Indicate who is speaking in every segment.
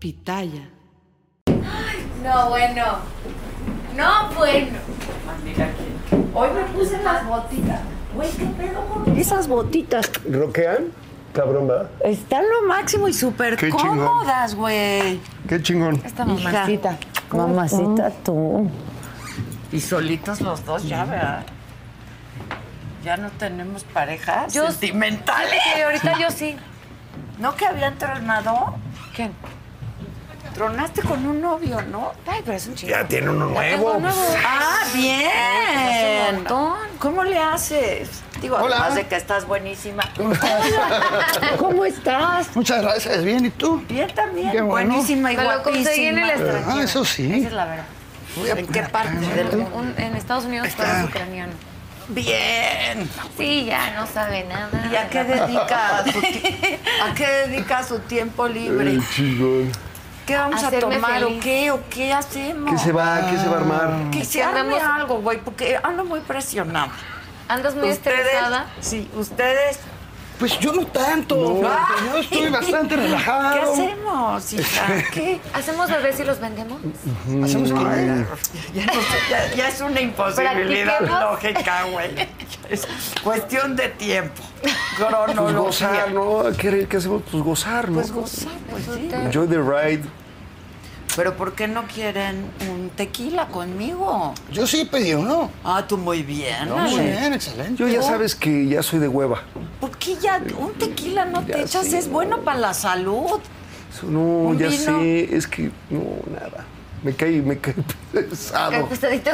Speaker 1: Pitaya.
Speaker 2: No, bueno. No, bueno. Hoy me puse las botitas. Güey, qué pedo con
Speaker 3: Esas botitas
Speaker 4: ¿Roquean? Cabrón, ¿verdad?
Speaker 3: están lo máximo y súper
Speaker 5: Qué chingón.
Speaker 3: cómodas, güey.
Speaker 5: Qué chingón.
Speaker 2: esta
Speaker 1: Hija.
Speaker 2: mamá.
Speaker 3: Mamacita, tú.
Speaker 1: Y solitos los dos ya, ¿verdad? Ya no tenemos parejas
Speaker 2: Yo-
Speaker 1: sentimentales.
Speaker 2: Sí, ahorita yo sí.
Speaker 1: ¿No que habían tronado?
Speaker 2: ¿Quién?
Speaker 1: Tronaste con un novio, ¿no?
Speaker 2: Ay, pero es un chico.
Speaker 4: Ya tiene uno nuevo.
Speaker 2: Tengo nuevo.
Speaker 1: ¡Ah,
Speaker 2: Hace un
Speaker 1: bien!
Speaker 2: montón.
Speaker 1: ¿Cómo le haces? Digo,
Speaker 5: Hola.
Speaker 1: además de que estás buenísima.
Speaker 3: ¿Cómo estás?
Speaker 5: Muchas gracias. Bien, ¿y tú?
Speaker 1: Bien también,
Speaker 5: Qué bueno.
Speaker 1: buenísima y
Speaker 2: Me lo conseguí en el
Speaker 1: guapísima.
Speaker 2: extranjero.
Speaker 5: Ah, eso sí.
Speaker 2: Esa es la verdad.
Speaker 5: Voy a
Speaker 1: ¿En qué
Speaker 5: poner
Speaker 1: parte
Speaker 5: acá,
Speaker 1: del
Speaker 5: ¿tú?
Speaker 1: mundo?
Speaker 2: Un- en Estados Unidos todo
Speaker 5: está.
Speaker 2: es ucraniano.
Speaker 1: Bien.
Speaker 2: Sí, ya no sabe nada.
Speaker 1: ¿Y a qué dedica su, ti- a qué dedica su tiempo libre?
Speaker 4: Qué chingón.
Speaker 1: ¿Qué vamos a
Speaker 2: Hacerme
Speaker 1: tomar o
Speaker 2: feliz.
Speaker 1: qué o qué hacemos?
Speaker 4: ¿Qué se va? ¿Qué se va a armar?
Speaker 1: Que se arme
Speaker 2: Hagamos-
Speaker 1: algo, güey, porque ando muy presionada.
Speaker 2: Andas muy
Speaker 1: ¿Ustedes?
Speaker 2: estresada.
Speaker 1: Sí, ustedes.
Speaker 5: Pues yo no tanto. fíjate, Yo estoy bastante
Speaker 1: ¿Qué
Speaker 5: relajado.
Speaker 1: hacemos, hija? ¿Qué?
Speaker 2: ¿Hacemos bebés y los vendemos?
Speaker 5: Hacemos que...
Speaker 1: Ya, no sé, ya- ya es una imposibilidad
Speaker 2: Practiquemos.
Speaker 1: lógica, güey. Es cuestión de tiempo.
Speaker 4: Pues
Speaker 1: Cronología.
Speaker 4: gozar, ¿no? ¿Qué, qué hacemos? Pues gozar, ¿no?
Speaker 1: Pues gozar, pues sí.
Speaker 4: Enjoy the ride.
Speaker 1: Pero ¿por qué no quieren un tequila conmigo?
Speaker 5: Yo sí pedí uno.
Speaker 1: Ah, tú muy bien.
Speaker 5: Muy
Speaker 1: Ale.
Speaker 5: bien, excelente.
Speaker 4: Yo ya sabes que ya soy de hueva.
Speaker 1: ¿Por qué ya un tequila no te
Speaker 4: Ya
Speaker 1: echas?
Speaker 4: sí,
Speaker 1: es
Speaker 4: no.
Speaker 1: bueno para la salud.
Speaker 4: Eso No,
Speaker 1: ¿Un
Speaker 4: ya
Speaker 1: vino?
Speaker 4: sé, es que no, nada. Me cae, me cae pesado.
Speaker 2: Pesadito.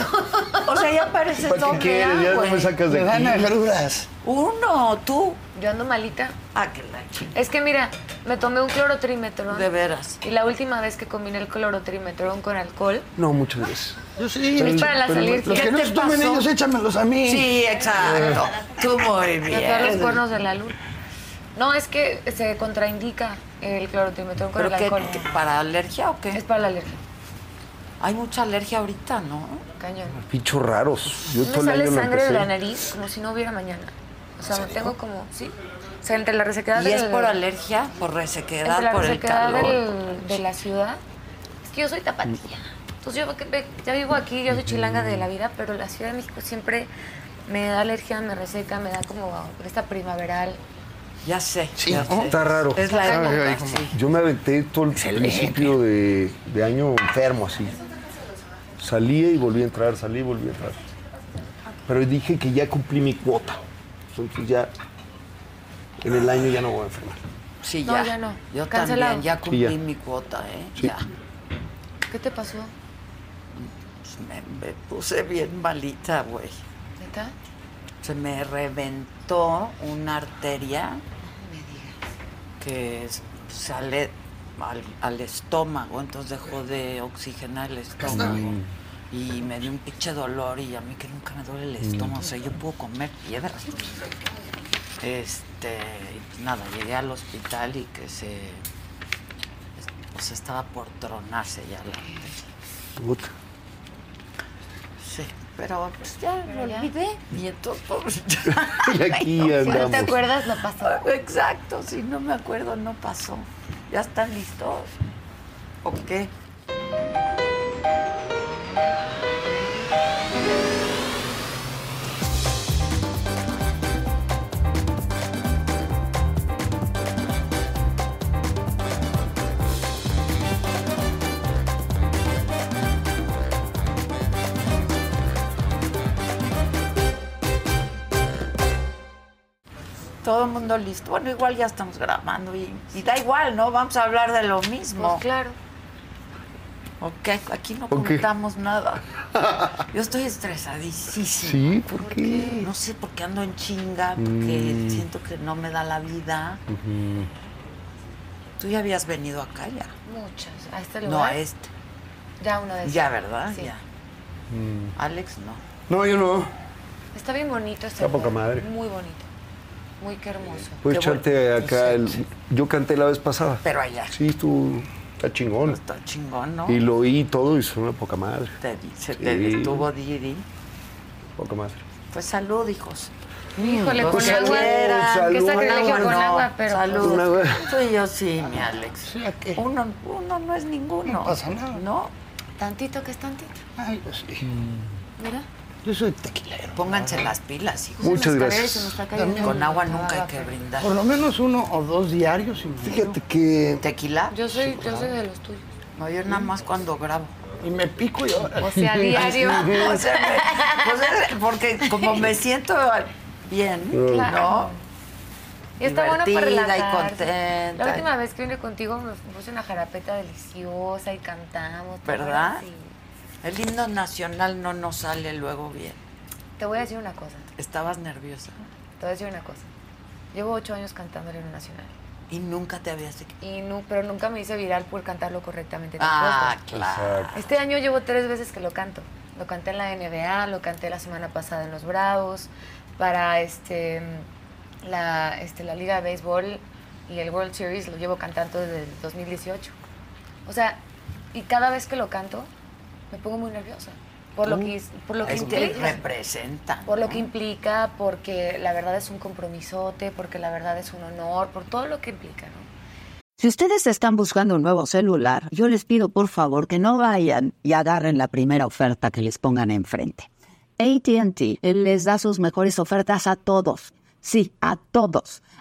Speaker 1: O sea, ya pareces
Speaker 4: ¿Para Pues, qué
Speaker 1: doble
Speaker 4: quieres? Ya
Speaker 1: A,
Speaker 4: no
Speaker 1: güey.
Speaker 4: me sacas de
Speaker 5: pues, Me dan
Speaker 4: aquí.
Speaker 5: agruras.
Speaker 1: Uno, tú.
Speaker 2: Yo ando malita.
Speaker 1: Ah, que la chingada.
Speaker 2: Es que mira, me tomé un clorotrimetrón.
Speaker 1: De veras.
Speaker 2: Y la última vez que combiné el clorotrimetrón con alcohol,
Speaker 4: No, muchas gracias.
Speaker 5: Yo sí. Pues,
Speaker 2: es para la
Speaker 5: Los
Speaker 2: alergia.
Speaker 5: que no
Speaker 1: ¿Qué
Speaker 5: se
Speaker 1: te
Speaker 5: tomen
Speaker 1: pasó?
Speaker 5: ellos, échamelos a mí.
Speaker 1: Sí, exacto. Tú muy
Speaker 2: me atoró los
Speaker 1: bien.
Speaker 2: cuernos de la luna. No, es que se contraindica el clorotrimetrón con
Speaker 1: ¿Pero
Speaker 2: el
Speaker 1: qué?
Speaker 2: alcohol.
Speaker 1: qué, ¿Para alergia o
Speaker 2: Es
Speaker 1: qué?
Speaker 2: para la alergia.
Speaker 1: Hay mucha alergia ahorita, ¿no?
Speaker 2: Cañón.
Speaker 4: Bichos raros. Yo todo
Speaker 2: Me
Speaker 4: el
Speaker 2: sale
Speaker 4: año lo
Speaker 2: sangre de la
Speaker 4: empecé.
Speaker 2: nariz como si no hubiera mañana. O sea, me tengo como, sí. O sea, entre la resequedad
Speaker 1: ¿Y es
Speaker 2: del-
Speaker 1: por alergia? ¿Por
Speaker 2: entre
Speaker 1: resequedad?
Speaker 2: la
Speaker 1: ¿Por el
Speaker 2: resequedad
Speaker 1: calor?
Speaker 2: del- de la ciudad. Es que yo soy tapatía. Entonces yo que ve- ya vivo aquí, yo soy chilanga de la vida, pero la Ciudad de México siempre me da alergia, me reseca, me da como esta primaveral.
Speaker 1: Ya sé.
Speaker 5: Sí,
Speaker 1: ya
Speaker 5: ¿no?
Speaker 1: sé.
Speaker 4: Está raro.
Speaker 1: Es la
Speaker 2: Está
Speaker 1: época,
Speaker 5: raro, ahí como-
Speaker 1: sí.
Speaker 4: Yo me aventé todo el principio de, de año enfermo, así. Salía y volví a entrar, salía y volví a entrar. Pero dije que ya cumplí mi cuota. Entonces ya, en el año ya no voy a enfermar.
Speaker 1: Sí,
Speaker 2: No,
Speaker 1: ya.
Speaker 2: ya no.
Speaker 1: Yo
Speaker 2: Cancelado.
Speaker 1: también, ya cumplí
Speaker 4: Sí, ya.
Speaker 1: mi cuota, ¿eh?
Speaker 4: Sí.
Speaker 1: Ya.
Speaker 2: ¿Qué te pasó?
Speaker 1: Pues me, me puse bien malita, güey.
Speaker 2: ¿Neta?
Speaker 1: Se me reventó una arteria que es- sale al, al estómago, entonces dejó de oxigenar el estómago. Y me dio un pinche dolor y a mí que nunca me duele el estómago, o sea, yo puedo comer piedras. Este, y pues nada, llegué al hospital y que se, pues estaba por tronarse ya la arteria.
Speaker 4: Puta.
Speaker 1: Sí, pero pues ya lo
Speaker 2: ya.
Speaker 1: olvidé. Y entonces, pues,
Speaker 4: Y aquí
Speaker 2: Si no te
Speaker 4: andamos.
Speaker 2: acuerdas, no pasó.
Speaker 1: Exacto, si no me acuerdo, no pasó. ¿Ya están listos? ¿O qué? Todo el mundo listo. Bueno, igual ya estamos grabando y, y da igual, ¿no? Vamos a hablar de lo mismo.
Speaker 2: Pues claro.
Speaker 1: Ok, aquí no
Speaker 4: Ok.
Speaker 1: contamos nada. Yo estoy estresadísima.
Speaker 4: Sí, Mm. ¿por qué?
Speaker 1: No sé por qué ando en chinga, porque siento que no me da la vida. Tú ya habías venido acá ya.
Speaker 2: Muchas. A este
Speaker 1: No, a
Speaker 2: lugar.
Speaker 1: este.
Speaker 2: Ya una vez.
Speaker 1: Ya, ¿verdad?
Speaker 2: Sí.
Speaker 1: Ya.
Speaker 4: Mm.
Speaker 1: Alex, no.
Speaker 4: No, yo no.
Speaker 2: Está bien bonito este
Speaker 4: Está poca
Speaker 2: lugar,
Speaker 4: madre.
Speaker 2: Muy bonito. Muy que hermoso.
Speaker 4: Puedes
Speaker 1: Qué bueno.
Speaker 4: echarte Pues acá. el-
Speaker 1: Sí.
Speaker 4: Yo canté la vez pasada.
Speaker 1: Pero allá.
Speaker 4: Sí, tú. Está chingón.
Speaker 1: Está chingón, ¿no?
Speaker 4: Y lo oí y todo y sonó de poca madre.
Speaker 1: Te di- se te
Speaker 4: Sí.
Speaker 1: detuvo Didi.
Speaker 4: Poca madre.
Speaker 1: Pues salud, hijos.
Speaker 2: Híjole,
Speaker 1: Los
Speaker 2: con
Speaker 1: que
Speaker 2: agua.
Speaker 1: quieran,
Speaker 2: Qué
Speaker 4: salud.
Speaker 2: sacrilegio
Speaker 4: Agua
Speaker 2: con
Speaker 1: no.
Speaker 2: agua, pero.
Speaker 1: Salud.
Speaker 4: Una agua.
Speaker 1: Tú y yo sí, mi Alex.
Speaker 5: ¿a qué?
Speaker 1: Uno, uno no es ninguno.
Speaker 5: No pasa nada.
Speaker 1: ¿No?
Speaker 2: Tantito que es tantito.
Speaker 5: Ay, yo sí.
Speaker 2: Mira.
Speaker 5: Yo soy tequilero.
Speaker 1: Pónganse las pilas, hijos.
Speaker 4: Muchas
Speaker 2: Se nos
Speaker 4: gracias.
Speaker 2: está cayendo.
Speaker 1: Con agua nunca hay que brindar.
Speaker 5: Por lo menos uno o dos diarios. y me-
Speaker 4: Fíjate que.
Speaker 1: ¿Tequila?
Speaker 2: Yo soy, yo soy de los tuyos.
Speaker 1: No, yo nada más cuando grabo.
Speaker 5: Y me pico y ahora.
Speaker 2: O sea, diario.
Speaker 1: O sea, me- pues es- porque como me siento bien,
Speaker 2: Claro. Y está bueno para
Speaker 1: Divertida y
Speaker 2: relajarse.
Speaker 1: contenta.
Speaker 2: La última vez que vine contigo me puse una jarapeta deliciosa y cantamos. ¿te
Speaker 1: ¿Verdad?
Speaker 2: acuerdas? Sí.
Speaker 1: ¿no? El himno nacional no nos sale luego bien.
Speaker 2: Te voy a decir una cosa.
Speaker 1: Estabas nerviosa
Speaker 2: Te voy a decir una cosa. Llevo ocho años cantando el himno nacional.
Speaker 1: y nunca te habías equivocado.
Speaker 2: Y nu- pero nunca me hice viral por cantarlo correctamente. te
Speaker 1: Ah,
Speaker 2: apuesto.
Speaker 1: claro.
Speaker 2: Este año llevo tres veces que lo canto. Lo canté en la NBA, lo canté la semana pasada en los Bravos, para este la, este, la Liga de Béisbol y el World Series lo llevo cantando desde el 2018. O sea, y cada vez que lo canto me pongo muy nerviosa. Por lo que, por lo que
Speaker 1: Mm. Es que
Speaker 2: implica.
Speaker 1: representa.
Speaker 2: Por lo
Speaker 1: ¿no?
Speaker 2: que implica, porque la verdad es un compromisote, porque la verdad es un honor, por todo lo que implica, ¿no?
Speaker 6: Si ustedes están buscando un nuevo celular, yo les pido por favor que no vayan y agarren la primera oferta que les pongan enfrente. ATT les da sus mejores ofertas a todos. Sí, a todos.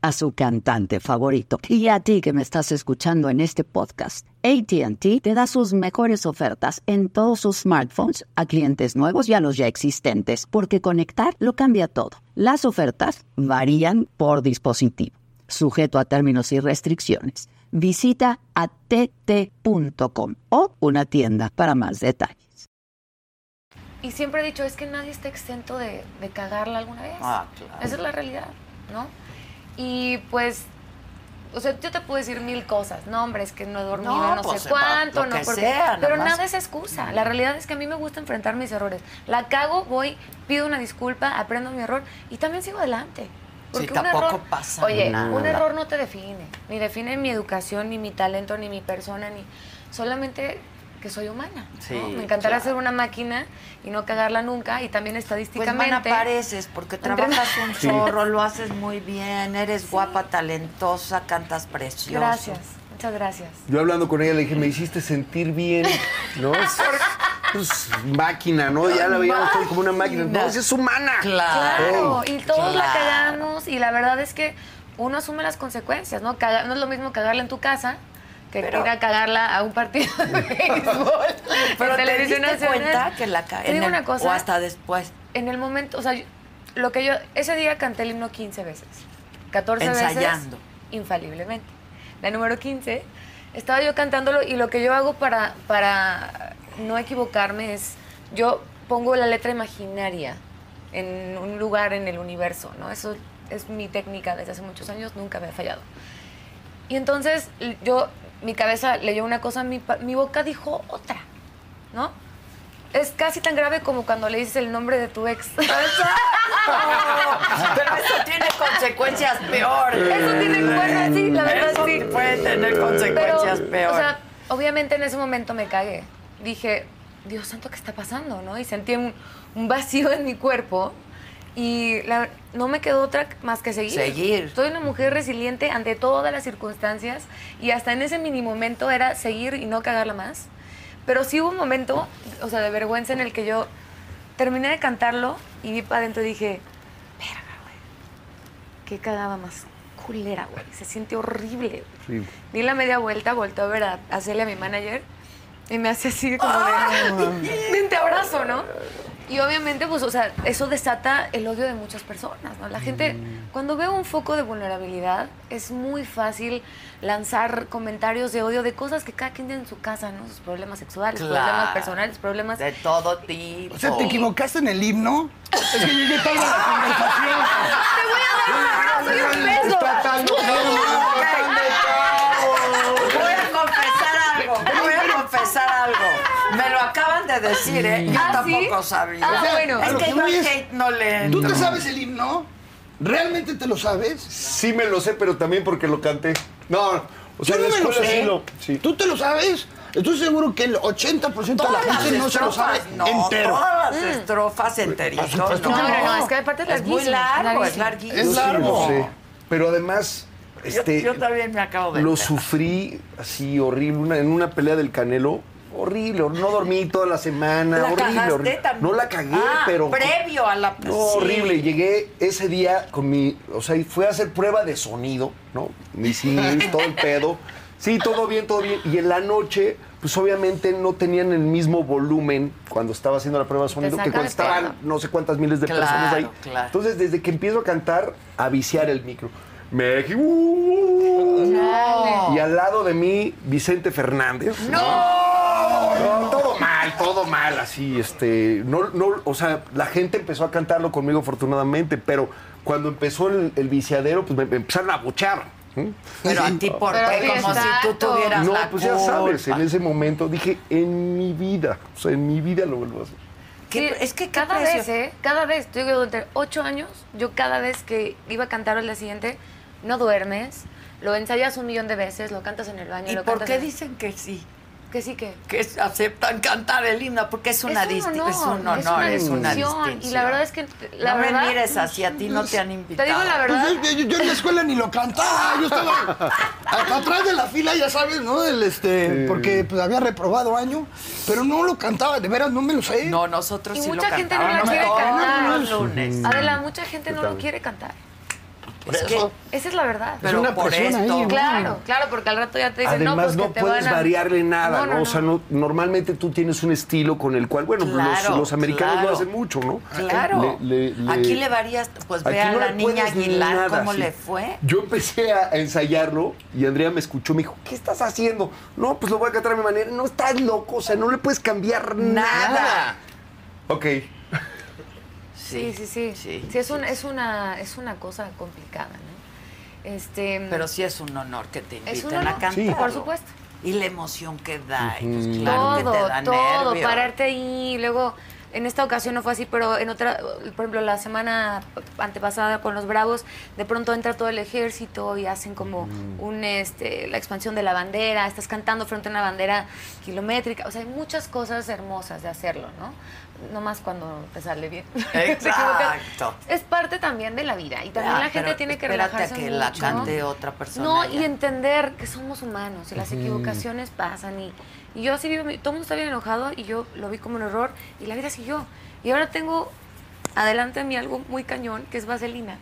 Speaker 6: a su cantante favorito. Y a ti que me estás escuchando en este podcast, ATT te da sus mejores ofertas en todos sus smartphones a clientes nuevos y a los ya existentes, porque conectar lo cambia todo. Las ofertas varían por dispositivo, sujeto a términos y restricciones. Visita att.com o una tienda para más detalles.
Speaker 2: Y siempre he dicho, es que nadie está exento de, de cagarla alguna vez.
Speaker 1: Ah, claro.
Speaker 2: Esa es la realidad, ¿no? Y pues, o sea, yo te puedo decir mil cosas. No, hombre, es que no he dormido
Speaker 1: No,
Speaker 2: no,
Speaker 1: pues,
Speaker 2: sé cuánto,
Speaker 1: lo
Speaker 2: no
Speaker 1: que
Speaker 2: porque-
Speaker 1: sea,
Speaker 2: Pero
Speaker 1: nomás.
Speaker 2: nada es excusa. La realidad es que a mí me gusta enfrentar mis errores. La cago, voy, pido una disculpa, aprendo mi error y también sigo adelante.
Speaker 1: Sí,
Speaker 2: Porque un
Speaker 1: tampoco
Speaker 2: error-
Speaker 1: pasa
Speaker 2: Oye,
Speaker 1: nada.
Speaker 2: un error no te define. Ni define mi educación, ni mi talento, ni mi persona, ni. Solamente que soy humana. ¿no?
Speaker 1: Sí,
Speaker 2: Me encantará
Speaker 1: claro.
Speaker 2: ser una máquina y no cagarla nunca y también
Speaker 1: Pues man,
Speaker 2: estadísticamente
Speaker 1: apareces porque
Speaker 2: Entre-
Speaker 1: trabajas un chorro, lo haces muy bien, eres guapa, talentosa, cantas precioso.
Speaker 2: gracias muchas gracias
Speaker 4: Yo hablando con ella le dije, me hiciste sentir bien, ¿no? Es, pues, máquina, ¿no? Ya la veíamos todo como una máquina. No, sí es humana.
Speaker 2: claro
Speaker 4: Ey,
Speaker 2: y todos la
Speaker 1: Ah, oh, claro.
Speaker 2: cagamos y la verdad es que uno asume las consecuencias no Caga- no es lo mismo cagarla en tu casa que ir a cagarla a un partido de béisbol
Speaker 1: Pero
Speaker 2: en
Speaker 1: te
Speaker 2: televisión
Speaker 1: diste
Speaker 2: nacional.
Speaker 1: cuenta que la ca-
Speaker 2: Te
Speaker 1: en
Speaker 2: digo
Speaker 1: el-
Speaker 2: una cosa
Speaker 1: O hasta después.
Speaker 2: en el momento, o sea, yo- lo que yo, ese día canté el himno 15 veces, 14
Speaker 1: Ensayando.
Speaker 2: veces, infaliblemente. La número 15, estaba yo cantándolo y lo que yo hago para, para no equivocarme es, yo pongo la letra imaginaria en un lugar en el universo, ¿no? Eso es mi técnica desde hace muchos años, nunca me ha fallado. Y entonces l- yo, mi cabeza leyó una cosa, mi, pa- mi boca dijo otra, ¿no? Es casi tan grave como cuando le dices el nombre de tu ex.
Speaker 1: Pero eso tiene consecuencias peores.
Speaker 2: Eso tiene bueno, sí, la verdad
Speaker 1: Eso
Speaker 2: sí.
Speaker 1: puede tener
Speaker 2: Pero,
Speaker 1: consecuencias peores.
Speaker 2: o sea, obviamente en ese momento me cagué. Dije, Dios santo, ¿qué está pasando? ¿no? Y sentí un, un vacío en mi cuerpo y la- no me quedó otra más que seguir.
Speaker 1: Seguir.
Speaker 2: Soy una mujer resiliente ante todas las circunstancias y hasta en ese mini momento era seguir y no cagarla más. Pero sí hubo un momento, o sea, de vergüenza en el que yo terminé de cantarlo y vi para adentro y dije, qué cagada más culera, güey. Se siente horrible. güey.
Speaker 4: Sí.
Speaker 2: Di la media vuelta, voltó a ver a, a Celia, mi manager, y me hace así como de... "Ven, te abrazo, ¿no? Y obviamente, pues, o sea, eso desata el odio de muchas personas, ¿no? La gente,
Speaker 1: Mm.
Speaker 2: cuando veo un foco de vulnerabilidad, es muy fácil lanzar comentarios de odio de cosas que cada quien tiene en su casa, ¿no? Sus problemas sexuales, problemas
Speaker 1: Claro.
Speaker 2: personales, problemas...
Speaker 1: De todo tipo.
Speaker 5: O sea, ¿te equivocaste en el himno? Es que llegué tarde a la conversación.
Speaker 2: ¡Soy un beso!
Speaker 4: Está tan caro, tan de caro.
Speaker 1: Voy a confesar algo, voy a confesar algo. Me lo acaban de decir, ¿eh? Yo
Speaker 2: ¿Ah, sí?
Speaker 1: tampoco sabía.
Speaker 2: Ah, bueno.
Speaker 5: a
Speaker 1: Es
Speaker 5: lo
Speaker 1: que
Speaker 5: que
Speaker 1: yo
Speaker 5: voy
Speaker 1: a
Speaker 5: es-
Speaker 1: Kate no le...
Speaker 5: ¿Tú te sabes el himno? ¿Realmente te lo sabes?
Speaker 4: Sí me lo sé, pero también porque lo canté. No, o
Speaker 5: Yo
Speaker 4: sea, en
Speaker 5: no
Speaker 4: la
Speaker 5: me lo
Speaker 4: escuela
Speaker 5: sé.
Speaker 4: sí lo... Sí.
Speaker 5: ¿Tú te lo sabes? Estoy seguro que el 80% de
Speaker 1: Todas
Speaker 5: la
Speaker 1: las
Speaker 5: gente no se lo sabe
Speaker 1: estrofas, no,
Speaker 5: entero.
Speaker 1: todas las estrofas enteritas. No,
Speaker 5: supuesto
Speaker 2: Mm. No, no, no, es que aparte es
Speaker 1: es muy
Speaker 2: larguísimo,
Speaker 1: largo, es
Speaker 2: larguísimo.
Speaker 1: larguísimo.
Speaker 5: Es
Speaker 4: Yo sí me
Speaker 5: largo.
Speaker 4: lo sé. Pero además,
Speaker 1: Yo,
Speaker 4: este...
Speaker 1: yo también me acabo de...
Speaker 4: Lo
Speaker 1: enterar.
Speaker 4: sufrí así horrible una- en una pelea del Canelo. Horrible, hor- no dormí toda la semana,
Speaker 1: ¿La
Speaker 4: horrible,
Speaker 1: cagaste
Speaker 4: horrible.
Speaker 1: también?
Speaker 4: No la cagué,
Speaker 1: Ah,
Speaker 4: pero
Speaker 1: previo a la- pues,
Speaker 4: No,
Speaker 1: sí.
Speaker 4: horrible, llegué ese día con mi, o sea, y fui a hacer prueba de sonido, ¿no? Mi sinus, todo el pedo. Sí, todo bien, todo bien. Y en la noche, pues obviamente no tenían el mismo volumen cuando estaba haciendo la prueba de sonido
Speaker 2: saca
Speaker 4: que cuando
Speaker 2: de pedo.
Speaker 4: estaban no sé cuántas miles de
Speaker 1: Claro,
Speaker 4: personas ahí.
Speaker 1: claro.
Speaker 4: Entonces, desde que empiezo a cantar, a viciar el micro. México. Y al lado de mí, Vicente Fernández. ¡No! todo mal, todo mal, así, este, no, no, o sea, la gente empezó a cantarlo conmigo afortunadamente, pero cuando empezó el, el viciadero, pues me, me empezaron a buchar.
Speaker 1: Pero a ti por
Speaker 2: Pero
Speaker 1: qué,
Speaker 2: ahí
Speaker 1: como
Speaker 2: está
Speaker 1: si tú
Speaker 2: todo.
Speaker 1: tuvieras
Speaker 4: No,
Speaker 1: la
Speaker 4: pues ya sabes,
Speaker 1: culpa.
Speaker 4: en ese momento dije, en mi vida, o sea, en mi vida lo vuelvo a hacer.
Speaker 1: Qué-
Speaker 2: Sí,
Speaker 1: es que qué
Speaker 2: cada
Speaker 1: precio.
Speaker 2: vez, ¿eh? Cada vez, te digo, durante ocho años, yo cada vez que iba a cantar al día siguiente, no duermes, lo ensayas un millón de veces, lo cantas en el baño.
Speaker 1: ¿Y
Speaker 2: lo
Speaker 1: por
Speaker 2: cantas
Speaker 1: qué
Speaker 2: en-
Speaker 1: dicen que sí?
Speaker 2: Que sí, que...
Speaker 1: que es- aceptan cantar el himno, porque es una,
Speaker 2: un
Speaker 1: disti-
Speaker 2: honor,
Speaker 1: es un honor, es una,
Speaker 2: distinción, Y la verdad es que... La
Speaker 1: no
Speaker 2: verdad,
Speaker 1: me mires así, a ti no te han invitado.
Speaker 2: Te digo la verdad.
Speaker 5: Pues yo, yo- yo en la escuela ni lo cantaba, yo estaba hasta atrás de la fila, ya sabes, ¿no? El, este, Porque pues, había reprobado año, pero no lo cantaba, de veras, no me lo sé.
Speaker 1: No, nosotros
Speaker 2: Y
Speaker 1: sí
Speaker 2: mucha
Speaker 1: lo
Speaker 2: gente no la
Speaker 1: cantábamos
Speaker 2: quiere
Speaker 1: todos
Speaker 2: cantar.
Speaker 1: los lunes.
Speaker 2: Adela, mucha gente no lo
Speaker 4: también.
Speaker 2: quiere cantar.
Speaker 5: Por eso.
Speaker 2: Esa es la verdad.
Speaker 1: Pero
Speaker 5: una
Speaker 1: por
Speaker 5: presión ahí,
Speaker 1: esto,
Speaker 5: ¿no?
Speaker 2: Claro, claro, porque al rato ya te dicen, no,
Speaker 4: Además,
Speaker 2: pues
Speaker 4: no,
Speaker 2: que te
Speaker 4: puedes
Speaker 2: van a...
Speaker 4: variarle nada,
Speaker 2: No,
Speaker 4: no,
Speaker 2: no,
Speaker 4: O sea, no- normalmente tú tienes un estilo con el cual, bueno, pues,
Speaker 1: Claro,
Speaker 4: los, los americanos
Speaker 1: claro.
Speaker 4: lo hacen mucho, ¿no?
Speaker 1: Claro.
Speaker 4: Ah, Le- le- le-
Speaker 1: Aquí le varías, pues ve
Speaker 4: Aquí
Speaker 1: a
Speaker 4: no
Speaker 1: la
Speaker 4: le
Speaker 1: niña
Speaker 4: puedes
Speaker 1: Aguilar
Speaker 4: nada,
Speaker 1: cómo
Speaker 4: sí.
Speaker 1: le fue.
Speaker 4: Yo empecé a ensayarlo y Andrea me escuchó, me dijo, ¿qué estás haciendo? No, pues lo voy a cantar a mi manera. No, estás loco, o sea, no le puedes cambiar nada.
Speaker 1: Nada.
Speaker 4: Ok.
Speaker 2: Sí, sí, sí.
Speaker 1: Sí,
Speaker 2: Sí, es, un- es, una, es una cosa complicada, ¿no? Este,
Speaker 1: Pero sí es un honor que te inviten
Speaker 2: Es un
Speaker 1: a
Speaker 2: honor,
Speaker 1: cantar.
Speaker 4: Sí.
Speaker 2: por supuesto.
Speaker 1: Y la emoción que da, y pues claro
Speaker 2: todo,
Speaker 1: que te da
Speaker 2: todo,
Speaker 1: nervio.
Speaker 2: pararte ahí. y Luego, en esta ocasión no fue así, pero en otra, por ejemplo, la semana antepasada con los Bravos, de pronto entra todo el ejército y hacen como
Speaker 1: Mm.
Speaker 2: un, este, la expansión de la bandera, estás cantando frente a una bandera kilométrica. O sea, hay muchas cosas hermosas de hacerlo, ¿no? No más cuando te sale bien. Te equivocas.
Speaker 1: Exacto.
Speaker 2: es parte también de la vida y también
Speaker 1: Ah,
Speaker 2: la gente
Speaker 1: pero
Speaker 2: tiene que
Speaker 1: espérate a
Speaker 2: relajarse
Speaker 1: que la
Speaker 2: mucho.
Speaker 1: cante otra persona
Speaker 2: No,
Speaker 1: ya.
Speaker 2: y entender que somos humanos y las equivocaciones pasan y, y yo así vivo, mi- todo el mundo está bien enojado y yo lo vi como un error y la vida siguió. Y ahora tengo adelante de mí algo muy cañón que es vaselina.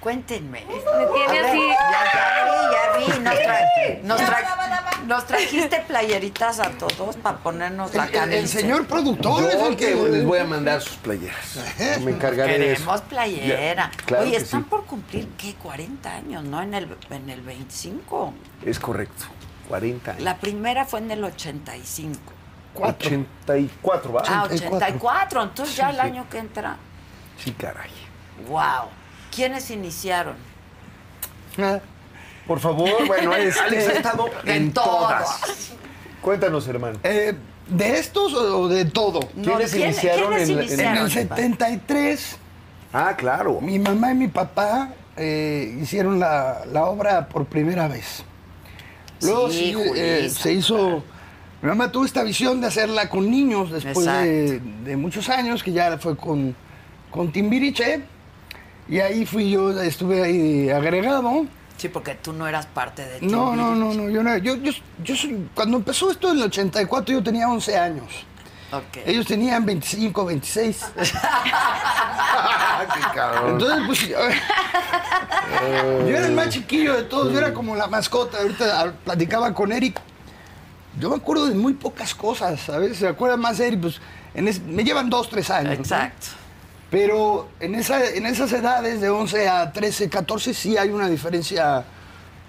Speaker 1: Cuéntenme.
Speaker 2: Me tiene
Speaker 1: A ver,
Speaker 2: así...
Speaker 1: Ya vi, ya vi. Nos, tra- nos tra- nos trajiste playeritas a todos para ponernos la
Speaker 5: El, el- el
Speaker 1: camisa.
Speaker 5: señor productor es
Speaker 4: Yo
Speaker 5: el que...
Speaker 4: les voy a mandar sus playeras. Me encargaré de
Speaker 1: Queremos
Speaker 4: eso.
Speaker 1: playera.
Speaker 4: Ya, claro
Speaker 1: Oye,
Speaker 4: que
Speaker 1: están
Speaker 4: sí.
Speaker 1: por cumplir, ¿qué? 40 años, ¿no? En el, en el 25.
Speaker 4: Es correcto. 40 años.
Speaker 1: La primera fue en el 85.
Speaker 4: 84, ¿va?
Speaker 1: Ah,
Speaker 5: 84.
Speaker 1: 84. Entonces ya el
Speaker 4: Sí.
Speaker 1: año que entra.
Speaker 4: Sí, caray.
Speaker 1: ¡Wow! ¿Quiénes iniciaron?
Speaker 5: Ah,
Speaker 4: Por favor, bueno, este- Alex ha estado
Speaker 1: En
Speaker 4: en,
Speaker 1: todo.
Speaker 4: todas. Cuéntanos, hermano.
Speaker 5: eh, ¿De estos o o de todo?
Speaker 1: No,
Speaker 4: ¿Quiénes
Speaker 1: ¿quién-
Speaker 4: iniciaron
Speaker 1: quiénes
Speaker 4: en la- en
Speaker 5: En
Speaker 1: iniciaron?
Speaker 5: el 73,
Speaker 4: Ah, claro.
Speaker 5: mi mamá y mi papá eh, hicieron la, la obra por primera vez. Luego
Speaker 1: Sí,
Speaker 5: sí, eh,
Speaker 1: Julisa,
Speaker 5: se hizo. Mi mamá tuvo esta visión de hacerla con niños después de, de muchos años, que ya fue con, con Timbiriche. Y ahí fui yo, estuve ahí agregado.
Speaker 1: Sí, porque tú no eras parte de
Speaker 5: No, no, no,
Speaker 1: Timbiriche.
Speaker 5: no, yo no. Yo, yo, yo soy- cuando empezó esto en el 84, yo tenía 11 años.
Speaker 1: Ok.
Speaker 5: Ellos tenían 25, 26. Entonces, pues. Yo era el más chiquillo de todos, yo era como la mascota. Ahorita ah, platicaba con Eric. Yo me acuerdo de muy pocas cosas, ¿sabes? Se acuerda más de Eric, pues. en es- me llevan dos, tres años. ¿no?
Speaker 1: Exacto.
Speaker 5: Pero en, esa, en esas edades, de 11 a 13, 14, sí hay una diferencia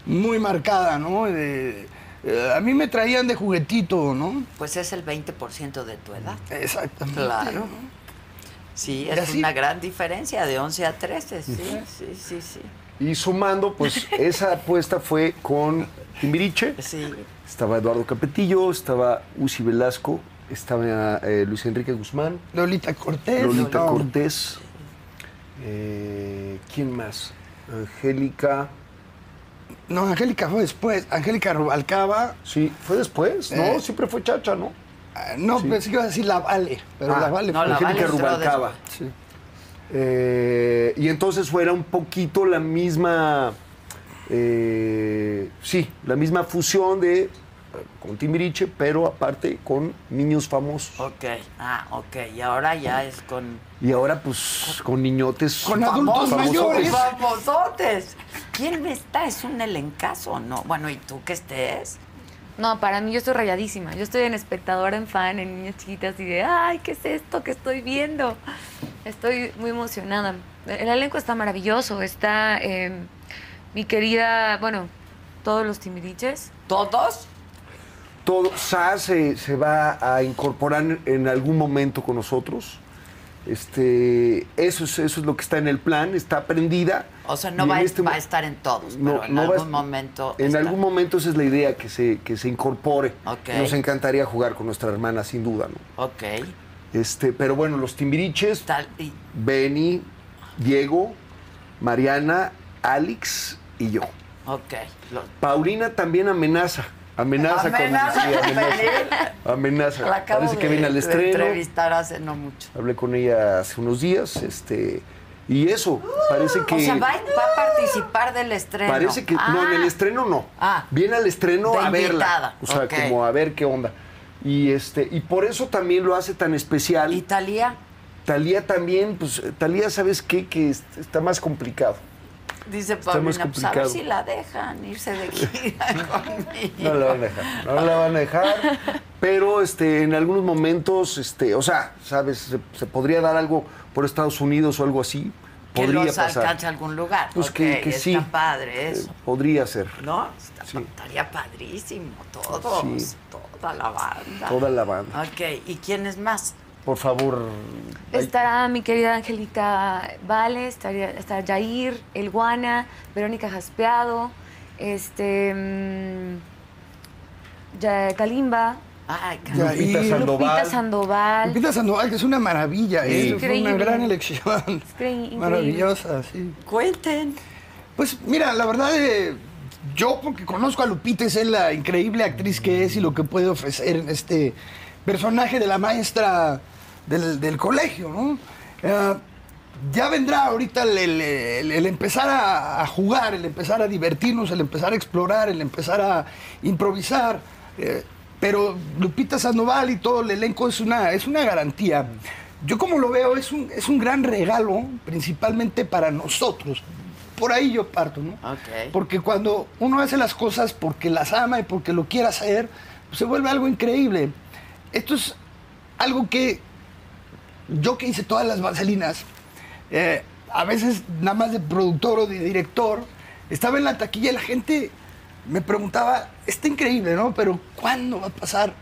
Speaker 5: muy marcada, ¿no? De- eh, a mí me traían de juguetito, ¿no?
Speaker 1: Pues es el 20% de tu edad.
Speaker 5: Exactamente.
Speaker 1: Claro. Sí, es
Speaker 5: así-
Speaker 1: una gran diferencia de 11 a 13. Sí, sí, sí, sí.
Speaker 4: Y sumando, pues esa apuesta fue con Timbiriche.
Speaker 1: Sí.
Speaker 4: Estaba Eduardo Capetillo, estaba Uzi Velasco, estaba eh, Luis Enrique Guzmán,
Speaker 5: Lolita Cortés.
Speaker 4: Lolita
Speaker 5: No.
Speaker 4: Cortés. eh, ¿Quién más? Angélica.
Speaker 5: No, Angélica fue después. Angélica Rubalcaba.
Speaker 4: Sí, fue después, ¿no?
Speaker 5: Eh.
Speaker 4: Siempre fue Chacha, ¿no?
Speaker 5: Ah, No, pensé que iba a decir la Vale, pero
Speaker 4: Ah,
Speaker 5: la Vale
Speaker 1: no,
Speaker 5: fue-
Speaker 1: la
Speaker 4: Angélica
Speaker 1: Vale entró
Speaker 4: Rubalcaba.
Speaker 5: Sí.
Speaker 4: Eh, y entonces fue- era un poquito la misma, eh, sí, la misma fusión de eh, con Timbiriche, pero aparte con niños famosos.
Speaker 1: Ok. Ah, ok. Y ahora ya es con.
Speaker 4: Y ahora pues con niñotes.
Speaker 5: Con adultos
Speaker 4: famosos.
Speaker 5: mayores.
Speaker 1: ¡Famosotes! ¿Quién está? ¿Es un elencazo no? Bueno, ¿y tú qué estés?
Speaker 2: No, para mí yo estoy rayadísima. Yo estoy en espectadora, en fan, en niñas chiquitas y de, ay, ¿qué es esto que estoy viendo? Estoy muy emocionada. El elenco está maravilloso. Está eh, mi querida, bueno, todos los timbiriches.
Speaker 1: ¿Todos?
Speaker 4: Todo, Sa se, se va a incorporar en, en algún momento con nosotros. Este, eso es, eso es lo que está en el plan, está aprendida.
Speaker 1: O sea, no
Speaker 4: Y
Speaker 1: va,
Speaker 4: en
Speaker 1: a-
Speaker 4: este mo-
Speaker 1: va a estar en todos, pues, pero en
Speaker 4: no va a
Speaker 1: algún
Speaker 4: est-
Speaker 1: momento.
Speaker 4: En
Speaker 1: está.
Speaker 4: algún momento esa es la idea, que se, que se incorpore.
Speaker 1: Ok.
Speaker 4: Nos encantaría jugar con nuestra hermana, sin duda, ¿no?
Speaker 1: Ok.
Speaker 4: Este, pero bueno, los timbiriches,
Speaker 1: Tal, y,
Speaker 4: Benny, Diego, Mariana, Alex y yo.
Speaker 1: ok. Lo-
Speaker 4: Paulina también amenaza. Amenaza,
Speaker 1: Amenaza
Speaker 4: con sí,
Speaker 1: con
Speaker 4: amenaza. Amenaza.
Speaker 1: la acabo
Speaker 4: Parece que
Speaker 1: de-
Speaker 4: viene al
Speaker 1: de
Speaker 4: estreno.
Speaker 1: entrevistar hace no mucho.
Speaker 4: Hablé con ella hace unos días, este, y eso, parece que
Speaker 1: Uh, O sea, va, va a participar del estreno.
Speaker 4: Parece que. No, en el estreno no.
Speaker 1: Ah.
Speaker 4: Viene al estreno
Speaker 1: De
Speaker 4: a verla.
Speaker 1: invitada.
Speaker 4: O sea,
Speaker 1: Ok.
Speaker 4: como a ver qué onda. Y este, y por eso también lo hace tan especial. Y
Speaker 1: Italia
Speaker 4: Talía también, pues, Talía, ¿sabes qué? Que est- está más complicado.
Speaker 1: dice
Speaker 4: más
Speaker 1: Paulina, pues a ver
Speaker 4: complicado.
Speaker 1: si la dejan irse de gira conmigo.
Speaker 4: No la van a dejar. No la van a dejar. Pero este, en algunos momentos, este, o sea, sabes, se, se podría dar algo por Estados Unidos o algo así.
Speaker 1: que
Speaker 4: Podría
Speaker 1: los
Speaker 4: pasar.
Speaker 1: alcance a algún lugar.
Speaker 4: Pues
Speaker 1: Ok,
Speaker 4: que, que
Speaker 1: está
Speaker 4: sí.
Speaker 1: padre eso.
Speaker 4: Eh, podría ser.
Speaker 1: ¿No? Está-
Speaker 4: Sí.
Speaker 1: Estaría padrísimo. Todos,
Speaker 4: Sí.
Speaker 1: toda la banda.
Speaker 4: Toda la banda.
Speaker 1: Ok, ¿y quién es más?
Speaker 4: Por favor. ay,
Speaker 2: Estará mi querida Angélica Vale, estaría, estará Jair, El Guana, Verónica Jaspeado, este, mm, ya- Kalimba,
Speaker 1: Ay, caray.
Speaker 5: Ya, y
Speaker 4: Lupita Sandoval.
Speaker 2: Lupita Sandoval.
Speaker 5: Lupita Sandoval, que es una maravilla, ¿eh?
Speaker 4: Sí.
Speaker 5: fue una
Speaker 2: Increíble.
Speaker 5: gran elección.
Speaker 2: increíble.
Speaker 5: Maravillosa, sí.
Speaker 1: Cuenten.
Speaker 5: Pues mira, la verdad, eh, yo porque conozco a Lupita, es la increíble actriz que es y lo que puede ofrecer en este personaje de la maestra del, del colegio, ¿no? Eh, ya vendrá ahorita el, el- el- el empezar a, a jugar, el empezar a divertirnos, el empezar a explorar, el empezar a improvisar. eh, pero Lupita Sandoval y todo el elenco es una, es una garantía. Yo como lo veo, es un, es un gran regalo, principalmente para nosotros. Por ahí yo parto, ¿no?
Speaker 1: Ok.
Speaker 5: Porque cuando uno hace las cosas porque las ama y porque lo quiere hacer, se vuelve algo increíble. Esto es algo que yo que hice todas las vaselinas, eh, a veces nada más de productor o de director, estaba en la taquilla y la gente me preguntaba, está increíble, ¿no? Pero ¿cuándo va a pasar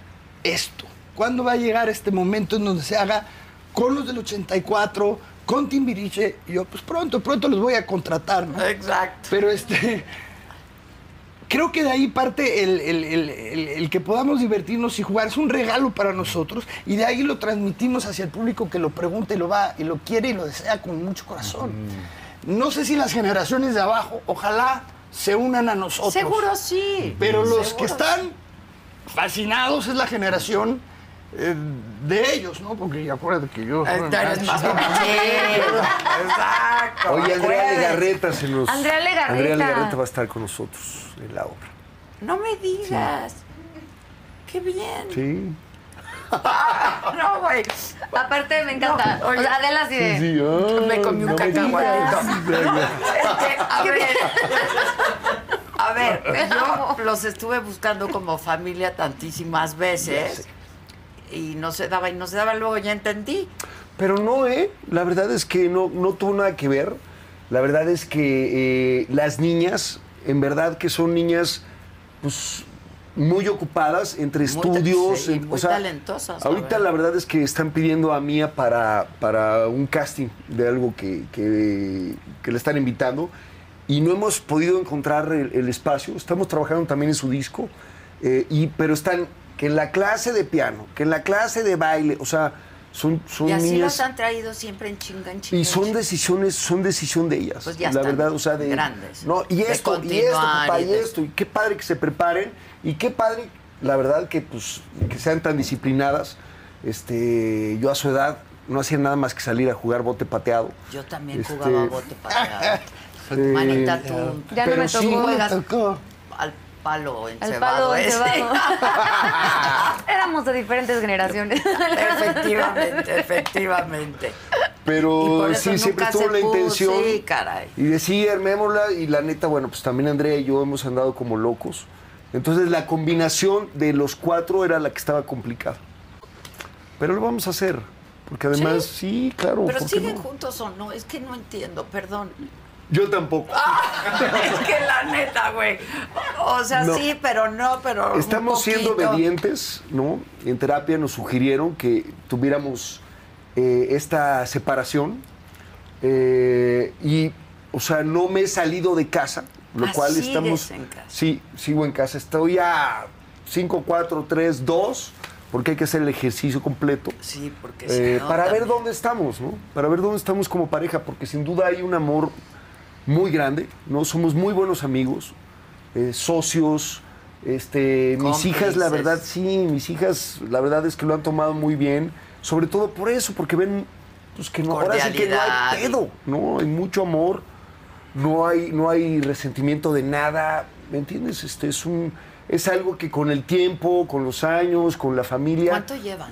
Speaker 5: esto? ¿Cuándo va a llegar este momento en donde se haga con los del 84, con Timbiriche? Y yo, pues pronto, pronto los voy a contratar, ¿no?
Speaker 1: Exacto.
Speaker 5: Pero este. Creo que de ahí parte el, el- el- el- el que podamos divertirnos y jugar. Es un regalo para nosotros y de ahí lo transmitimos hacia el público que lo pregunta y lo va y lo quiere y lo desea con mucho corazón. No sé si las generaciones de abajo, ojalá se unan a nosotros.
Speaker 1: Seguro sí.
Speaker 5: Pero los
Speaker 1: Seguro
Speaker 5: que están fascinados es la generación eh, de ellos, ¿no? Porque acuérdate que yo.
Speaker 1: Ahí está, Ah, eres más jovencito. Exacto.
Speaker 4: Oye, Andrea
Speaker 1: Acuérdate.
Speaker 4: Legarreta se nos.
Speaker 2: Andrea Legarreta.
Speaker 4: Andrea Legarreta va a estar con nosotros en la obra.
Speaker 1: No me digas. Qué bien.
Speaker 4: Sí.
Speaker 2: No, güey. Aparte, me encanta. o sea, Adela así de...
Speaker 4: Sí, ah,
Speaker 1: Me comí un
Speaker 4: no me
Speaker 1: cacahuatito.
Speaker 4: digas.
Speaker 1: Este, a ver, a ver, yo los estuve buscando como familia tantísimas veces y no se daba y no se daba, luego ya entendí.
Speaker 4: Pero no, ¿eh? La verdad es que no, no tuvo nada que ver. La verdad es que eh, las niñas, en verdad que son niñas pues, muy ocupadas entre
Speaker 1: Muy ta-
Speaker 4: estudios.
Speaker 1: sí,
Speaker 4: en-
Speaker 1: muy talentosas, la
Speaker 4: Ahorita
Speaker 1: verdad.
Speaker 4: la verdad es que están pidiendo a Mía para, para un casting de algo que, que- que le están invitando. Y no hemos podido encontrar el, el espacio. Estamos trabajando también en su disco. eh, y, pero están que en la clase de piano, que en la clase de baile, o sea, son, son
Speaker 1: y así
Speaker 4: niñas.
Speaker 1: los han traído siempre en chinga, en chinga.
Speaker 4: Y
Speaker 1: en
Speaker 4: son
Speaker 1: chinga.
Speaker 4: decisiones, son decisión de ellas.
Speaker 1: Pues ya
Speaker 4: la
Speaker 1: están
Speaker 4: verdad, o sea, de
Speaker 1: grandes.
Speaker 4: No, y
Speaker 1: De
Speaker 4: esto, y esto,
Speaker 1: continuar
Speaker 4: papá,
Speaker 1: y
Speaker 4: y,
Speaker 1: de-
Speaker 4: esto, y qué padre que se preparen, y qué padre, la verdad, que pues, que sean tan disciplinadas. Este, yo a su edad no hacía nada más que salir a jugar bote pateado.
Speaker 1: Yo también
Speaker 4: Este,
Speaker 1: jugaba bote pateado. Pues,
Speaker 4: eh,
Speaker 1: Manita, tú,
Speaker 2: Ya no
Speaker 4: Pero
Speaker 2: me
Speaker 4: sí,
Speaker 2: tocó.
Speaker 1: juegas
Speaker 5: Tocó.
Speaker 1: al palo
Speaker 2: Al
Speaker 1: encebado este.
Speaker 2: palo
Speaker 1: ese.
Speaker 2: cebado. Éramos de diferentes generaciones.
Speaker 1: efectivamente, efectivamente.
Speaker 4: Uh,
Speaker 1: Y por
Speaker 4: Pero
Speaker 1: eso
Speaker 4: sí, siempre
Speaker 1: nunca
Speaker 4: tuvo
Speaker 1: se
Speaker 4: la
Speaker 1: pudo,
Speaker 4: intención.
Speaker 1: sí, caray.
Speaker 4: Y decía, armémosla, y la neta, bueno, pues también Andrea y yo hemos andado como locos. Entonces la combinación de los cuatro era la que estaba complicada. Pero lo vamos a hacer, porque además, sí, claro.
Speaker 1: Pero
Speaker 4: ¿por qué
Speaker 1: siguen
Speaker 4: no?
Speaker 1: juntos o no, es que no entiendo, perdón.
Speaker 4: Yo tampoco.
Speaker 1: Es que la neta, güey. O sea,
Speaker 4: No.
Speaker 1: sí, pero no, pero. un
Speaker 4: Estamos siendo
Speaker 1: poquito.
Speaker 4: obedientes, ¿no? En terapia nos sugirieron que tuviéramos eh, esta separación. eh, y, o sea, no me he salido de casa, lo
Speaker 1: Ah,
Speaker 4: cual
Speaker 1: sigues
Speaker 4: estamos.
Speaker 1: en casa.
Speaker 4: Sí, sigo en casa. Estoy a 5, 4, 3, 2, porque hay que hacer el ejercicio completo.
Speaker 1: Sí, porque si
Speaker 4: eh,
Speaker 1: no,
Speaker 4: para ver
Speaker 1: también.
Speaker 4: dónde estamos, ¿no? Para ver dónde estamos como pareja, porque sin duda hay un amor muy grande, ¿no? Somos muy buenos amigos, eh, socios, este, mis
Speaker 1: Cómplices.
Speaker 4: hijas, la verdad, sí, mis hijas, la verdad es que lo han tomado muy bien, sobre todo por eso, porque ven, pues que no, ahora sí que no hay
Speaker 1: Cordialidad.
Speaker 4: pedo, ¿no? Hay mucho amor, no hay, no hay resentimiento de nada, ¿me entiendes? Este es un... Es algo que con el tiempo, con los años, con la familia...
Speaker 1: ¿Cuánto llevan?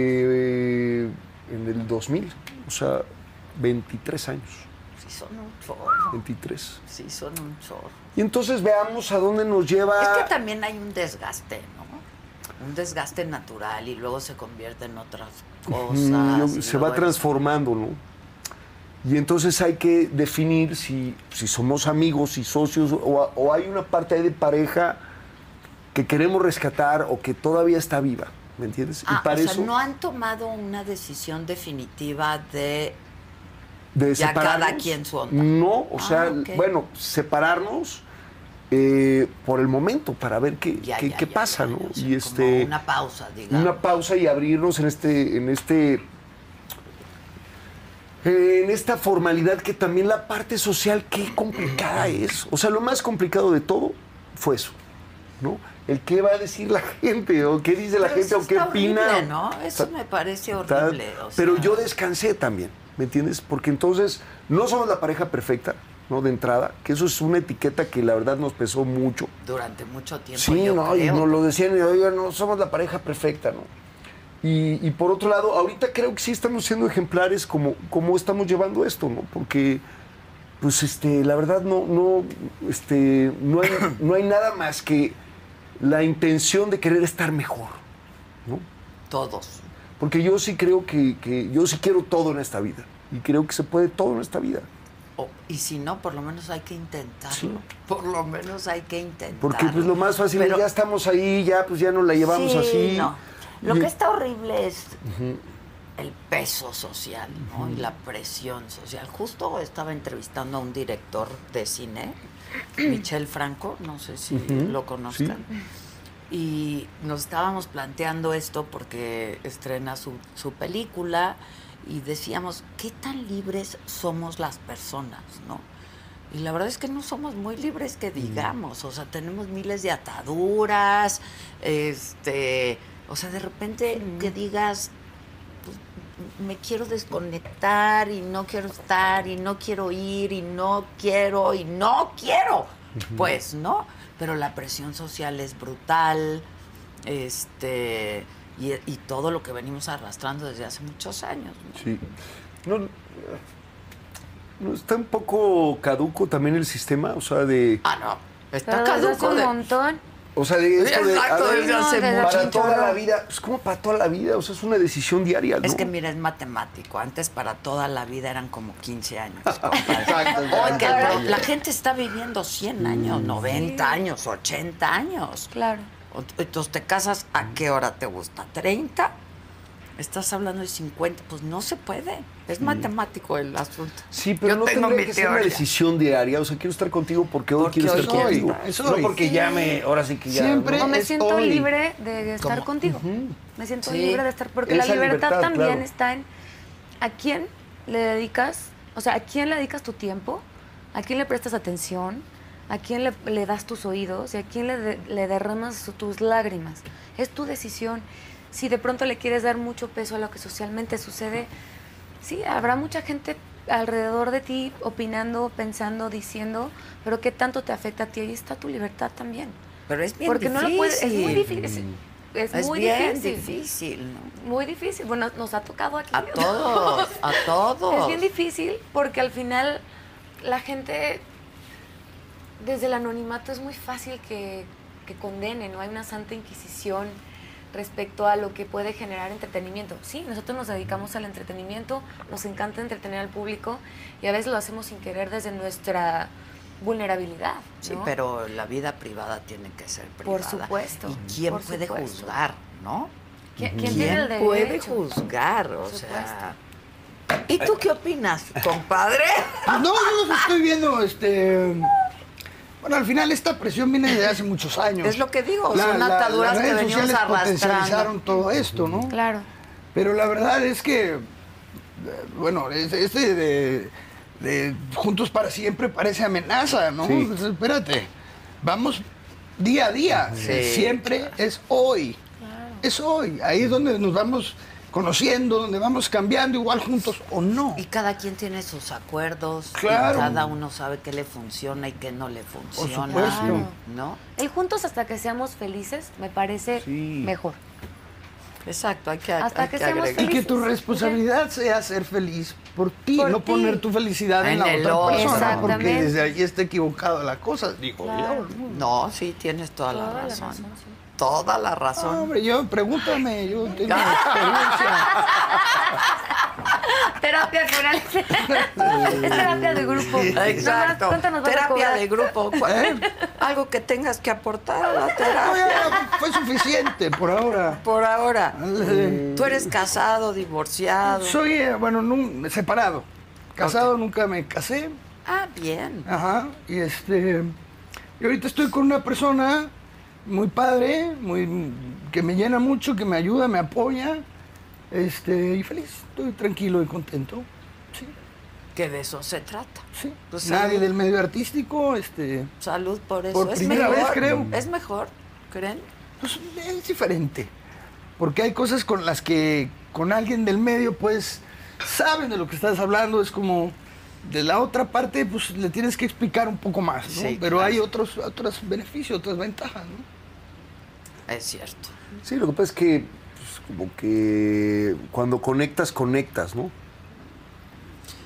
Speaker 4: Eh, en el 2000, o sea, 23 años,
Speaker 1: Sí, son un chorro.
Speaker 4: 23.
Speaker 1: Sí, son un chorro.
Speaker 4: Y entonces veamos a dónde nos lleva...
Speaker 1: Es que también hay un desgaste, ¿no? Un desgaste natural y luego se convierte en otras
Speaker 4: Mm, yo-
Speaker 1: cosas. y
Speaker 4: se va
Speaker 1: luego-
Speaker 4: transformando, ¿no? Y entonces hay que definir si, si somos amigos, si socios, o, o hay una parte ahí de pareja que queremos rescatar o que todavía está viva, ¿me entiendes?
Speaker 1: Ah,
Speaker 4: y para
Speaker 1: o sea,
Speaker 4: eso,
Speaker 1: no han tomado una decisión definitiva de
Speaker 4: de
Speaker 1: ya cada
Speaker 4: separarnos,
Speaker 1: quien su onda.
Speaker 4: No, o
Speaker 1: Ah,
Speaker 4: sea,
Speaker 1: ok.
Speaker 4: bueno, separarnos eh, por el momento para ver qué,
Speaker 1: ya,
Speaker 4: qué,
Speaker 1: ya,
Speaker 4: qué
Speaker 1: ya,
Speaker 4: pasa,
Speaker 1: ya,
Speaker 4: ¿no?
Speaker 1: ya, o sea,
Speaker 4: y
Speaker 1: como
Speaker 4: este
Speaker 1: una pausa, digamos.
Speaker 4: una pausa y abrirnos en este, en este, eh, en esta formalidad que también la parte social qué complicada es. O sea, lo más complicado de todo fue eso, ¿no? El qué va a decir la gente o qué dice la
Speaker 1: Pero
Speaker 4: gente
Speaker 1: eso
Speaker 4: o qué
Speaker 1: está
Speaker 4: opina.
Speaker 1: horrible, ¿no? Eso
Speaker 4: Está-
Speaker 1: me parece
Speaker 4: Ta-
Speaker 1: horrible. o
Speaker 4: pero
Speaker 1: sea.
Speaker 4: yo descansé también, ¿me entiendes? Porque entonces no somos la pareja perfecta, ¿no? De entrada, que eso es una etiqueta que la verdad nos pesó mucho.
Speaker 1: durante mucho tiempo.
Speaker 4: Sí,
Speaker 1: yo
Speaker 4: no, y
Speaker 1: creo.
Speaker 4: nos lo decían, y oigan, no somos la pareja perfecta, ¿no? Y, y por otro lado, ahorita creo que sí estamos siendo ejemplares como, como estamos llevando esto, ¿no? Porque, pues, este, la verdad no, no, este, no hay, no hay nada más que la intención de querer estar mejor, ¿no?
Speaker 1: Todos.
Speaker 4: Porque yo sí creo que, que yo sí quiero todo en esta vida. Y creo que se puede todo en esta vida.
Speaker 1: O- y si no, por lo menos hay que intentarlo.
Speaker 4: Sí.
Speaker 1: Por lo menos hay que intentarlo.
Speaker 4: Porque pues lo más fácil
Speaker 1: Pero-
Speaker 4: es ya estamos ahí, ya pues ya nos la llevamos
Speaker 1: Sí,
Speaker 4: así.
Speaker 1: no. Lo
Speaker 4: Y-
Speaker 1: que está horrible es el peso social, ¿no? Y la presión social. Justo estaba entrevistando a un director de cine, Michel Franco, no sé si lo conozcan. Y nos estábamos planteando esto porque estrena su, su película y decíamos, ¿qué tan libres somos las personas, no? Y la verdad es que no somos muy libres que digamos, o sea, tenemos miles de ataduras, este, o sea, de repente que digas, pues, me quiero desconectar y no quiero estar y no quiero ir y no quiero y no quiero, pues, ¿no? Pero la presión social es brutal, este, y, y todo lo que venimos arrastrando desde hace muchos años. ¿no?
Speaker 4: Sí. No, no, está un poco caduco también el sistema, o sea, de.
Speaker 1: Ah, no, está
Speaker 2: Pero desde hace
Speaker 1: caduco
Speaker 2: un
Speaker 1: de...
Speaker 2: montón.
Speaker 4: O sea, de esto de.
Speaker 1: Exacto,
Speaker 4: a ver,
Speaker 1: desde hace
Speaker 2: desde
Speaker 4: para
Speaker 2: mucho.
Speaker 4: toda la vida. Pues, ¿cómo para toda la vida? O sea, es una decisión diaria, ¿no?
Speaker 1: Es que mira, es matemático. Antes para toda la vida eran como 15 años. compadre.
Speaker 4: Exacto,
Speaker 1: Hoy que
Speaker 4: exacto.
Speaker 1: no, la gente está viviendo 100 años, 90 años, 80 años.
Speaker 2: Mm. Claro. Mm.
Speaker 1: Ent- Entonces te casas a qué hora te gusta, 30. Estás hablando de 50, pues no se puede. Es
Speaker 2: Mm.
Speaker 1: matemático el asunto.
Speaker 4: Sí, pero
Speaker 1: Yo
Speaker 4: no
Speaker 1: tengo
Speaker 4: tendría
Speaker 1: mi
Speaker 4: que ser una
Speaker 1: teoría.
Speaker 4: decisión diaria. O sea, quiero estar contigo porque hoy
Speaker 1: Porque
Speaker 4: quiero
Speaker 1: hoy
Speaker 4: estar
Speaker 1: quiero
Speaker 4: contigo.
Speaker 1: estar.
Speaker 5: Es
Speaker 4: no
Speaker 5: hoy.
Speaker 4: porque ya me, ahora sí que ya.
Speaker 5: Siempre.
Speaker 4: ¿no?
Speaker 2: O me
Speaker 5: es
Speaker 2: siento
Speaker 5: hoy.
Speaker 2: libre de estar
Speaker 5: ¿Cómo?
Speaker 2: contigo. Me siento
Speaker 1: Sí.
Speaker 2: libre de estar. Porque
Speaker 4: Esa
Speaker 2: la libertad,
Speaker 4: libertad,
Speaker 2: también
Speaker 4: claro.
Speaker 2: está en a quién le dedicas, o sea, a quién le dedicas tu tiempo, a quién le prestas atención, a quién le, le das tus oídos y a quién le, de- le derramas su- tus lágrimas. Es tu decisión. Si de pronto le quieres dar mucho peso a lo que socialmente sucede, Sí, habrá mucha gente alrededor de ti opinando, pensando, diciendo, pero qué tanto te afecta a ti. Ahí está tu libertad también.
Speaker 1: Pero es bien
Speaker 2: Porque
Speaker 1: difícil. Mm.
Speaker 2: no lo puedes. Es muy difícil. Es,
Speaker 1: Es
Speaker 2: muy
Speaker 1: bien
Speaker 2: difícil.
Speaker 1: difícil, ¿no?
Speaker 2: Muy difícil. Bueno, nos ha tocado aquí.
Speaker 1: A todos, a todos.
Speaker 2: Es bien difícil porque al final la gente, desde el anonimato es muy fácil que, que condene, ¿no? Hay una santa inquisición respecto a lo que puede generar entretenimiento. Sí, nosotros nos dedicamos al entretenimiento, nos encanta entretener al público y a veces lo hacemos sin querer desde nuestra vulnerabilidad. ¿no?
Speaker 1: Sí, pero la vida privada tiene que ser
Speaker 2: Por
Speaker 1: privada.
Speaker 2: supuesto,
Speaker 1: ¿Y quién
Speaker 2: por
Speaker 1: puede
Speaker 2: supuesto.
Speaker 1: juzgar, no?
Speaker 2: ¿Qui- ¿Quién, tiene el derecho?
Speaker 1: puede juzgar? O
Speaker 2: Por
Speaker 1: sea. ¿Y tú qué opinas, compadre?
Speaker 5: Pues no, yo los estoy viendo, este. Bueno, al final esta presión viene de hace muchos años.
Speaker 1: Es lo que digo,
Speaker 5: La-
Speaker 1: son
Speaker 5: la-
Speaker 1: ataduras
Speaker 5: las
Speaker 1: que
Speaker 5: redes
Speaker 1: venimos
Speaker 5: sociales
Speaker 1: arrastrando.
Speaker 5: potencializaron todo esto, ¿no?
Speaker 2: Claro.
Speaker 5: Pero la verdad es que, eh, bueno, es- este de, de Juntos para Siempre parece amenaza, ¿no?
Speaker 4: Sí.
Speaker 5: Pues, espérate, vamos día a día,
Speaker 1: Sí.
Speaker 5: siempre es hoy, es hoy, ahí es donde nos vamos conociendo, donde vamos cambiando igual juntos o no.
Speaker 1: Y cada quien tiene sus acuerdos, y
Speaker 5: Claro.
Speaker 1: cada uno sabe qué le funciona y qué no le funciona,
Speaker 5: supuesto.
Speaker 1: ¿no?
Speaker 2: El juntos hasta que seamos felices me parece
Speaker 4: Sí.
Speaker 2: mejor.
Speaker 1: Exacto, hay que
Speaker 2: Hasta
Speaker 1: hay
Speaker 2: que seamos
Speaker 1: agregar.
Speaker 5: Y que tu
Speaker 2: felices.
Speaker 5: responsabilidad sea ser feliz por ti,
Speaker 2: Por
Speaker 5: no
Speaker 2: ti.
Speaker 5: poner tu felicidad en,
Speaker 1: En
Speaker 5: la
Speaker 1: el
Speaker 5: otra
Speaker 1: otro.
Speaker 5: persona, porque
Speaker 2: Exactamente.
Speaker 5: desde ahí está equivocado la cosa, digo
Speaker 2: Claro.
Speaker 5: yo.
Speaker 1: No, sí, tienes toda,
Speaker 2: Toda
Speaker 1: la
Speaker 2: la
Speaker 1: razón.
Speaker 2: razón, sí.
Speaker 1: Toda la razón.
Speaker 5: No, hombre, yo pregúntame, yo tengo
Speaker 2: Terapia floral. es terapia de grupo.
Speaker 1: Exacto.
Speaker 2: Nomás cuéntanos, vas a
Speaker 1: terapia
Speaker 2: cobrar.
Speaker 1: de grupo. ¿Cuál-
Speaker 5: ¿Eh?
Speaker 1: Algo que tengas que aportar a la
Speaker 5: No,
Speaker 1: terapia.
Speaker 5: ya fue suficiente por ahora.
Speaker 1: Por ahora. Tú eres casado, divorciado.
Speaker 5: Soy, eh, bueno, nun- separado. Casado, nunca me casé.
Speaker 1: Ah, bien.
Speaker 5: Ajá. Y este. Y ahorita estoy con una persona muy padre, muy que me llena mucho, que me ayuda, me apoya. Este, y feliz, estoy tranquilo y contento. Sí,
Speaker 1: Que de eso se trata.
Speaker 5: sí.
Speaker 1: Pues
Speaker 5: Nadie
Speaker 1: salud.
Speaker 5: del medio artístico, este.
Speaker 1: Salud por eso.
Speaker 5: Por
Speaker 1: es
Speaker 5: primera
Speaker 1: mejor.
Speaker 5: vez, creo.
Speaker 1: Es mejor, ¿creen?
Speaker 5: pues, es diferente. Porque hay cosas con las que con alguien del medio, pues, saben de lo que estás hablando. Es como de la otra parte, pues, le tienes que explicar un poco más, ¿no?
Speaker 1: Sí,
Speaker 5: Pero
Speaker 1: claro.
Speaker 5: hay otros, otros beneficios, otras ventajas, ¿no?
Speaker 1: Es cierto.
Speaker 4: Sí, lo que pasa es que, pues, como que cuando conectas, conectas, ¿no?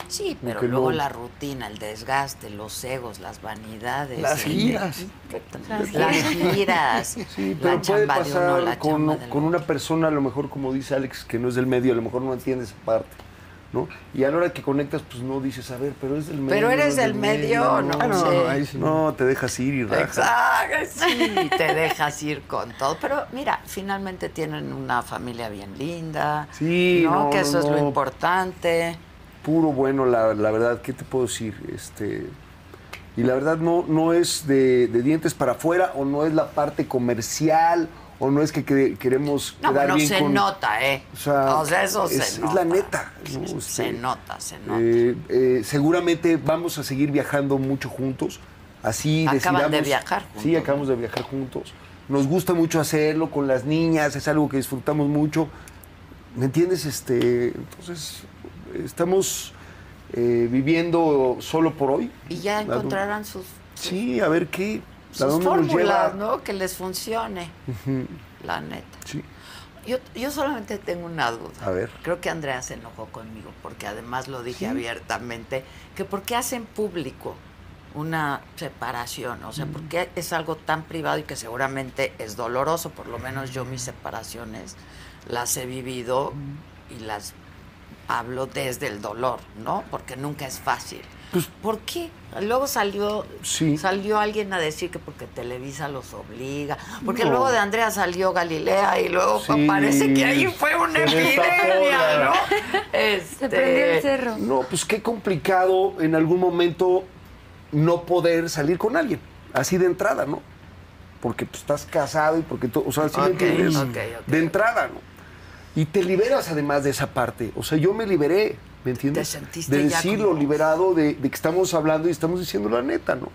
Speaker 1: Sí, pero
Speaker 4: que
Speaker 1: luego
Speaker 4: no.
Speaker 1: la rutina, el desgaste, los egos, las vanidades.
Speaker 5: Las
Speaker 1: el-
Speaker 5: giras.
Speaker 1: Las giras.
Speaker 4: Sí,
Speaker 1: la
Speaker 4: pero puede
Speaker 1: chamba de uno,
Speaker 4: pasar
Speaker 1: la
Speaker 4: con,
Speaker 1: chamba del
Speaker 4: con
Speaker 1: otro.
Speaker 4: una persona, a lo mejor, como dice Alex, que no es del medio, a lo mejor no entiende esa parte, ¿no? Y a la hora que conectas, pues no dices, a ver, pero es del medio.
Speaker 1: Pero
Speaker 4: no
Speaker 1: eres
Speaker 4: es
Speaker 1: del medio, no,
Speaker 4: No,
Speaker 1: sé.
Speaker 5: ahí sí.
Speaker 4: No, te dejas ir y rajas.
Speaker 1: Exacto, sí, te dejas ir con todo. Pero mira, finalmente tienen una familia bien linda.
Speaker 4: Sí,
Speaker 1: ¿no?
Speaker 4: no,
Speaker 1: que
Speaker 4: no,
Speaker 1: eso es lo
Speaker 4: no.
Speaker 1: importante.
Speaker 4: puro bueno, la, la verdad, ¿qué te puedo decir? Este, y la verdad no, no es de, de dientes para afuera, o no es la parte comercial, o no es que, que- queremos
Speaker 1: No,
Speaker 4: quedar
Speaker 1: bueno,
Speaker 4: bien
Speaker 1: se
Speaker 4: con-
Speaker 1: nota, ¿eh?
Speaker 4: O sea,
Speaker 1: eso
Speaker 4: es,
Speaker 1: se
Speaker 4: es
Speaker 1: nota.
Speaker 4: la neta. ¿no?
Speaker 1: Se,
Speaker 4: Este,
Speaker 1: nota, se nota.
Speaker 4: eh, eh, seguramente vamos a seguir viajando mucho juntos. Así
Speaker 1: Acaban de
Speaker 4: decidamos-
Speaker 1: viajar juntos,
Speaker 4: Sí, acabamos de viajar juntos. Nos gusta mucho hacerlo con las niñas, es algo que disfrutamos mucho. ¿Me entiendes? Este, entonces, estamos eh, viviendo solo por hoy.
Speaker 1: y ya
Speaker 4: A dónde-
Speaker 1: encontrarán sus,
Speaker 4: Sí, a ver qué. a
Speaker 1: sus
Speaker 4: dónde nos lleva.
Speaker 1: fórmulas, ¿no? Que les funcione. La neta.
Speaker 4: Sí.
Speaker 1: Y Yo, yo solamente tengo una duda.
Speaker 4: A ver.
Speaker 1: Creo que Andrea se enojó conmigo porque además lo dije abiertamente, que por qué hacen público una separación, o sea, por qué es algo tan privado y que seguramente es doloroso, por lo menos yo mis separaciones las he vivido y las hablo desde el dolor, ¿no? Porque nunca es fácil.
Speaker 4: Pues
Speaker 1: ¿Por qué? Luego salió,
Speaker 4: Sí.
Speaker 1: salió alguien a decir que porque Televisa los obliga, porque
Speaker 4: No.
Speaker 1: luego de Andrea salió Galilea y luego
Speaker 4: Sí,
Speaker 1: parece que ahí fue una
Speaker 4: se desató
Speaker 1: epidemia,
Speaker 4: la-
Speaker 1: ¿no? Este,
Speaker 2: Se prendió el cerro.
Speaker 4: No, pues qué complicado en algún momento no poder salir con alguien, así de entrada, ¿no? Porque pues, estás casado y porque todo, o sea, sí me
Speaker 1: Ok,
Speaker 4: entiendes?
Speaker 1: ok, ok.
Speaker 4: de entrada, ¿no? Y te liberas además de esa parte, o sea, yo me liberé, ¿me entiendes?
Speaker 1: Te sentiste
Speaker 4: de
Speaker 1: ya
Speaker 4: decirlo,
Speaker 1: como-
Speaker 4: liberado de, de que estamos hablando y estamos diciendo la neta, ¿no?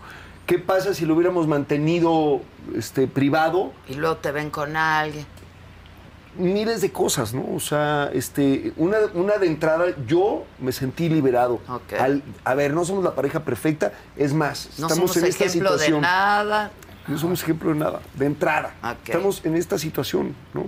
Speaker 4: ¿Qué pasa si lo hubiéramos mantenido este, privado?
Speaker 1: Y luego te ven con alguien.
Speaker 4: miles de cosas, ¿no? O sea, este, una, una de entrada, yo me sentí liberado.
Speaker 1: Ok.
Speaker 4: Al- a ver, no somos la pareja perfecta, es más,
Speaker 1: No
Speaker 4: estamos
Speaker 1: somos
Speaker 4: en esta
Speaker 1: ejemplo
Speaker 4: situación.
Speaker 1: de nada.
Speaker 4: No somos ejemplo de nada, de entrada.
Speaker 1: Ok.
Speaker 4: Estamos en esta situación, ¿no?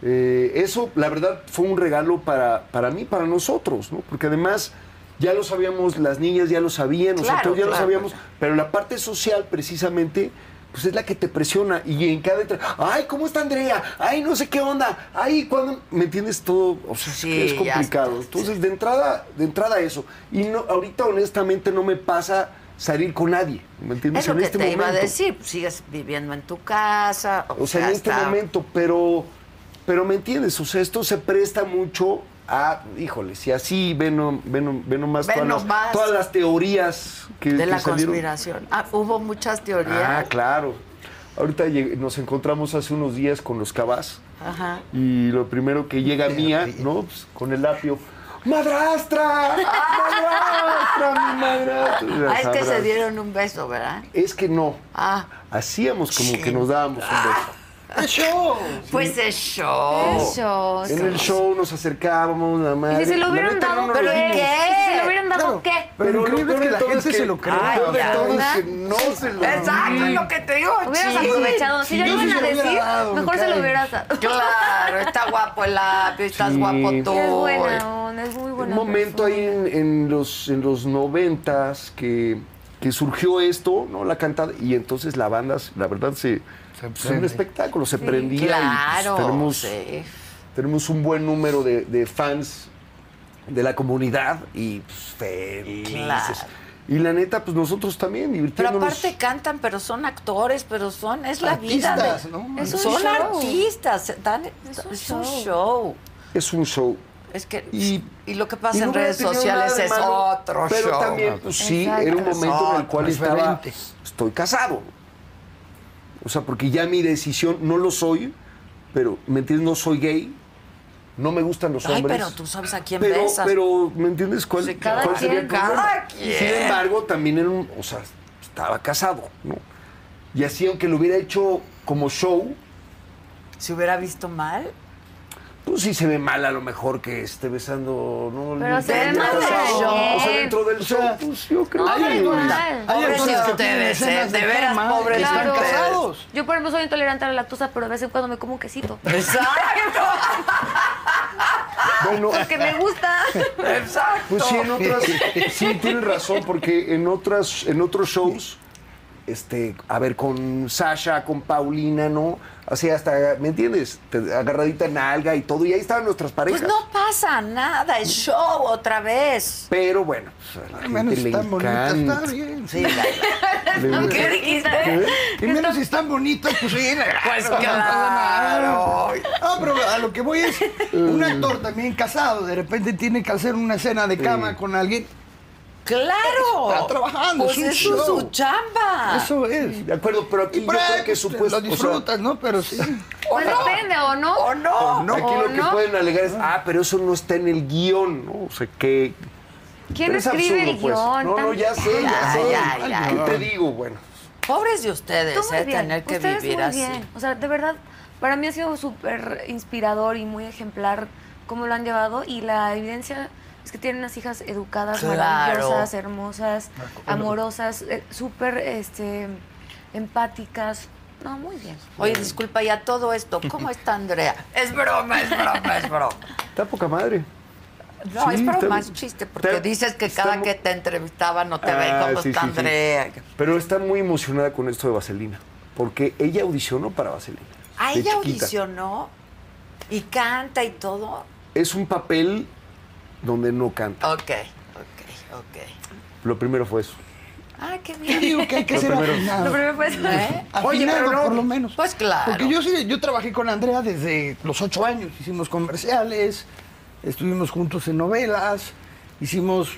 Speaker 4: Eh, eso, la verdad, fue un regalo para, para mí, para nosotros, ¿no? Porque además ya lo sabíamos, las niñas ya lo sabían,
Speaker 1: Claro,
Speaker 4: nosotros ya lo
Speaker 1: claro.
Speaker 4: sabíamos, pero la parte social, precisamente, pues es la que te presiona y en cada... entre- ¡Ay, cómo está Andrea! ¡Ay, no sé qué onda! ¡Ay, cuando ¿Me entiendes todo? O sea, es que
Speaker 1: Sí,
Speaker 4: es
Speaker 1: ya
Speaker 4: complicado.
Speaker 1: está,
Speaker 4: Entonces, de entrada, de entrada eso. Y no, ahorita, honestamente, no me pasa salir con nadie, ¿me entiendes?
Speaker 1: Es lo
Speaker 4: en
Speaker 1: que
Speaker 4: este
Speaker 1: te iba a
Speaker 4: momento.
Speaker 1: decir. Sigues viviendo en tu casa. O,
Speaker 4: O sea, en este
Speaker 1: está-
Speaker 4: momento, pero, pero me entiendes, o sea, esto se presta mucho a, híjole, si así ven, no- ven, no- ven nomás
Speaker 1: Ven
Speaker 4: todas, las-
Speaker 1: nomás.
Speaker 4: todas las teorías que
Speaker 1: De
Speaker 4: que
Speaker 1: la
Speaker 4: eh, salieron.
Speaker 1: conspiración. Ah, hubo muchas teorías.
Speaker 4: Ah, claro. Ahorita lleg- nos encontramos hace unos días con los cabas
Speaker 1: Ajá.
Speaker 4: y lo primero que llega mía, ¿no? Pues, con el apio. ¡Madrastra! ¡Madrastra! ¡Mi madrastra!
Speaker 1: Ah, es que se
Speaker 4: Sabrás.
Speaker 1: dieron un beso, ¿verdad?
Speaker 4: Es que no.
Speaker 1: Ah.
Speaker 4: Hacíamos como que nos dábamos un beso.
Speaker 5: ¡Show!
Speaker 1: Pues es show.
Speaker 2: Eso.
Speaker 4: En el show nos acercábamos, la madre.
Speaker 2: Y si se lo
Speaker 4: La
Speaker 2: hubieran
Speaker 4: neta,
Speaker 2: dado,
Speaker 4: no nos
Speaker 2: ¿pero ¿eh?
Speaker 4: vimos.
Speaker 2: qué?
Speaker 1: vimos.
Speaker 2: ¿Y Si se lo hubieran dado, ¿qué?
Speaker 4: Pero lo
Speaker 5: increíble es
Speaker 4: peor
Speaker 5: que
Speaker 4: de
Speaker 5: la
Speaker 4: todo
Speaker 5: gente
Speaker 4: es
Speaker 5: se
Speaker 4: que-
Speaker 5: lo cree.
Speaker 4: Ay,
Speaker 5: Lo peor de
Speaker 1: ya,
Speaker 5: todo es
Speaker 1: ¿verdad?
Speaker 4: que no se lo
Speaker 1: Exacto, es lo que te digo.
Speaker 2: Hubieras
Speaker 1: sí.
Speaker 2: aprovechado. Si
Speaker 5: Sí,
Speaker 2: ya
Speaker 5: yo
Speaker 2: lo
Speaker 5: sí
Speaker 2: iban a
Speaker 5: se lo hubiera
Speaker 2: decir,
Speaker 5: dado, me
Speaker 2: mejor se lo
Speaker 5: cae.
Speaker 2: hubieras dado.
Speaker 1: Claro, está guapo el apio, estás
Speaker 4: Sí.
Speaker 1: guapo tú.
Speaker 2: Es buena onda, es muy
Speaker 4: un
Speaker 2: buena
Speaker 4: momento ahí
Speaker 2: persona.
Speaker 4: en, en los en los noventas que, que surgió esto, ¿no? La cantada. Y entonces la banda, la verdad, se,
Speaker 5: Se
Speaker 4: pues, era un
Speaker 5: prende.
Speaker 4: espectáculo, se prendía. y, pues,
Speaker 1: Claro.
Speaker 4: tenemos,
Speaker 1: sí.
Speaker 4: tenemos un buen número de, de fans de la comunidad y pues, felices.
Speaker 1: Claro.
Speaker 4: Y la neta, pues nosotros también
Speaker 1: Pero
Speaker 4: divirtiéndonos.
Speaker 1: aparte cantan, pero son actores, pero son, es la vida.
Speaker 5: Artistas,
Speaker 1: de-
Speaker 5: ¿no?
Speaker 2: Es un
Speaker 1: son
Speaker 2: show.
Speaker 1: artistas, dan- es
Speaker 2: Es
Speaker 1: un,
Speaker 2: un
Speaker 1: show.
Speaker 2: show.
Speaker 4: es un show.
Speaker 1: Es que y,
Speaker 4: Y-
Speaker 1: lo que pasa
Speaker 4: Y no
Speaker 1: en
Speaker 4: hubiera
Speaker 1: redes
Speaker 4: tenido
Speaker 1: sociales
Speaker 4: nada de
Speaker 1: es
Speaker 4: malo,
Speaker 1: otro
Speaker 4: pero
Speaker 1: show.
Speaker 4: también, pues, sí,
Speaker 2: Exacto.
Speaker 4: era un momento en el
Speaker 5: Otro,
Speaker 4: cual estaba,
Speaker 5: diferente.
Speaker 4: estoy casado. O sea, porque ya mi decisión, no lo soy, pero, ¿me entiendes? No soy gay, no me gustan los
Speaker 1: Ay,
Speaker 4: hombres.
Speaker 1: pero tú sabes a quién
Speaker 4: pero,
Speaker 1: besas.
Speaker 4: pero, ¿me entiendes cuál,
Speaker 1: Sí, cada
Speaker 4: cuál sería el
Speaker 2: quien,
Speaker 4: problema?
Speaker 1: cada quien.
Speaker 4: Sin embargo, también era un, o sea, estaba casado, ¿no? Y así, aunque lo hubiera hecho como show,
Speaker 1: ¿Se hubiera visto mal?
Speaker 4: pues sí se ve mal a lo mejor que esté besando, ¿no?
Speaker 2: Pero se ve
Speaker 4: Dentro
Speaker 1: mal
Speaker 4: del
Speaker 1: del
Speaker 4: show.
Speaker 1: show.
Speaker 4: O sea, dentro del show, pues yo creo
Speaker 2: No,
Speaker 4: que-
Speaker 2: da
Speaker 5: Hay algunos,
Speaker 2: igual.
Speaker 5: hay
Speaker 1: Pobrecitos
Speaker 5: algunos que tienen
Speaker 1: ustedes,
Speaker 5: escenas
Speaker 1: ¿eh? De veras,
Speaker 5: cama,
Speaker 1: pobres
Speaker 5: que están
Speaker 1: ustedes.
Speaker 5: casados.
Speaker 2: Yo, por ejemplo, soy intolerante a la lactosa, pero de vez en cuando me como un quesito.
Speaker 1: Exacto,
Speaker 4: Bueno,
Speaker 2: Porque me gusta.
Speaker 1: exacto.
Speaker 4: pues sí, en otras, sí, tienen razón, porque en otras, en otros shows, este, a ver, con Sasha, con Paulina, ¿no? Así hasta, ¿me entiendes? Te- agarradita en alga y todo, y ahí estaban nuestras parejas.
Speaker 1: Pues no pasa nada, es show otra vez.
Speaker 4: Pero bueno, pues, a la
Speaker 5: Al menos
Speaker 4: gente
Speaker 5: si
Speaker 4: le
Speaker 5: están bonitas, está
Speaker 4: encanta.
Speaker 5: bien.
Speaker 1: Sí, la-
Speaker 4: le encanta.
Speaker 1: ¿Qué dijiste?
Speaker 5: Y menos si están bonitas, pues sí. la-
Speaker 1: Pues
Speaker 5: no pasa
Speaker 1: claro.
Speaker 5: nada. Ah, pero a lo que voy es, un actor también casado, de repente tiene que hacer una escena de cama con alguien.
Speaker 1: Claro.
Speaker 5: Está trabajando,
Speaker 1: Pues
Speaker 5: es un
Speaker 1: eso es
Speaker 5: show.
Speaker 1: su chamba.
Speaker 5: Eso es.
Speaker 4: De acuerdo, pero aquí
Speaker 5: Y
Speaker 4: yo
Speaker 5: por
Speaker 4: creo
Speaker 5: ahí,
Speaker 4: que
Speaker 5: Lo
Speaker 4: supuesto.
Speaker 5: disfrutas, ¿no? Pero sí.
Speaker 1: ¿O
Speaker 2: Pues
Speaker 1: no?
Speaker 2: depende, ¿o no?
Speaker 1: ¿O no?
Speaker 4: o sea, aquí
Speaker 2: ¿O
Speaker 4: lo que
Speaker 2: no?
Speaker 4: pueden alegar es, ah, pero eso no está en el guión, ¿no? O sea, que
Speaker 2: ¿Quién
Speaker 4: Pero es
Speaker 2: escribe
Speaker 4: absurdo,
Speaker 2: el
Speaker 4: pues.
Speaker 2: guión?
Speaker 4: No, no,
Speaker 2: Tan-
Speaker 4: ya sé, ya,
Speaker 1: Ya,
Speaker 4: sé.
Speaker 1: ya, ya.
Speaker 4: ¿Qué te digo? Bueno,
Speaker 1: Pobres de
Speaker 2: Tú
Speaker 1: ustedes,
Speaker 2: muy
Speaker 1: eh,
Speaker 2: bien.
Speaker 1: tener que
Speaker 2: Ustedes
Speaker 1: vivir
Speaker 2: muy
Speaker 1: así.
Speaker 2: bien. O sea, de verdad, para mí ha sido súper inspirador y muy ejemplar cómo lo han llevado. Y la evidencia es que tienen unas hijas educadas,
Speaker 1: Claro.
Speaker 2: maravillosas, hermosas, amorosas, eh, súper este, empáticas. No, muy bien.
Speaker 1: Oye, disculpa, ya todo esto, ¿cómo está Andrea? Es broma, es broma, es broma.
Speaker 4: Está poca madre.
Speaker 1: No,
Speaker 4: Sí,
Speaker 1: es broma,
Speaker 4: está-
Speaker 1: más chiste, porque
Speaker 4: está-
Speaker 1: dices que
Speaker 4: está
Speaker 1: cada
Speaker 4: mu-
Speaker 1: que te entrevistaban no te ve
Speaker 4: Ah,
Speaker 1: cómo
Speaker 4: sí,
Speaker 1: está
Speaker 4: sí, sí.
Speaker 1: Andrea.
Speaker 4: Pero está muy emocionada con esto de Vaselina, porque ella audicionó para Vaselina.
Speaker 1: A
Speaker 4: de
Speaker 1: Ah, ella
Speaker 4: chiquita.
Speaker 1: audicionó y canta y todo.
Speaker 4: Es un papel donde no canta.
Speaker 1: Ok, ok, ok.
Speaker 4: Lo primero fue eso.
Speaker 1: Ah, qué
Speaker 5: Yo
Speaker 1: bien.
Speaker 5: digo que hay que
Speaker 4: Lo
Speaker 5: ser
Speaker 4: primero.
Speaker 5: afinado.
Speaker 2: Lo primero fue
Speaker 1: ¿Eh?
Speaker 5: Afinado,
Speaker 1: pero no,
Speaker 5: por lo menos.
Speaker 1: Pues claro.
Speaker 5: Porque yo sí, yo trabajé con Andrea desde los ocho años. Hicimos comerciales, estuvimos juntos en novelas, hicimos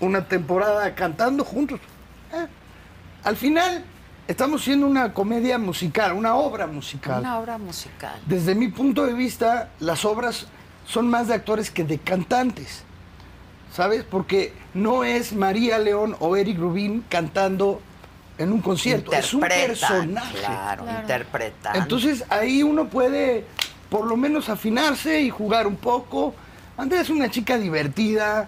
Speaker 5: una temporada cantando juntos. Eh, Al final, estamos siendo una comedia musical, una obra musical.
Speaker 1: Una obra musical.
Speaker 5: Desde mi punto de vista, las obras son más de actores que de cantantes. ¿Sabes? Porque no es María León o Eric Rubín cantando en un concierto. Es un
Speaker 1: Interpretan,
Speaker 5: personaje.
Speaker 1: Claro, interpretan.
Speaker 5: Entonces ahí uno puede por lo menos afinarse y jugar un poco. Andrea es una chica divertida.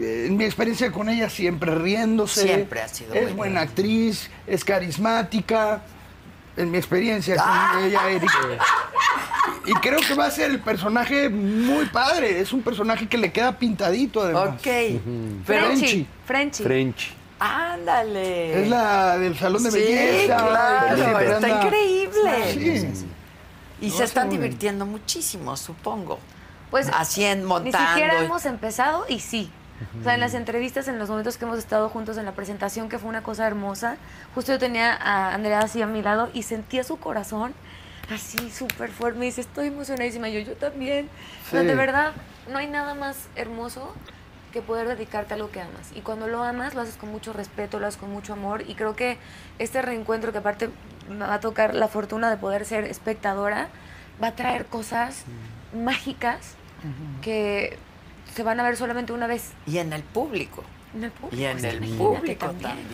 Speaker 5: eh, En mi experiencia con ella siempre riéndose.
Speaker 1: Siempre ha sido
Speaker 5: Es
Speaker 1: muy
Speaker 5: buena actriz, es carismática. En mi experiencia
Speaker 1: Ah.
Speaker 5: con ella, Eric. Y creo que va a ser el personaje muy padre. Es un personaje que le queda pintadito además.
Speaker 1: Ok.
Speaker 5: Pero-
Speaker 2: Frenchy. Frenchy.
Speaker 4: French.
Speaker 1: Ándale.
Speaker 5: Es la del salón de
Speaker 1: Sí,
Speaker 5: belleza.
Speaker 1: claro,
Speaker 5: que siempre
Speaker 1: está
Speaker 5: anda-
Speaker 1: increíble.
Speaker 5: Sí.
Speaker 1: Y se están divirtiendo muchísimo, supongo.
Speaker 2: Pues
Speaker 1: Así en montando.
Speaker 2: Ni siquiera
Speaker 1: y-
Speaker 2: hemos empezado y sí. O sea, en las entrevistas, en los momentos que hemos estado juntos, en la presentación, que fue una cosa hermosa, justo yo tenía a Andrea así a mi lado y sentía su corazón así súper fuerte. Me dice, estoy emocionadísima. Yo, yo también. O sea,
Speaker 5: Sí.
Speaker 2: de verdad, no hay nada más hermoso que poder dedicarte a lo que amas. Y cuando lo amas, lo haces con mucho respeto, lo haces con mucho amor. Y creo que este reencuentro, que aparte me va a tocar la fortuna de poder ser espectadora, va a traer cosas mágicas que se van a ver solamente una vez
Speaker 1: Y en el público.
Speaker 2: en el público.
Speaker 1: Y en el
Speaker 2: Pues, Imagínate
Speaker 1: público también.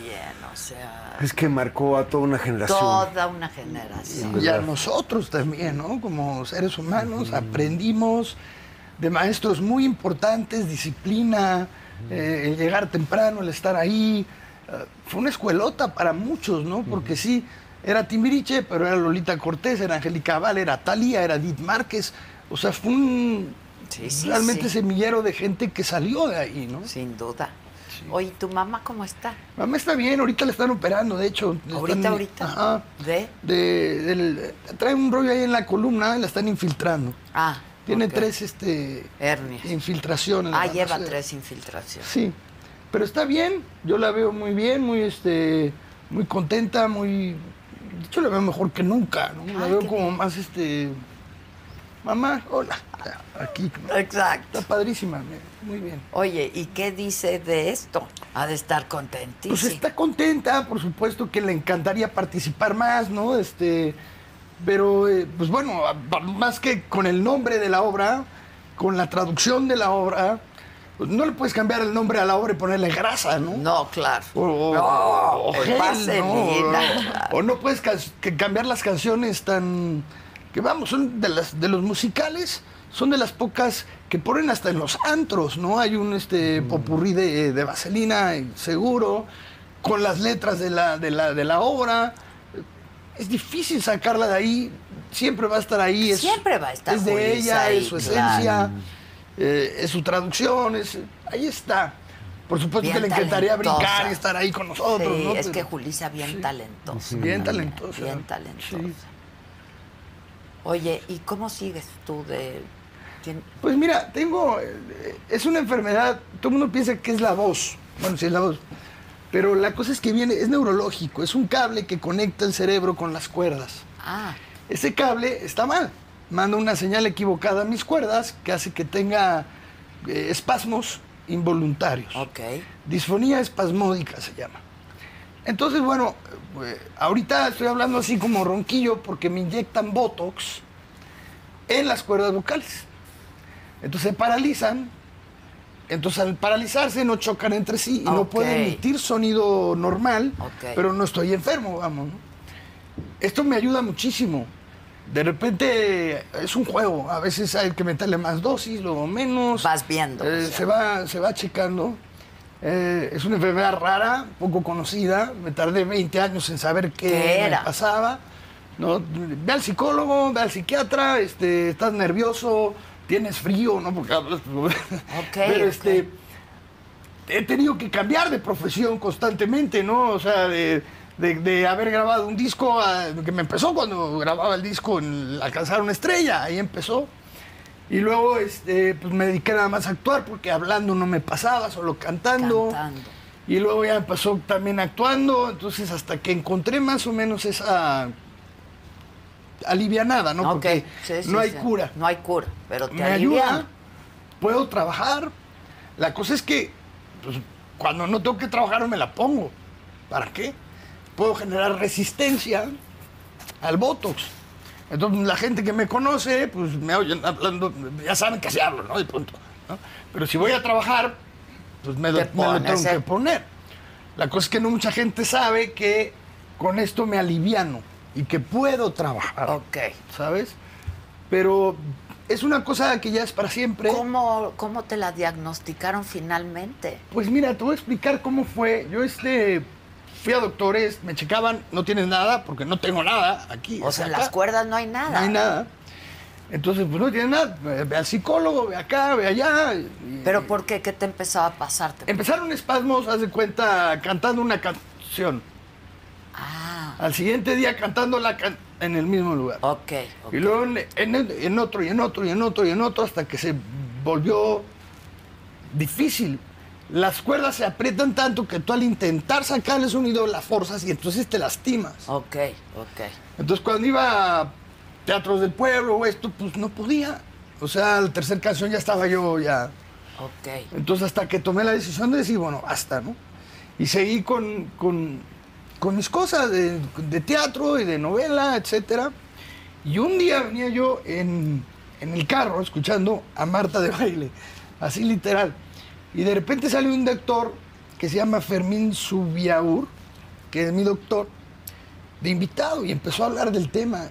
Speaker 1: o sea,
Speaker 4: Es que marcó a toda una generación.
Speaker 1: toda una generación.
Speaker 5: Y a Pues nosotros también, ¿no? Como seres humanos, aprendimos de maestros muy importantes, disciplina, eh, el llegar temprano, el estar ahí. Eh, fue una escuelota para muchos, ¿no? Porque sí, era Timbiriche, pero era Lolita Cortés, era Angélica Val, era Talía, era Edith Márquez. O sea, fue un
Speaker 1: Sí, sí,
Speaker 5: realmente
Speaker 1: sí.
Speaker 5: semillero de gente que salió de ahí, ¿no?
Speaker 1: Sin duda. Oye, ¿tu mamá cómo está?
Speaker 5: Mamá está bien, ahorita le están operando, de hecho. le
Speaker 1: Ahorita,
Speaker 5: están-
Speaker 1: ahorita.
Speaker 5: Pues, Ajá.
Speaker 1: ¿De?
Speaker 5: De- del- trae un rollo ahí en la columna, la están infiltrando.
Speaker 1: Ah.
Speaker 5: Tiene
Speaker 1: ok.
Speaker 5: tres este,
Speaker 1: Hernias.
Speaker 5: infiltraciones.
Speaker 1: Ah,
Speaker 5: nada
Speaker 1: lleva
Speaker 5: más.
Speaker 1: tres infiltraciones.
Speaker 5: Sí, pero está bien, yo la veo muy bien, muy este, muy contenta, muy... De hecho, la veo mejor que nunca, ¿no? La
Speaker 1: Ay,
Speaker 5: veo
Speaker 1: qué
Speaker 5: como más, este... Mamá, hola, aquí. ¿no?
Speaker 1: Exacto.
Speaker 5: Está padrísima, me- muy bien.
Speaker 1: Oye, ¿y qué dice de esto? Ha de estar contentísimo.
Speaker 5: Pues está contenta, por supuesto que le encantaría participar más, ¿no? Este, pero eh, pues bueno, a- pa- más que con el nombre de la obra, con la traducción de la obra, pues no le puedes cambiar el nombre a la obra y ponerle grasa, ¿no?
Speaker 1: No, claro.
Speaker 5: O, o-
Speaker 1: no,
Speaker 5: o
Speaker 1: pues
Speaker 5: gel,
Speaker 1: vaselina.
Speaker 5: oh, ¿no? O no puedes ca- que cambiar las canciones tan que vamos, son de las de los musicales, son de las pocas que ponen hasta en los antros, ¿no? Hay un este popurrí de, de vaselina y seguro con las letras de la de la de la obra. Es difícil sacarla de ahí, siempre va a estar ahí. es-
Speaker 1: Siempre va a estar
Speaker 5: Es de
Speaker 1: Julissa
Speaker 5: ella,
Speaker 1: ahí,
Speaker 5: es su
Speaker 1: claro.
Speaker 5: esencia, Ah, eh, es su traducción, es, ahí está. Por supuesto
Speaker 1: Bien
Speaker 5: que le encantaría brincar
Speaker 1: talentosa.
Speaker 5: y estar ahí con nosotros.
Speaker 1: Sí,
Speaker 5: ¿no?
Speaker 1: es que
Speaker 5: Pero-
Speaker 1: Julisa bien talentosa.
Speaker 5: Bien
Speaker 1: también,
Speaker 5: talentosa.
Speaker 1: Bien talentosa.
Speaker 5: Sí.
Speaker 1: Oye, ¿y cómo sigues tú de...? tien-
Speaker 5: Pues mira, tengo. eh, Es una enfermedad. Todo el mundo piensa que es la voz. Bueno, sí es la voz. Pero la cosa es que viene, es neurológico, es un cable que conecta el cerebro con las cuerdas.
Speaker 1: Ah,
Speaker 5: Ese cable está mal. Manda una señal equivocada a mis cuerdas que hace que tenga eh, espasmos involuntarios.
Speaker 1: ok.
Speaker 5: Disfonía espasmódica se llama. Entonces, bueno, eh, ahorita estoy hablando así como ronquillo porque me inyectan Botox en las cuerdas vocales. Entonces se paralizan. Entonces al paralizarse no chocan entre sí y no
Speaker 1: Ok.
Speaker 5: pueden emitir sonido normal,
Speaker 1: Ok.
Speaker 5: pero no estoy enfermo, vamos. ¿no? Esto me ayuda muchísimo. De repente es un juego. A veces hay que meterle más dosis, luego menos.
Speaker 1: Vas viendo,
Speaker 5: Eh,
Speaker 1: o sea.
Speaker 5: se, va, se va checando. Eh, es una enfermedad rara, poco conocida. Me tardé 20 años en saber qué,
Speaker 1: ¿Qué
Speaker 5: me
Speaker 1: era?
Speaker 5: pasaba. ¿no? Ve al psicólogo, ve al psiquiatra, este, estás nervioso, tienes frío, ¿no? Porque hablas. Pero este. He tenido que cambiar de profesión constantemente, ¿no? O sea, de, de- de haber grabado un disco a- que me empezó cuando grababa el disco en Alcanzar una estrella, ahí empezó. Y luego este, pues me dediqué nada más a actuar porque hablando no me pasaba, solo cantando.
Speaker 1: Cantando.
Speaker 5: Y luego ya pasó también actuando, entonces hasta que encontré más o menos esa alivianada, ¿no?
Speaker 1: Ok,
Speaker 5: Porque
Speaker 1: sí, sí,
Speaker 5: no hay
Speaker 1: sí.
Speaker 5: cura.
Speaker 1: No hay cura, pero te
Speaker 5: me
Speaker 1: alivian.
Speaker 5: ayuda, puedo trabajar. La cosa es que pues, cuando no tengo que trabajar no me la pongo. ¿Para qué? Puedo generar resistencia al Botox. Entonces la gente que me conoce, pues me oyen hablando, ya saben que así hablo, ¿no? De pronto. ¿no? Pero si voy a trabajar, pues me, lo-
Speaker 1: Te
Speaker 5: me lo
Speaker 1: pones,
Speaker 5: tengo
Speaker 1: ¿eh?
Speaker 5: que poner. La cosa es que no mucha gente sabe que con esto me aliviano y que puedo trabajar.
Speaker 1: Ok.
Speaker 5: ¿sabes? Pero es una cosa que ya es para siempre.
Speaker 1: ¿Cómo, ¿Cómo te la diagnosticaron finalmente?
Speaker 5: Pues mira, te voy a explicar cómo fue. Yo este fui a doctores, me checaban, no tienes nada, porque no tengo nada aquí.
Speaker 1: O sea, en
Speaker 5: acá.
Speaker 1: las cuerdas no hay nada.
Speaker 5: No hay nada. Entonces, pues no tienes nada. Ve ve al psicólogo, ve acá, ve allá. Y-
Speaker 1: ¿Pero por qué? ¿Qué te empezaba a pasarte?
Speaker 5: Empezaron espasmos, haz de cuenta, cantando una canción.
Speaker 1: Ah,
Speaker 5: Al siguiente día cantando la can- en el mismo lugar.
Speaker 1: ok. ok.
Speaker 5: Y luego en, en- en otro, y en otro, y en otro, y en otro, hasta que se volvió difícil. Las cuerdas se aprietan tanto que tú al intentar sacar el sonido las forzas y entonces te lastimas.
Speaker 1: Ok, ok.
Speaker 5: Entonces cuando iba a teatros del pueblo o esto, pues no podía. O sea, la tercera canción ya estaba yo ya.
Speaker 1: Ok.
Speaker 5: Entonces hasta que tomé la decisión de decir, bueno, hasta, ¿no? Y seguí con, con- con mis cosas de, de teatro y de novela, etcétera. Y un día venía yo en, en el carro escuchando a Marta de baile, así literal. Y de repente sale un doctor que se llama Fermín Subiaur, que es mi doctor, de invitado, y empezó a hablar del tema.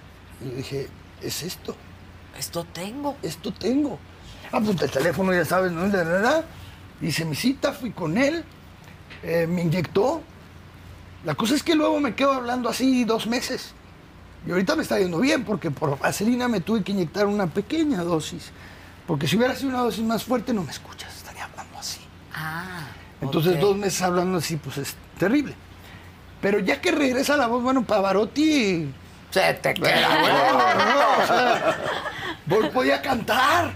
Speaker 5: Y yo dije, es esto
Speaker 1: Esto tengo.
Speaker 5: esto tengo. Apunta el teléfono, ya sabes, ¿no? La, la, la. Hice mi cita, fui con él, eh, me inyectó. La cosa es que luego me quedo hablando así dos meses. Y ahorita me está yendo bien, porque por vaselina me tuve que inyectar una pequeña dosis. Porque si hubiera sido una dosis más fuerte, no me escuchas, estaría hablando así.
Speaker 1: Ah.
Speaker 5: Entonces,
Speaker 1: ok.
Speaker 5: dos meses hablando así, pues es terrible. Pero ya que regresa la voz, bueno, Pavarotti
Speaker 1: Se te
Speaker 5: Ah,
Speaker 1: queda.
Speaker 5: bueno, no, o sea, Vol podía cantar.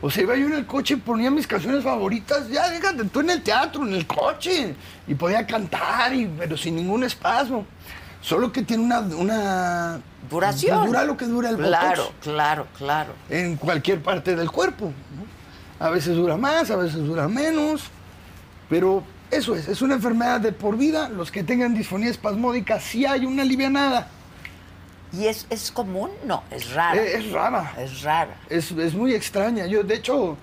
Speaker 5: O sea, iba yo en el coche y ponía mis canciones favoritas. Ya, déjate tú en el teatro, en el coche. Y podía cantar, y- pero sin ningún espasmo. Solo que tiene una... una
Speaker 1: Duración.
Speaker 5: Dura lo que dura el botox
Speaker 1: Claro, claro, claro.
Speaker 5: en cualquier parte del cuerpo. ¿no? A veces dura más, a veces dura menos, pero eso es, es una enfermedad de por vida. Los que tengan disfonía espasmódica, sí hay una alivianada.
Speaker 1: ¿Y es, es común? No, es rara.
Speaker 5: Eh, es rara.
Speaker 1: Es rara.
Speaker 5: Es, es muy extraña. Yo, de hecho,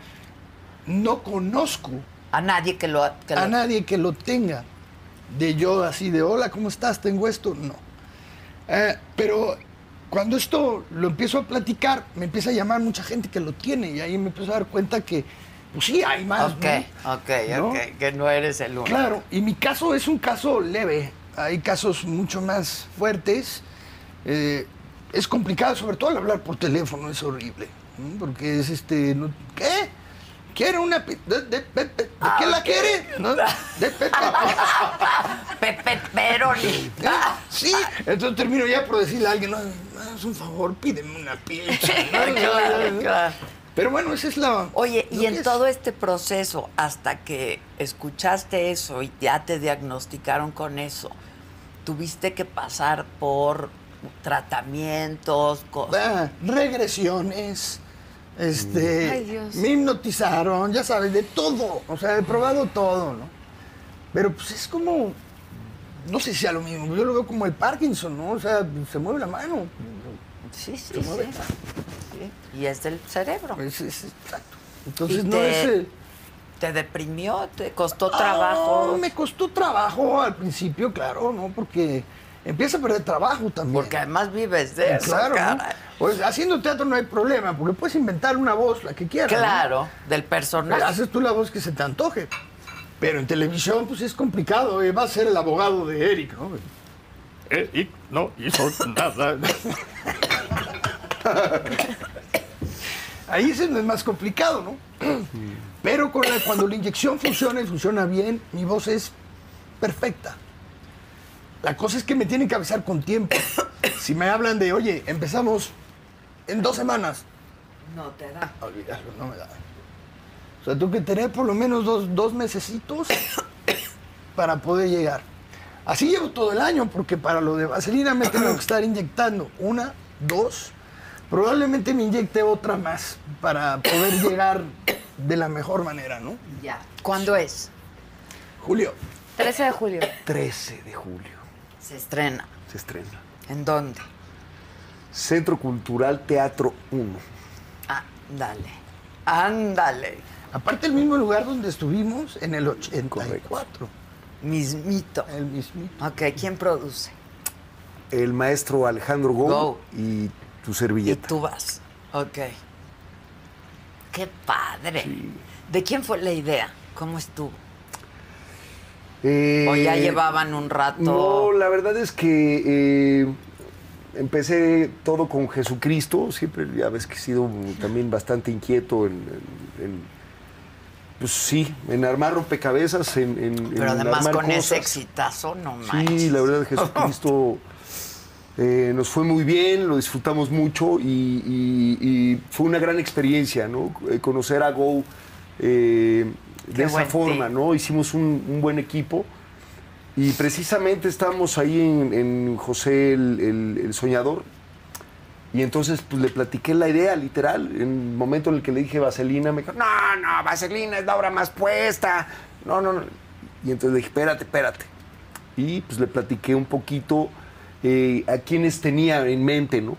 Speaker 5: no conozco
Speaker 1: A nadie que lo... ha- Que
Speaker 5: a
Speaker 1: lo-
Speaker 5: nadie que lo tenga. De yo así, de hola, ¿cómo estás? Tengo esto. No. Eh, pero cuando esto lo empiezo a platicar, me empieza a llamar mucha gente que lo tiene y ahí me empiezo a dar cuenta que, pues sí, hay más.
Speaker 1: Ok,
Speaker 5: ¿no?
Speaker 1: ok,
Speaker 5: ¿No?
Speaker 1: ok. Que no eres el único.
Speaker 5: Claro, y mi caso es un caso leve. Hay casos mucho más fuertes. Eh, es complicado, sobre todo al hablar por teléfono, es horrible. ¿no? Porque es este. no- ¿Qué? ¿Quiere una.? pi- de- de- de- de- ¿de
Speaker 1: Ah,
Speaker 5: ¿Quién la quiere? ¿No? De- de- de-
Speaker 1: Pepe Peroni.
Speaker 5: ¿eh? Sí. Entonces termino ya por decirle a alguien: no, haz un favor, pídeme una pizza. ¿no?
Speaker 1: Claro, claro.
Speaker 5: Pero bueno, esa es la.
Speaker 1: Oye,
Speaker 5: lo
Speaker 1: y
Speaker 5: que
Speaker 1: en
Speaker 5: es.
Speaker 1: todo este proceso, hasta que escuchaste eso y ya te diagnosticaron con eso, tuviste que pasar por tratamientos, cosas.
Speaker 5: Ah, regresiones,
Speaker 1: Mm.
Speaker 5: este,
Speaker 2: Ay, Dios.
Speaker 5: me hipnotizaron, ya sabes, de todo, o sea, he probado todo, ¿no? Pero pues es como, no sé si sea lo mismo, yo lo veo como el Parkinson, ¿no? O sea, se mueve la mano,
Speaker 1: Sí, sí,
Speaker 5: se mueve.
Speaker 1: sí. Y es del cerebro.
Speaker 5: Es- es- exacto.
Speaker 1: Y
Speaker 5: Entonces no
Speaker 1: te-
Speaker 5: es... eh,
Speaker 1: ¿Te deprimió? ¿Te costó trabajo?
Speaker 5: ah, me costó trabajo al principio, claro, ¿no? Porque empieza a perder trabajo también.
Speaker 1: Porque además vives de eso,
Speaker 5: claro, ¿no?
Speaker 1: caray.
Speaker 5: Pues, haciendo teatro no hay problema, porque puedes inventar una voz, la que quieras. ¿no?
Speaker 1: Claro, del
Speaker 5: Pero
Speaker 1: personaje.
Speaker 5: Haces tú la voz que se te antoje. Pero en televisión, pues es complicado. eh, Va a ser el abogado de Eric, ¿no?
Speaker 7: eh, y no hizo nada.
Speaker 5: Ahí es donde es más complicado, ¿no? Pero con la- cuando la inyección funciona y funciona bien, mi voz es perfecta. La cosa es que me tienen que avisar con tiempo. Si me hablan de, oye, empezamos en dos semanas,
Speaker 1: No te da.
Speaker 5: olvidarlo, no me da. O sea, tengo que tener por lo menos dos, dos mesecitos para poder llegar. Así llevo todo el año, porque para lo de vaselina me tengo que estar inyectando una, dos, probablemente me inyecte otra más para poder llegar de la mejor manera, ¿no?
Speaker 1: Ya. ¿Cuándo es?
Speaker 5: Julio,
Speaker 2: 13 de julio.
Speaker 5: 13 de julio
Speaker 1: Se estrena.
Speaker 4: Se estrena.
Speaker 1: ¿En dónde?
Speaker 4: Centro Cultural Teatro 1.
Speaker 1: Ándale. Ándale.
Speaker 5: Aparte, el mismo lugar donde estuvimos en el 84.
Speaker 1: Mismito.
Speaker 5: El mismito.
Speaker 1: Ok, ¿quién produce?
Speaker 4: El maestro Alejandro Gou
Speaker 1: Gou.
Speaker 4: y tu
Speaker 1: Y
Speaker 4: servilleta.
Speaker 1: tú vas. Ok. Qué padre. ¿De quién fue la idea? ¿Cómo estuvo?
Speaker 4: Eh,
Speaker 1: ¿O Oh, ya llevaban un rato?
Speaker 4: No, la verdad es que eh, empecé todo con Jesucristo. Siempre ya ves que he sido también bastante inquieto en, en- en- pues sí, en armar rompecabezas, en, en- en
Speaker 1: Pero además
Speaker 4: armar
Speaker 1: con ese
Speaker 4: cosas.
Speaker 1: exitazo, no manches.
Speaker 4: Sí, la verdad, Jesucristo eh, nos fue muy bien, lo disfrutamos mucho y, y- y fue una gran experiencia, ¿no? Eh, Conocer a Go eh,
Speaker 1: Qué
Speaker 4: de esa
Speaker 1: buen
Speaker 4: forma,
Speaker 1: team.
Speaker 4: ¿no? Hicimos un, un buen equipo y precisamente estábamos ahí en, en José el, el- el Soñador. Y entonces pues, le platiqué la idea, literal. En el momento en el que le dije Vaselina, me dijo, no, no, Vaselina es la obra más puesta. No, no, no. Y entonces le dije, espérate, espérate y pues le platiqué un poquito eh, a quienes tenía en mente, ¿no?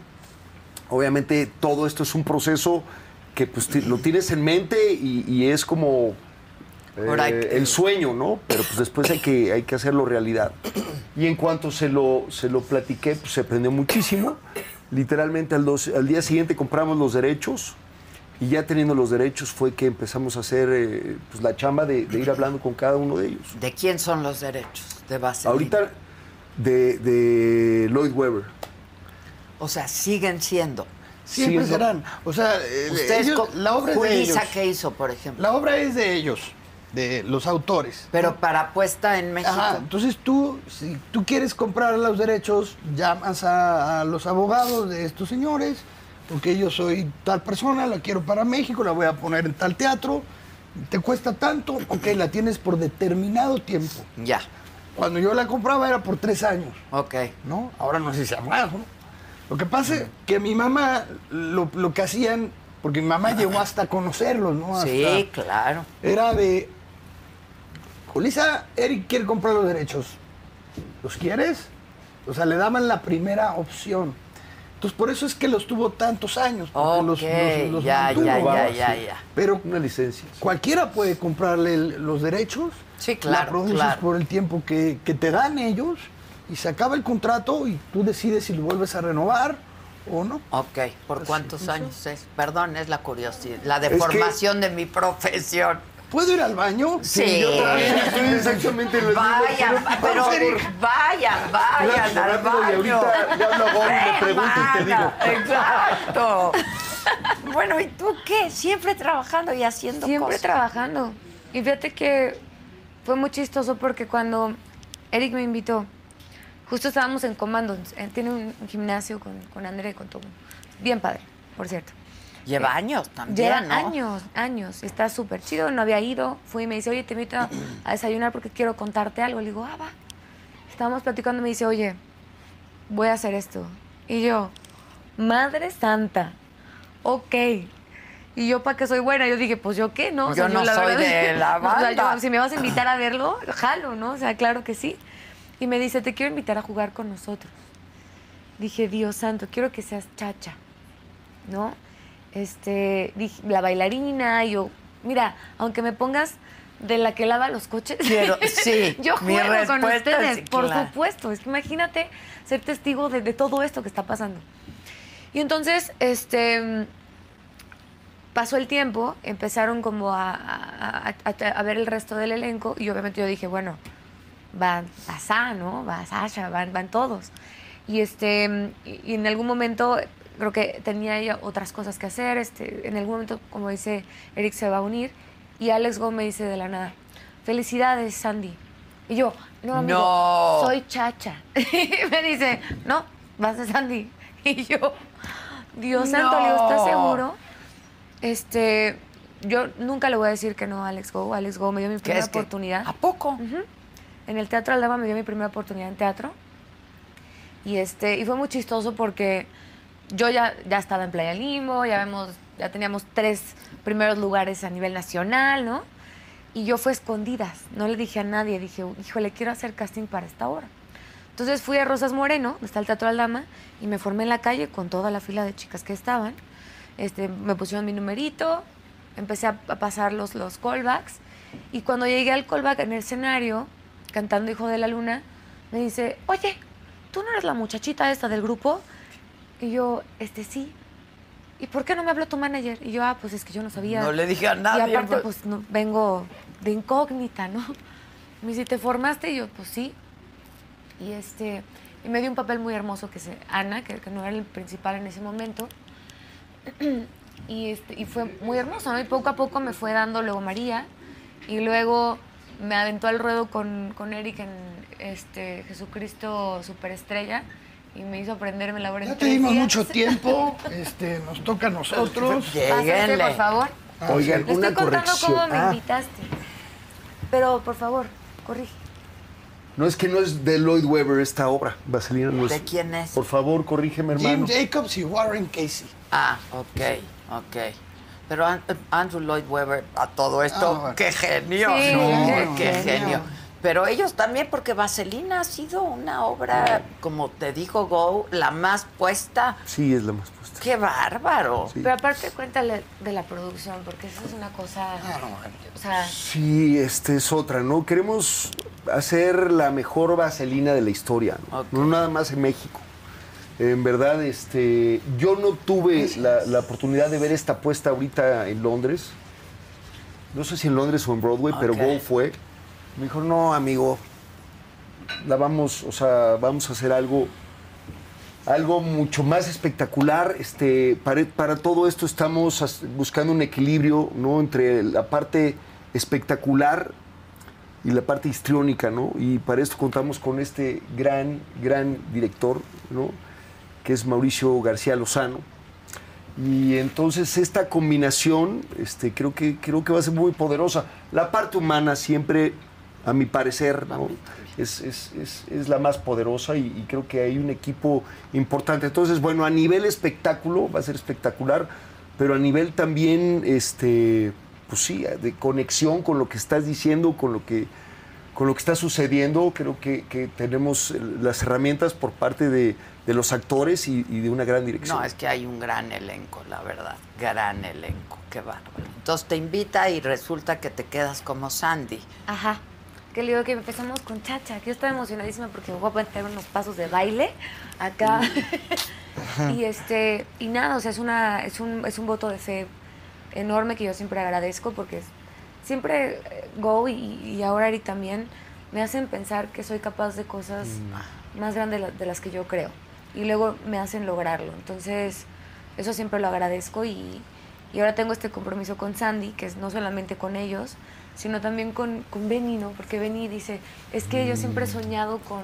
Speaker 4: Obviamente todo esto es un proceso que pues ti- lo tienes en mente y, y es como eh,
Speaker 1: Ahora hay que-
Speaker 4: el sueño, ¿no? Pero pues después hay que, hay que hacerlo realidad. Y en cuanto se lo, se lo platiqué, pues se aprendió muchísimo. Literalmente al, dos- al día siguiente compramos los derechos y ya teniendo los derechos fue que empezamos a hacer eh, pues, la chamba de- de ir hablando con cada uno de ellos.
Speaker 1: ¿De quién son los derechos? De Vaselina.
Speaker 4: Ahorita de, de Lloyd Webber.
Speaker 1: O sea, siguen siendo.
Speaker 5: Siempre
Speaker 4: Sí,
Speaker 5: serán. O sea, eh,
Speaker 1: Ustedes
Speaker 5: ellos-
Speaker 1: co-
Speaker 5: la obra es de ellos.
Speaker 1: Julisa, ¿qué hizo, por ejemplo?
Speaker 5: La obra es de ellos, de los autores.
Speaker 1: Pero para puesta en México.
Speaker 5: Ajá, entonces tú, si tú quieres comprar los derechos, llamas a, a los abogados de estos señores, porque yo soy tal persona, la quiero para México, la voy a poner en tal teatro, te cuesta tanto, ok, la tienes por determinado tiempo.
Speaker 1: Ya.
Speaker 5: Cuando yo la compraba era por tres años,
Speaker 1: Ok.
Speaker 5: ¿no? Ahora no sé si sea más, ¿no? Lo que pasa es que mi mamá, lo, lo que hacían, porque mi mamá llegó hasta conocerlos, ¿no? Hasta-
Speaker 1: Sí, claro.
Speaker 5: era de. Julisa, Eric quiere comprar los derechos. ¿Los quieres? O sea, le daban la primera opción. Entonces, por eso es que los tuvo tantos años. porque
Speaker 1: Ok,
Speaker 5: los- los- los
Speaker 1: ya,
Speaker 5: mantuvo,
Speaker 1: ya, ya,
Speaker 5: vamos.
Speaker 1: ya, ya.
Speaker 5: Pero
Speaker 4: Una licencia.
Speaker 5: cualquiera puede comprarle el- los derechos.
Speaker 1: Sí, claro,
Speaker 5: La produces
Speaker 1: claro.
Speaker 5: por el tiempo que, que te dan ellos y se acaba el contrato y tú decides si lo vuelves a renovar o no.
Speaker 1: Ok. ¿Por cuántos años es? Perdón, es la curiosidad. La
Speaker 4: que-
Speaker 1: deformación de mi profesión.
Speaker 5: ¿Puedo ir al baño?
Speaker 1: Sí.
Speaker 4: Yo también estoy exactamente en lo mismo.
Speaker 1: Vayan, va- pero
Speaker 4: Vamos, Eric.
Speaker 1: vayan, vayan
Speaker 4: Rápido,
Speaker 1: al
Speaker 4: rápido, y
Speaker 1: baño.
Speaker 4: ahorita ya hablo a Bob y le
Speaker 1: Ve,
Speaker 4: pregunto y te digo.
Speaker 1: mana, Exacto. bueno, ¿y tú qué? Siempre trabajando y haciendo
Speaker 2: Siempre
Speaker 1: cosas.
Speaker 2: trabajando. Y fíjate que fue muy chistoso porque cuando Eric me invitó, justo estábamos en Comando, él tiene un gimnasio con, con André, con todo. Bien padre, por cierto.
Speaker 1: Lleva años también,
Speaker 2: Lleva
Speaker 1: ¿no?
Speaker 2: años, años. Está súper chido, no había ido. Fui y me dice, oye, te invito a, a desayunar porque quiero contarte algo. Le digo, ah, va. Estábamos platicando, me dice, oye, voy a hacer esto. Y yo, madre santa, ok. Y yo, ¿para qué soy buena? Yo dije, pues yo qué, ¿no?
Speaker 1: Yo no soy de la
Speaker 2: O sea, yo,
Speaker 1: banda.
Speaker 2: si me vas a invitar a verlo, jalo, ¿no? O sea, claro que sí. Y me dice, te quiero invitar a jugar con nosotros. Dije, Dios santo, quiero que seas chacha. ¿no? Este, dije, la bailarina, y yo, mira, aunque me pongas de la que lava los coches,
Speaker 1: Quiero- sí,
Speaker 2: yo
Speaker 1: mi
Speaker 2: juego con
Speaker 1: respuesta
Speaker 2: ustedes,
Speaker 1: es
Speaker 2: por
Speaker 1: claro.
Speaker 2: supuesto. Es que imagínate ser testigo de, de todo esto que está pasando. Y entonces, este, pasó el tiempo, empezaron como a, a- a- a- a ver el resto del elenco, y obviamente yo dije, bueno, va, va Sa, ¿no? Va Sasha, van, van todos. Y, este, y, y en algún momento creo que tenía ella otras cosas que hacer. Este, en algún momento, como dice Eric, se va a unir. Y Alex Gómez me dice de la nada, felicidades, Sandy. Y yo, no, amigo,
Speaker 1: No.
Speaker 2: soy chacha. Y me dice, no, vas a Sandy. Y yo, Dios santo, le digo, ¿estás
Speaker 1: No.
Speaker 2: seguro? Este, yo nunca le voy a decir que no a Alex Go. Alex Go me dio mi primera
Speaker 1: es que-
Speaker 2: oportunidad.
Speaker 1: ¿A poco?
Speaker 2: En el Teatro Aldama me dio mi primera oportunidad en teatro. Y este, y fue muy chistoso porque yo ya, ya estaba en Playa Limbo, ya vemos, ya teníamos tres primeros lugares a nivel nacional, ¿no? Y yo fui a escondidas, no le dije a nadie, dije, híjole, quiero hacer casting para esta hora. Entonces fui a Rosas Moreno, donde está el Teatro Aldama, y me formé en la calle con toda la fila de chicas que estaban. Este, me pusieron mi numerito, empecé a, a pasar los, los callbacks, y cuando llegué al callback en el escenario, cantando Hijo de la Luna, me dice, oye, ¿tú no eres la muchachita esta del grupo? Y yo, este, sí. ¿Y por qué no me habló tu manager? Y yo, ah, pues es que yo no sabía.
Speaker 1: No le dije a nadie,
Speaker 2: Y aparte,
Speaker 1: pues.
Speaker 2: pues, no- vengo de incógnita, ¿no? Me dice, ¿te formaste? Y yo, pues sí. Y este y me dio un papel muy hermoso que es eh, Ana, que, que no era el principal en ese momento. Y, este, y fue muy hermoso, ¿no? Y poco a poco me fue dando luego María. Y luego me aventó al ruedo con, con Eric en este, Jesucristo Superestrella. Y me hizo aprenderme la obra en
Speaker 5: Ya te
Speaker 2: tres
Speaker 5: dimos
Speaker 2: días.
Speaker 5: mucho tiempo, este, nos toca a nosotros.
Speaker 2: Pásense,
Speaker 1: Lléguenle.
Speaker 2: por favor.
Speaker 4: Oigan,
Speaker 2: Le
Speaker 4: una
Speaker 2: estoy contando
Speaker 4: corrección.
Speaker 2: cómo me
Speaker 4: Ah,
Speaker 2: invitaste. Pero, por favor, corrige.
Speaker 4: no es que no es de Lloyd Webber esta obra. Vaselina no es.
Speaker 1: ¿De quién es?
Speaker 4: Por favor, corrígeme,
Speaker 5: Jim
Speaker 4: hermano.
Speaker 5: Jacobs y Warren Casey.
Speaker 1: Ah, ok, ok. Pero An- Andrew Lloyd Webber, a todo
Speaker 5: Ah,
Speaker 1: esto,
Speaker 5: bueno.
Speaker 1: qué genio.
Speaker 2: Sí,
Speaker 1: ¿no?
Speaker 2: qué
Speaker 1: qué genio.
Speaker 5: genio.
Speaker 1: Pero ellos también, porque Vaselina ha sido una obra, como te dijo Go, la más puesta.
Speaker 4: Sí, es la más puesta.
Speaker 1: ¡Qué bárbaro!
Speaker 4: Sí.
Speaker 2: Pero aparte, cuéntale de la producción, porque eso es una cosa.
Speaker 4: Ah,
Speaker 2: O sea,
Speaker 4: Sí, este es otra, ¿no? Queremos hacer la mejor vaselina de la historia, ¿no?
Speaker 1: Ok.
Speaker 4: No nada más en México. En verdad, este, yo no tuve la, la oportunidad de ver esta puesta ahorita en Londres. No sé si en Londres o en Broadway, pero
Speaker 1: Ok.
Speaker 4: Go fue. Me dijo, no, amigo, la vamos, o sea, vamos a hacer algo algo mucho más espectacular. Este, para, para todo esto estamos as- buscando un equilibrio ¿no? entre la parte espectacular y la parte histriónica, ¿no? Y para esto contamos con este gran, gran director, ¿no? Que es Mauricio García Lozano. Y entonces esta combinación este, creo, que, creo que va a ser muy poderosa. La parte humana siempre, a mi parecer, ¿no? es, es- es- es la más poderosa y, y creo que hay un equipo importante. Entonces, bueno, a nivel espectáculo va a ser espectacular, pero a nivel también, este, pues sí, de conexión con lo que estás diciendo, con lo que, con lo que está sucediendo, creo que, que tenemos eh, las herramientas por parte de, de los actores y, y de una gran dirección.
Speaker 1: No, es que hay un gran elenco, la verdad. Gran elenco, qué bárbaro. Entonces te invita y resulta que te quedas como Sandy.
Speaker 2: ajá. Que le digo que empezamos con Chacha, que yo estaba emocionadísima porque voy a poner unos pasos de baile acá.
Speaker 4: Mm.
Speaker 2: y este, y nada, o sea, es una, es un, es un voto de fe enorme que yo siempre agradezco porque es- siempre eh, Go y, y ahora Eric también me hacen pensar que soy capaz de cosas
Speaker 4: Mm,
Speaker 2: más grandes de la- de las que yo creo y luego me hacen lograrlo. Entonces, eso siempre lo agradezco y, y ahora tengo este compromiso con Sandy, que es no solamente con ellos, sino también con, con Benny, ¿no? Porque Benny dice, es que yo siempre he soñado con,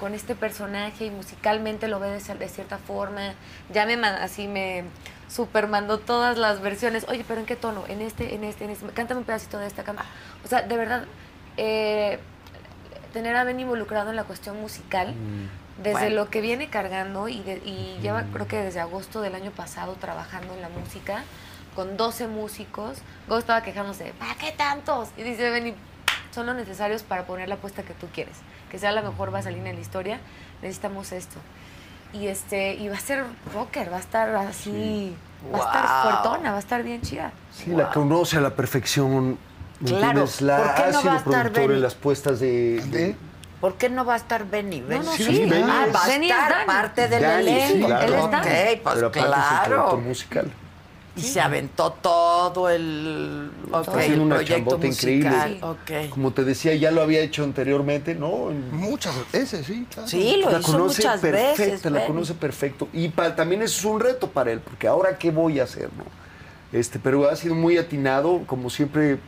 Speaker 2: con este personaje y musicalmente lo veo de, cier- de cierta forma. Ya me man- así me supermandó todas las versiones. Oye, pero ¿en qué tono? En este, en este, en este. Cántame un pedacito de esta cama. O sea, de verdad, eh, tener a Ben involucrado en la cuestión musical, desde
Speaker 1: Bueno.
Speaker 2: lo que viene cargando y, de- y lleva creo que desde agosto del año pasado trabajando en la música con 12 músicos. Go estaba quejándose, de, ¿para qué tantos? Y dice Benny, son los necesarios para poner la apuesta que tú quieres, que sea la mejor vaselina de la historia, necesitamos esto. Y este y va a ser rocker, va a estar así, va a estar
Speaker 1: Wow.
Speaker 2: fuertona, va a estar bien chida.
Speaker 4: Sí, la conoce a la perfección. ¿me
Speaker 1: Claro,
Speaker 4: entiendes? La
Speaker 1: ¿por qué no
Speaker 4: ha sido
Speaker 1: va a estar
Speaker 4: productora
Speaker 1: Benny?
Speaker 4: en las puestas de.
Speaker 5: ¿Eh?
Speaker 1: ¿Por qué no va a estar Benny? Benny.
Speaker 2: no,
Speaker 4: Sí, sí, Benny
Speaker 1: Ah,
Speaker 4: es-
Speaker 1: va a
Speaker 2: Benny es
Speaker 1: estar
Speaker 2: Dani.
Speaker 1: parte del
Speaker 4: Dani, sí,
Speaker 1: elenco.
Speaker 4: claro.
Speaker 2: Él es Dani.
Speaker 1: Ok, pues
Speaker 4: pero aparte es un productor
Speaker 1: claro.
Speaker 4: musical.
Speaker 1: Y se aventó todo el, ok,
Speaker 4: Está haciendo
Speaker 1: el
Speaker 4: una
Speaker 1: proyecto
Speaker 4: chambota
Speaker 1: musical.
Speaker 4: increíble.
Speaker 1: ok.
Speaker 4: Como te decía, ya lo había hecho anteriormente, ¿no? En-
Speaker 5: Muchas veces, sí, claro.
Speaker 1: Sí, lo
Speaker 4: la
Speaker 1: hizo
Speaker 4: conoce
Speaker 1: muchas
Speaker 4: perfecta,
Speaker 1: veces.
Speaker 4: la
Speaker 1: ven.
Speaker 4: conoce perfecto. Y pa- también eso es un reto para él, porque ahora qué voy a hacer, ¿no? Este, pero ha sido muy atinado, como siempre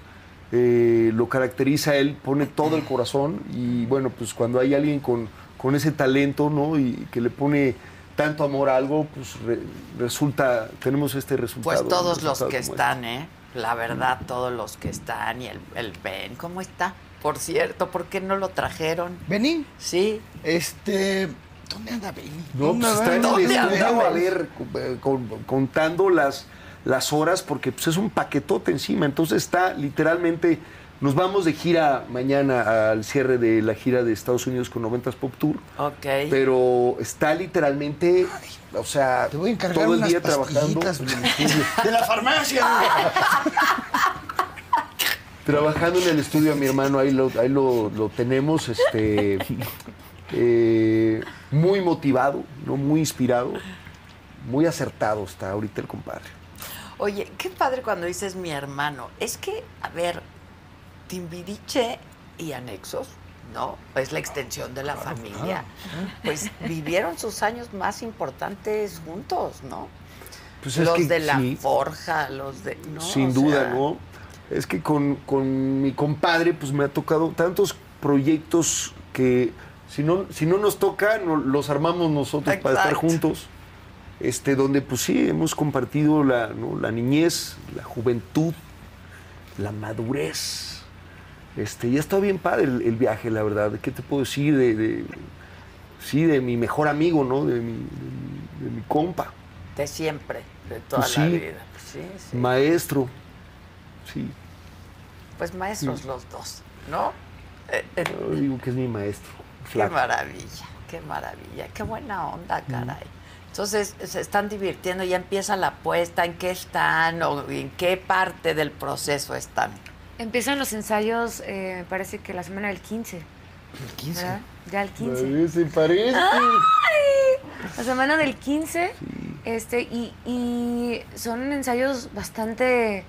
Speaker 4: eh, lo caracteriza él, pone todo el corazón y bueno, pues cuando hay alguien con, con ese talento, ¿no? Y que le pone tanto amor a algo, pues re- resulta, tenemos este resultado.
Speaker 1: Pues
Speaker 4: un
Speaker 1: todos los
Speaker 4: resultado
Speaker 1: que
Speaker 4: como este.
Speaker 1: están, ¿eh? La verdad, todos los que están. Y el, el Ben, ¿cómo está? Por cierto, ¿por qué no lo trajeron?
Speaker 5: Bení,
Speaker 1: Sí,
Speaker 5: este. ¿Dónde Este, anda Bení?
Speaker 4: No, pues está en el
Speaker 1: ¿Dónde
Speaker 4: estudio,
Speaker 1: andabas?
Speaker 4: a ver, eh, con- contando las, las horas, porque pues, es un paquetote encima. Entonces está literalmente. Nos vamos de gira mañana al cierre de la gira de Estados Unidos con 90s Pop Tour,
Speaker 1: ok.
Speaker 4: pero está literalmente, o sea,
Speaker 5: Te voy a encargar
Speaker 4: todo el
Speaker 5: unas
Speaker 4: día trabajando,
Speaker 5: pastillitas, Beni. de la farmacia.
Speaker 4: trabajando en el estudio a mi hermano, ahí lo, ahí lo, lo tenemos, este, eh, muy motivado, ¿no? muy inspirado, muy acertado está ahorita el compadre.
Speaker 1: Oye, qué padre cuando dices mi hermano. Es que, a ver, Timbiriche y anexos, ¿no? Es la extensión de la familia. Pues vivieron sus años más importantes juntos, ¿no?
Speaker 4: Pues es
Speaker 1: los
Speaker 4: que
Speaker 1: de la
Speaker 4: sí,
Speaker 1: forja, los de... ¿no?
Speaker 4: Sin
Speaker 1: O
Speaker 4: duda,
Speaker 1: sea,
Speaker 4: ¿no? Es que con, con mi compadre, pues me ha tocado tantos proyectos que si no, si no nos toca, no- los armamos nosotros para estar
Speaker 1: Exacto.
Speaker 4: juntos. Este, donde pues sí, hemos compartido la, ¿no? la niñez, la juventud, la madurez. Este, ya está bien padre el, el viaje, la verdad. ¿Qué te puedo decir? De, de- sí, de mi mejor amigo, ¿no? De mi, de mi- de mi compa.
Speaker 1: De siempre, de toda
Speaker 4: Pues
Speaker 1: la
Speaker 4: sí.
Speaker 1: vida. Sí, sí.
Speaker 4: Maestro. Sí,
Speaker 1: pues maestros los dos, ¿no? Eh, eh,
Speaker 4: yo digo que es mi maestro.
Speaker 1: Qué
Speaker 4: flaco.
Speaker 1: maravilla, qué maravilla, qué buena onda, caray. Entonces, se están divirtiendo, ya empieza la apuesta, ¿en qué están o en qué parte del proceso están?
Speaker 2: Empiezan los ensayos, eh, parece que la semana del 15. ¿El 15? Ya el 15.
Speaker 4: Parece, parece.
Speaker 1: Ah.
Speaker 2: La semana del 15, este, y, y son ensayos bastante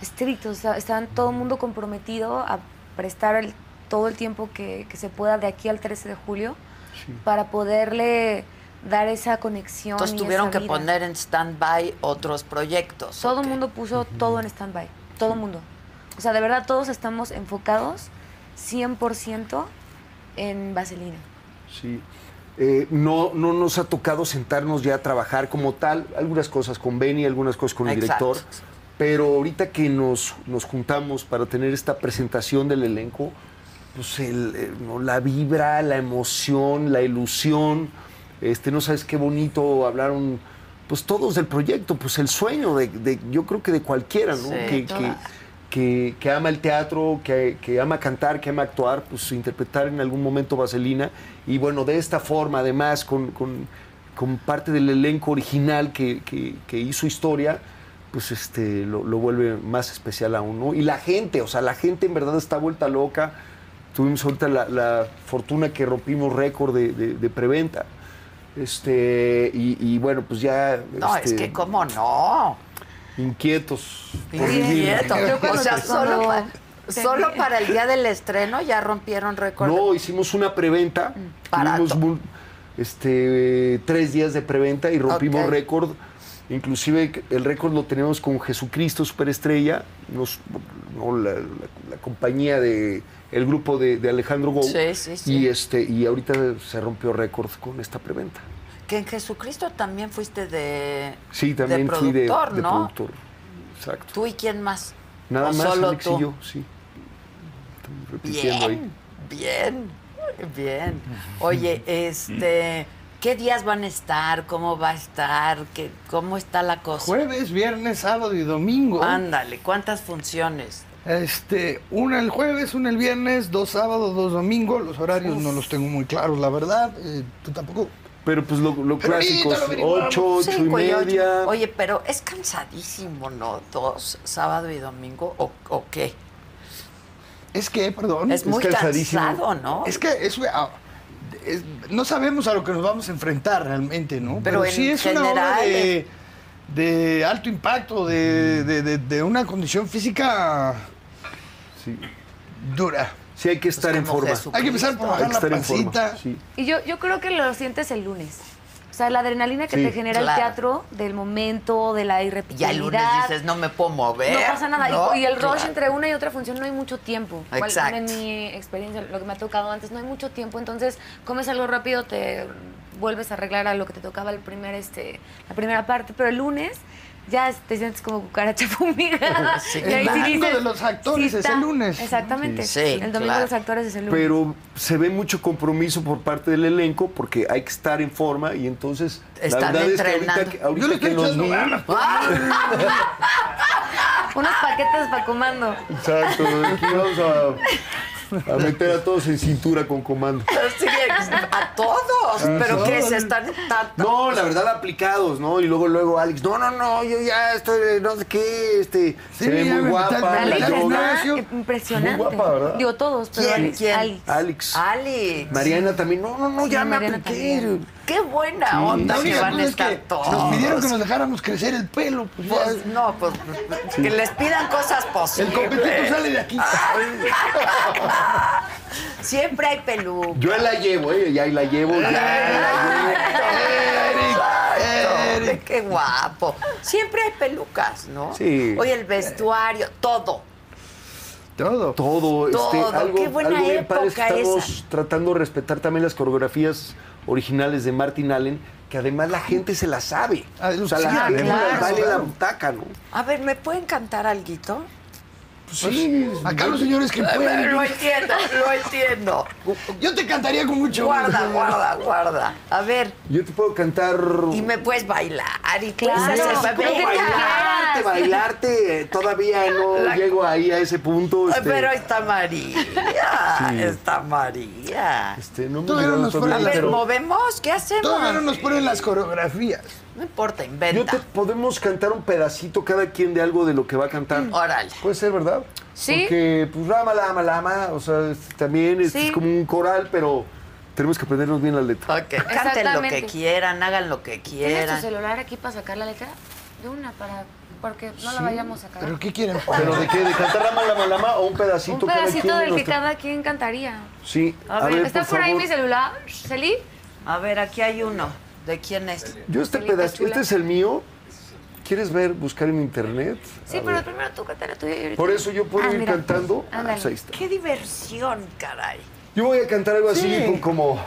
Speaker 2: estrictos. o sea, Están todo el mundo comprometido a prestar el- todo el tiempo que, que se pueda de aquí al 13 de julio para poderle dar esa conexión.
Speaker 1: Entonces
Speaker 2: y
Speaker 1: tuvieron
Speaker 2: esa
Speaker 1: que
Speaker 2: vida.
Speaker 1: poner en stand-by otros proyectos.
Speaker 2: Todo
Speaker 1: ¿o
Speaker 2: el
Speaker 1: qué?
Speaker 2: mundo puso todo en stand-by. Todo el mundo. O sea, de verdad, todos estamos enfocados 100% en Vaselina.
Speaker 4: Sí. Eh, no, no nos ha tocado sentarnos ya a trabajar como tal, algunas cosas con Benny, algunas cosas con el
Speaker 1: Exacto.
Speaker 4: director, pero ahorita que nos, nos juntamos para tener esta presentación del elenco, pues el, eh, no, la vibra, la emoción, la ilusión, este, no sabes qué bonito hablaron, pues todos del proyecto, pues el sueño de, de- yo creo que de cualquiera, ¿no?
Speaker 1: Sí,
Speaker 4: que, que,
Speaker 1: todas.
Speaker 4: que- que ama el teatro, que, que ama cantar, que ama actuar, pues interpretar en algún momento Vaselina. Y bueno, de esta forma, además, con, con- con parte del elenco original que, que- que hizo historia, pues este, lo, lo vuelve más especial aún, ¿no? Y la gente, o sea, la gente en verdad está vuelta loca. Tuvimos ahorita la, la fortuna que rompimos récord de, de- de preventa. Este, y, y bueno, pues ya.
Speaker 1: No,
Speaker 4: este,
Speaker 1: es que cómo no.
Speaker 4: Inquietos. por vivir.
Speaker 1: Inquieto.
Speaker 2: Yo
Speaker 1: O
Speaker 2: cuando-
Speaker 1: sea, solo,
Speaker 2: cuando
Speaker 1: pa-
Speaker 2: tenía-
Speaker 1: solo para el día del estreno ya rompieron récord.
Speaker 4: No, hicimos una
Speaker 1: Mm,
Speaker 4: preventa.
Speaker 1: Para
Speaker 4: Tuvimos
Speaker 1: to-
Speaker 4: mu- este, tres días de preventa y rompimos
Speaker 1: Ok.
Speaker 4: récord. Inclusive que el récord lo tenemos con Jesucristo Superestrella, nos- no, la, la- la compañía de el grupo de, de Alejandro Gou.
Speaker 1: Sí, sí, sí.
Speaker 4: Y este, y ahorita se rompió récord con esta preventa.
Speaker 1: Que en Jesucristo también fuiste de,
Speaker 4: Sí, también
Speaker 1: de
Speaker 4: fui de,
Speaker 1: productor,
Speaker 4: de
Speaker 1: ¿no?
Speaker 4: productor. Exacto.
Speaker 1: ¿Tú y quién más?
Speaker 4: Nada
Speaker 1: ¿O
Speaker 4: más
Speaker 1: solo
Speaker 4: Alex
Speaker 1: tú?
Speaker 4: y yo, sí. Estamos repitiendo ahí.
Speaker 1: Bien, bien, bien. Oye, este, ¿qué días van a estar? ¿Cómo va a estar? ¿Qué, ¿Cómo está la cosa?
Speaker 5: Jueves, viernes, sábado y domingo.
Speaker 1: Ándale, ¿cuántas funciones?
Speaker 5: Este, una el jueves, una el viernes, dos sábados, dos domingos. Los horarios no los tengo muy claros, la verdad. Eh, tú tampoco.
Speaker 4: Pero pues lo, lo
Speaker 5: Pero ahorita
Speaker 4: clásico,
Speaker 5: lo averiguamos.
Speaker 4: ocho, ocho y
Speaker 1: Cinco y ocho.
Speaker 4: media.
Speaker 1: Oye, pero es cansadísimo, ¿no? Dos, sábado y domingo, ¿o, o qué?
Speaker 5: Es que, perdón.
Speaker 1: Es muy
Speaker 4: cansadísimo.
Speaker 1: cansado, ¿no?
Speaker 5: Es que es- ah, es- no sabemos a lo que nos vamos a enfrentar realmente, ¿no?
Speaker 1: Pero en
Speaker 5: sí es una
Speaker 1: general,
Speaker 5: obra de, de alto impacto, de, de- de- de una condición física
Speaker 4: Sí,
Speaker 5: dura.
Speaker 4: Sí, hay que estar en
Speaker 1: como
Speaker 4: forma.
Speaker 1: Jesús.
Speaker 5: Hay que empezar por
Speaker 4: Hay
Speaker 5: bajar
Speaker 4: que
Speaker 5: la
Speaker 4: estar en
Speaker 5: pancita.
Speaker 4: forma. Sí.
Speaker 2: Y yo, yo creo que lo sientes el lunes. O sea, la adrenalina que
Speaker 4: Sí.
Speaker 2: te genera
Speaker 1: Claro.
Speaker 2: el teatro, del momento, de la irrepetibilidad.
Speaker 1: Ya el lunes dices, no me puedo mover.
Speaker 2: No pasa nada. Y-
Speaker 1: ¿no?
Speaker 2: Y el rush
Speaker 1: Claro.
Speaker 2: entre una y otra función no hay mucho tiempo. Cual-
Speaker 1: Exacto.
Speaker 2: En mi experiencia, lo que me ha tocado antes, no hay mucho tiempo. Entonces, comes algo rápido, te vuelves a arreglar a lo que te tocaba el primer, este, la primera parte. Pero el lunes ya es- te sientes como cucaracha fumigada.
Speaker 1: Sí,
Speaker 2: Y ahí
Speaker 5: El domingo
Speaker 2: dices,
Speaker 5: de los actores es
Speaker 2: está-
Speaker 5: el lunes.
Speaker 2: Exactamente.
Speaker 1: Sí,
Speaker 2: el domingo
Speaker 1: claro.
Speaker 2: de los actores es el lunes.
Speaker 4: Pero se ve mucho compromiso por parte del elenco porque hay que estar en forma y entonces
Speaker 1: Están
Speaker 4: la verdad es
Speaker 1: entrenando.
Speaker 4: que ahorita, que- ahorita
Speaker 5: Yo le
Speaker 4: que
Speaker 5: estoy
Speaker 4: los
Speaker 5: echando
Speaker 4: vi-
Speaker 5: ganas.
Speaker 2: Unos paquetes para comando.
Speaker 4: Exacto, aquí vamos a, a meter a todos en cintura con comando.
Speaker 1: Pero sí, a todos. pero que se están tanto.
Speaker 4: No, la verdad aplicados, ¿no? Y luego luego Alex, no, no, no, yo ya estoy, no sé qué, este, se ve
Speaker 5: ya
Speaker 4: muy
Speaker 5: me
Speaker 4: guapa.
Speaker 5: metí al-
Speaker 4: la
Speaker 2: Alex
Speaker 5: Alex
Speaker 4: yoga.
Speaker 2: está
Speaker 5: Ignacio.
Speaker 2: eh, impresionante.
Speaker 4: Muy guapa, ¿verdad?
Speaker 2: Digo todos, pero
Speaker 1: ¿Quién?
Speaker 2: Alex,
Speaker 1: ¿Quién?
Speaker 2: Alex.
Speaker 4: Alex.
Speaker 1: Alex.
Speaker 4: Mariana también, no, no, no, ya
Speaker 2: Sí,
Speaker 4: me
Speaker 2: Mariana
Speaker 4: apliqué.
Speaker 2: también.
Speaker 1: Qué buena onda
Speaker 5: La
Speaker 1: que
Speaker 5: única
Speaker 1: van a
Speaker 5: cosa pues es
Speaker 1: estar
Speaker 5: que
Speaker 1: todos.
Speaker 5: nos pidieron que nos dejáramos crecer el pelo. Pues, ya
Speaker 1: Pues no, pues que les pidan cosas
Speaker 5: El
Speaker 1: posibles.
Speaker 5: competito sale de aquí.
Speaker 1: Siempre hay peluca.
Speaker 4: Yo la llevo, eh, ya ahí la llevo, ya la llevo.
Speaker 1: Ah, Eric, Eric. Qué guapo. Siempre hay pelucas, ¿no?
Speaker 4: Sí.
Speaker 1: Oye, el vestuario, todo.
Speaker 5: Todo.
Speaker 4: Todo,
Speaker 1: Todo,
Speaker 4: este, algo,
Speaker 1: qué buena
Speaker 4: algo bien padre es que
Speaker 1: época
Speaker 4: estamos
Speaker 1: esa.
Speaker 4: tratando de respetar también las coreografías originales de Martin Allen, que además la gente se las sabe.
Speaker 5: Ah,
Speaker 4: o sea,
Speaker 5: sí,
Speaker 4: la gente
Speaker 5: claro,
Speaker 4: las baila en la
Speaker 5: claro.
Speaker 4: butaca, ¿no?
Speaker 1: A ver, ¿me pueden cantar alguito?
Speaker 5: Pues Sí. Acá los señores que pueden.
Speaker 1: Lo entiendo, lo entiendo.
Speaker 5: Yo te cantaría con mucho
Speaker 1: Guarda,
Speaker 5: gusto.
Speaker 1: guarda, guarda. A ver,
Speaker 4: Yo te puedo cantar.
Speaker 1: y me puedes bailar y
Speaker 2: Claro,
Speaker 1: puedes hacer
Speaker 2: ¿cómo
Speaker 1: papel.
Speaker 4: bailarte, bailarte. eh, Todavía no llego ahí a ese punto.
Speaker 1: Ay,
Speaker 4: Este,
Speaker 1: Pero está María,
Speaker 4: Sí.
Speaker 1: está María.
Speaker 4: este, no me
Speaker 5: Todavía no
Speaker 4: llegaron
Speaker 5: nos
Speaker 4: todavía,
Speaker 1: A ver,
Speaker 4: pero
Speaker 1: movemos, ¿qué hacemos?
Speaker 5: Todavía no nos ponen las coreografías.
Speaker 1: No importa,
Speaker 4: Yo
Speaker 1: inventa.
Speaker 4: te podemos cantar un pedacito cada quien de algo de lo que va a cantar.
Speaker 1: Órale.
Speaker 4: Puede ser, ¿verdad?
Speaker 2: Sí.
Speaker 4: Porque, pues, rama, lama, lama. O sea, este, también este
Speaker 2: Sí.
Speaker 4: es como un coral, pero tenemos que aprendernos bien la letra.
Speaker 1: Ok, canten lo que
Speaker 2: Exactamente.
Speaker 1: quieran, hagan lo que
Speaker 2: ¿Tienes tu
Speaker 1: quieran.
Speaker 2: celular aquí para sacar la letra? De una, para porque no la vayamos a cagar.
Speaker 5: ¿Pero qué quieren?
Speaker 4: ¿Pero de qué? ¿De cantar rama, lama, lama o un
Speaker 2: Ah. Un
Speaker 4: pedacito, cada quien?
Speaker 2: pedacito
Speaker 4: de
Speaker 2: del que
Speaker 4: nuestra-
Speaker 2: cada quien cantaría.
Speaker 4: Sí. A,
Speaker 2: A ver,
Speaker 4: ver,
Speaker 2: ¿Está por, ahí
Speaker 4: favor.
Speaker 2: mi celular, Celi?
Speaker 1: A ver, aquí hay uno. ¿De quién es?
Speaker 4: Yo este
Speaker 2: Celita
Speaker 4: pedacito,
Speaker 2: chula.
Speaker 4: este es el mío. ¿Quieres ver, buscar en internet?
Speaker 2: Sí,
Speaker 4: A
Speaker 2: pero
Speaker 4: ver.
Speaker 2: primero tú canta la tuya y ahorita-
Speaker 4: Por eso yo puedo
Speaker 2: Ah,
Speaker 4: ir
Speaker 2: mira.
Speaker 4: cantando. Ah,
Speaker 2: Ándale.
Speaker 4: pues ahí está.
Speaker 1: Qué diversión, caray.
Speaker 4: Yo voy a cantar algo así con como.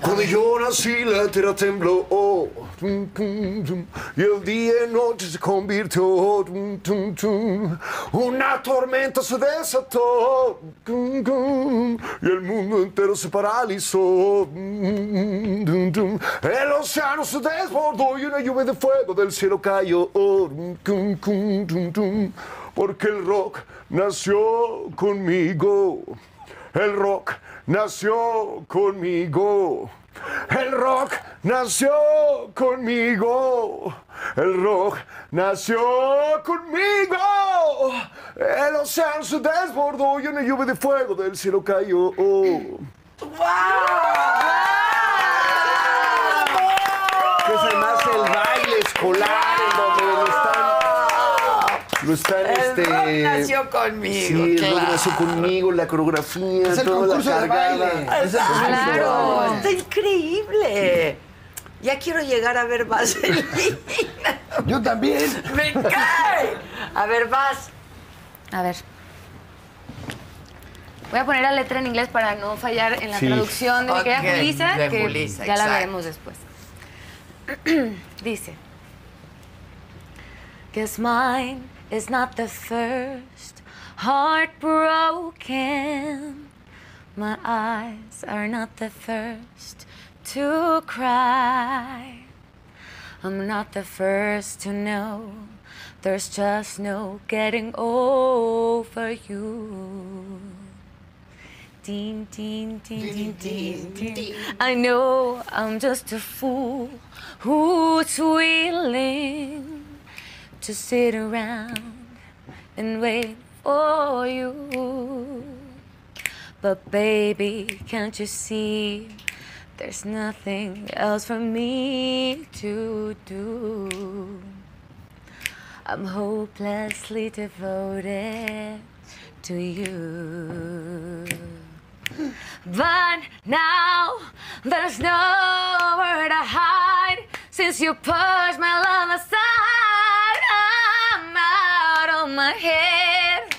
Speaker 4: Cuando yo nací la tierra tembló oh, tum, tum, tum, y el día en noche se convirtió tum, tum, tum. una tormenta se desató tum, tum, y el mundo entero se paralizó tum, tum, tum. el océano se desbordó y una lluvia de fuego del cielo cayó oh, tum, tum, tum, tum, porque el rock nació conmigo el rock nació conmigo. El rock nació conmigo. El rock nació conmigo. El océano se desbordó y una lluvia de fuego del cielo cayó. Que es además el baile escolar en donde lo están. Lo están
Speaker 1: El
Speaker 4: este.
Speaker 1: rock nació conmigo.
Speaker 4: Sí, el
Speaker 1: claro.
Speaker 4: rock nació conmigo, la coreografía,
Speaker 5: Es el
Speaker 4: toda la
Speaker 5: concurso de
Speaker 4: cargada.
Speaker 5: baile.
Speaker 4: Es el concurso de
Speaker 2: Claro.
Speaker 4: baile.
Speaker 1: Está increíble. Ya quiero llegar a ver Vaselina.
Speaker 5: Yo también.
Speaker 1: ¡Me cae! A ver, vas.
Speaker 2: A ver. Voy a poner la letra en inglés para no fallar en la
Speaker 4: Sí.
Speaker 2: traducción de mi querida
Speaker 1: Ok,
Speaker 2: Julisa,
Speaker 1: de
Speaker 2: que
Speaker 1: Julisa,
Speaker 2: ya la
Speaker 1: exacto.
Speaker 2: veremos después. Dice. Guess mine is not the first heartbroken. My eyes are not the first to cry. I'm not the first to know. There's just no getting over you. Ding, ding, ding, ding, ding, ding. I know I'm just a fool who's willing to sit around and wait for you. But baby, can't you see? There's nothing else for me to do. I'm hopelessly devoted to you. But now there's nowhere to hide since you pushed my love aside. I'm out of my head,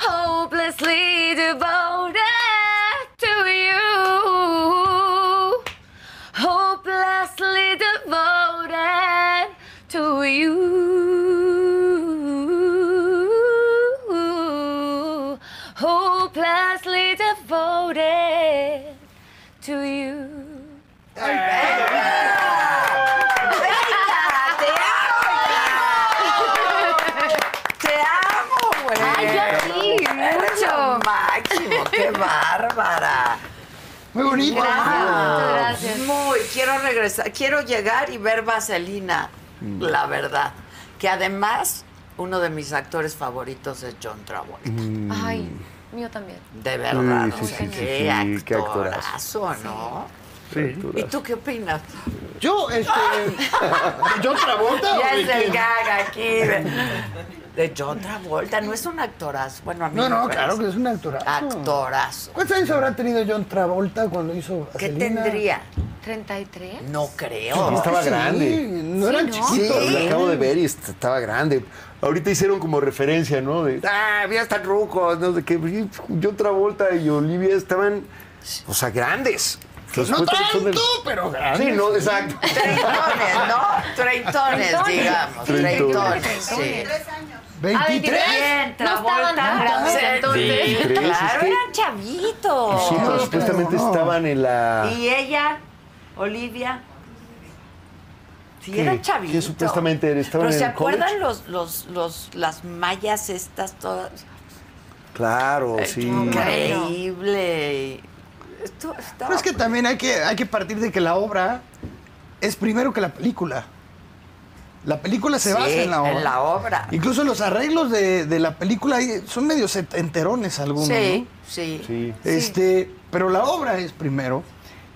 Speaker 2: hopelessly devoted to you hopelessly devoted to you. Hopelessly devoted to you.
Speaker 1: ¡Te amo, güey!
Speaker 2: Ay, yo a ti,
Speaker 1: Eres lo
Speaker 2: mucho.
Speaker 1: máximo! ¡Qué bárbara!
Speaker 5: Muy bonito.
Speaker 4: Ah.
Speaker 2: Muchas gracias.
Speaker 1: Muy, quiero regresar, quiero llegar y ver Vaselina,
Speaker 4: Mm.
Speaker 1: la verdad. Que además, uno de mis actores favoritos es John Travolta.
Speaker 2: Ay, mío también.
Speaker 1: De verdad,
Speaker 4: Sí, sí,
Speaker 1: o sea,
Speaker 4: sí, sí,
Speaker 1: qué
Speaker 4: sí, qué
Speaker 1: actorazo, ¿no? ¿Y tú qué opinas?
Speaker 5: Yo, este. ¿Yo Travolta? o
Speaker 1: Ya
Speaker 5: de
Speaker 1: es el
Speaker 5: quién?
Speaker 1: gag aquí de, de John Travolta, no es un actorazo. Bueno, a mí
Speaker 5: No, no,
Speaker 1: me
Speaker 5: claro que
Speaker 1: parece.
Speaker 5: es un actorazo.
Speaker 1: Actorazo.
Speaker 5: ¿Cuántos años habrá tenido John Travolta cuando hizo
Speaker 1: ¿Qué
Speaker 5: Vaselina?
Speaker 1: tendría?
Speaker 2: ¿33?
Speaker 1: No creo.
Speaker 4: Sí, Estaba
Speaker 5: Sí,
Speaker 4: grande.
Speaker 5: No era
Speaker 2: ¿no?
Speaker 5: chiquito.
Speaker 4: Lo acabo de ver y est- estaba grande. Ahorita hicieron como referencia, ¿no? De, ah, mira, están rucos, no sé qué. Y John Travolta y Olivia estaban, o sea, grandes. Los
Speaker 5: No
Speaker 4: cuentan que son de-
Speaker 5: tanto, pero grande.
Speaker 4: Sí, no, exacto.
Speaker 1: Treintones, ¿no? Treintones,
Speaker 2: Treintones.
Speaker 1: digamos.
Speaker 4: Treintones.
Speaker 1: Treintones, sí.
Speaker 2: Ah,
Speaker 5: 23.
Speaker 2: 23. No estaban tan grandes entonces.
Speaker 4: ¿Crees? Es
Speaker 1: Claro,
Speaker 4: que-
Speaker 1: eran chavitos.
Speaker 4: Sí, pues, ah. pero
Speaker 5: no,
Speaker 4: supuestamente
Speaker 5: no.
Speaker 4: estaban en la...
Speaker 1: Y ella, Olivia. Sí,
Speaker 4: ¿Qué?
Speaker 1: era chavito.
Speaker 4: ¿Qué supuestamente era? ¿Estaban
Speaker 1: Pero
Speaker 4: en
Speaker 1: ¿se
Speaker 4: el college?
Speaker 1: acuerdan los, los, los, las mallas estas todas?
Speaker 4: Claro, sí.
Speaker 1: Increíble. Esto estaba...
Speaker 5: Pero es que también hay que, hay que partir de que la obra es primero que la película. La película se
Speaker 1: Sí,
Speaker 5: basa en la obra.
Speaker 1: En la obra.
Speaker 5: Incluso los arreglos de, de la película ahí son medio enterones algunos.
Speaker 1: Sí, sí.
Speaker 4: Sí.
Speaker 5: ¿no? Este, pero la obra es primero.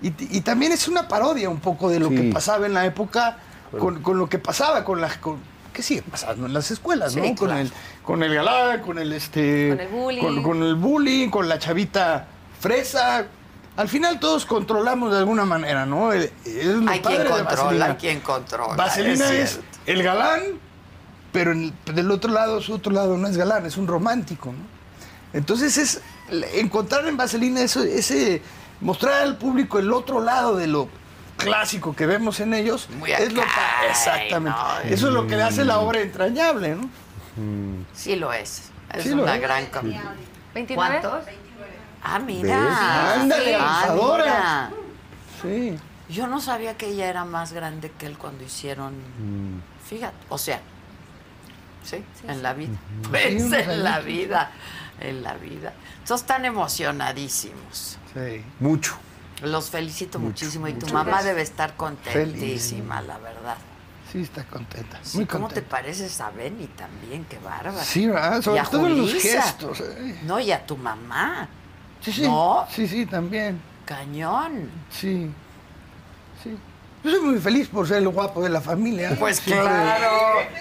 Speaker 5: Y, t- y también es una parodia un poco de lo
Speaker 4: Sí.
Speaker 5: que pasaba en la época, con, con lo que pasaba con las. Con, que sigue pasando en las escuelas,
Speaker 1: Sí,
Speaker 5: ¿no? Con
Speaker 1: claro.
Speaker 5: el, con el galán, con el este.
Speaker 2: Con el bullying.
Speaker 5: Con, con el bullying, con la chavita fresa. Al final todos controlamos de alguna manera, ¿no? El- es lo
Speaker 1: Hay
Speaker 5: padre
Speaker 1: quien
Speaker 5: de
Speaker 1: controla,
Speaker 5: Vaselina.
Speaker 1: hay quien controla.
Speaker 5: Vaselina es,
Speaker 1: cierto.
Speaker 5: el galán, pero en- del otro lado, su otro lado no es galán, es un romántico, ¿no? Entonces es l- encontrar en Vaselina eso, ese, mostrar al público el otro lado de lo clásico que vemos en ellos.
Speaker 1: Muy
Speaker 5: es lo
Speaker 1: acá,
Speaker 5: pa- Exactamente.
Speaker 1: ay, no.
Speaker 5: Eso es lo que le hace la obra entrañable, ¿no?
Speaker 1: Sí lo es. Es
Speaker 5: Sí lo
Speaker 1: una
Speaker 5: es.
Speaker 1: gran comedia.
Speaker 2: ¿29?
Speaker 1: ¿Cuántos? Ah, mira.
Speaker 4: ¿Ves?
Speaker 5: Ándale,
Speaker 1: Ah,
Speaker 5: abusadora.
Speaker 1: mira.
Speaker 5: Sí.
Speaker 1: Yo no sabía que ella era más grande que él cuando hicieron.
Speaker 5: Mm.
Speaker 1: Fíjate, o sea, sí, en la vida. Pues, en la vida, en la vida. Entonces están emocionadísimos.
Speaker 5: Sí.
Speaker 4: Mucho.
Speaker 1: Los felicito muchísimo y tu mamá debe estar contentísima, la verdad.
Speaker 5: Sí, está contenta.
Speaker 1: Sí,
Speaker 5: muy
Speaker 1: ¿Cómo te
Speaker 5: contenta.
Speaker 1: pareces a Benny también? Qué bárbaro.
Speaker 5: Sí, ¿verdad?
Speaker 1: Y
Speaker 5: Sobre
Speaker 1: a
Speaker 5: todo en los
Speaker 1: Julisa.
Speaker 5: gestos. eh.
Speaker 1: No, y a tu mamá.
Speaker 5: Sí, sí.
Speaker 1: ¿No?
Speaker 5: Sí, sí, también.
Speaker 1: Cañón.
Speaker 5: Sí. Sí. Yo soy muy feliz por ser el guapo de la familia.
Speaker 1: Pues
Speaker 5: Siempre
Speaker 1: claro.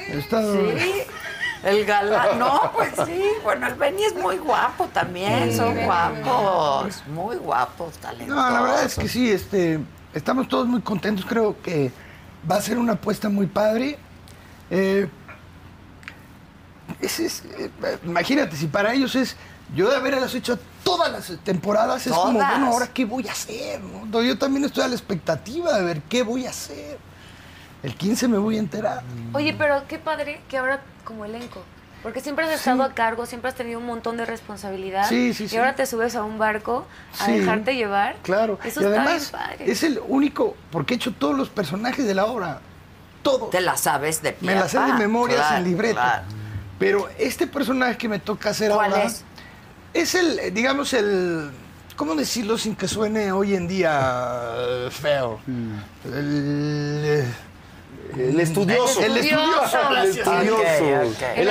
Speaker 5: he estado-
Speaker 1: Sí. El galán, no, pues sí. Bueno, el Benny es muy guapo también. Son guapos, muy guapos, talentosos.
Speaker 5: No, la verdad es que sí, este, estamos todos muy contentos. Creo que va a ser una apuesta muy padre. Eh, es- es- eh, imagínate, si para ellos es. Yo de haberlas hecho todas las temporadas, es como,
Speaker 1: Todas.
Speaker 5: bueno, ahora qué voy a hacer. no? No, Yo también estoy a la expectativa de ver qué voy a hacer. El 15 me voy a enterar.
Speaker 2: Oye, pero qué padre que ahora como elenco. Porque siempre has estado a cargo, siempre has tenido un montón de responsabilidad.
Speaker 5: Sí, sí,
Speaker 2: y
Speaker 5: sí.
Speaker 2: ahora te subes a un barco a
Speaker 5: Sí.
Speaker 2: dejarte llevar.
Speaker 5: Claro.
Speaker 2: Eso
Speaker 5: y
Speaker 2: está
Speaker 5: además,
Speaker 2: bien padre.
Speaker 5: es el único, porque he hecho todos los personajes de la obra. Todos.
Speaker 1: Te la sabes de pie
Speaker 5: me
Speaker 1: a
Speaker 5: las sé de
Speaker 1: pa.
Speaker 5: memoria
Speaker 1: Claro,
Speaker 5: sin libreto.
Speaker 1: claro.
Speaker 5: Pero este personaje que me toca hacer
Speaker 1: ¿Cuál
Speaker 5: ahora
Speaker 1: es?
Speaker 5: es el, eh, digamos, el. ¿Cómo decirlo sin que suene hoy en día eh, feo?
Speaker 1: Mm.
Speaker 5: El, eh,
Speaker 4: El estudioso.
Speaker 5: El estudioso.
Speaker 4: El estudioso.
Speaker 1: Ah, Ok, ok.
Speaker 4: El
Speaker 2: El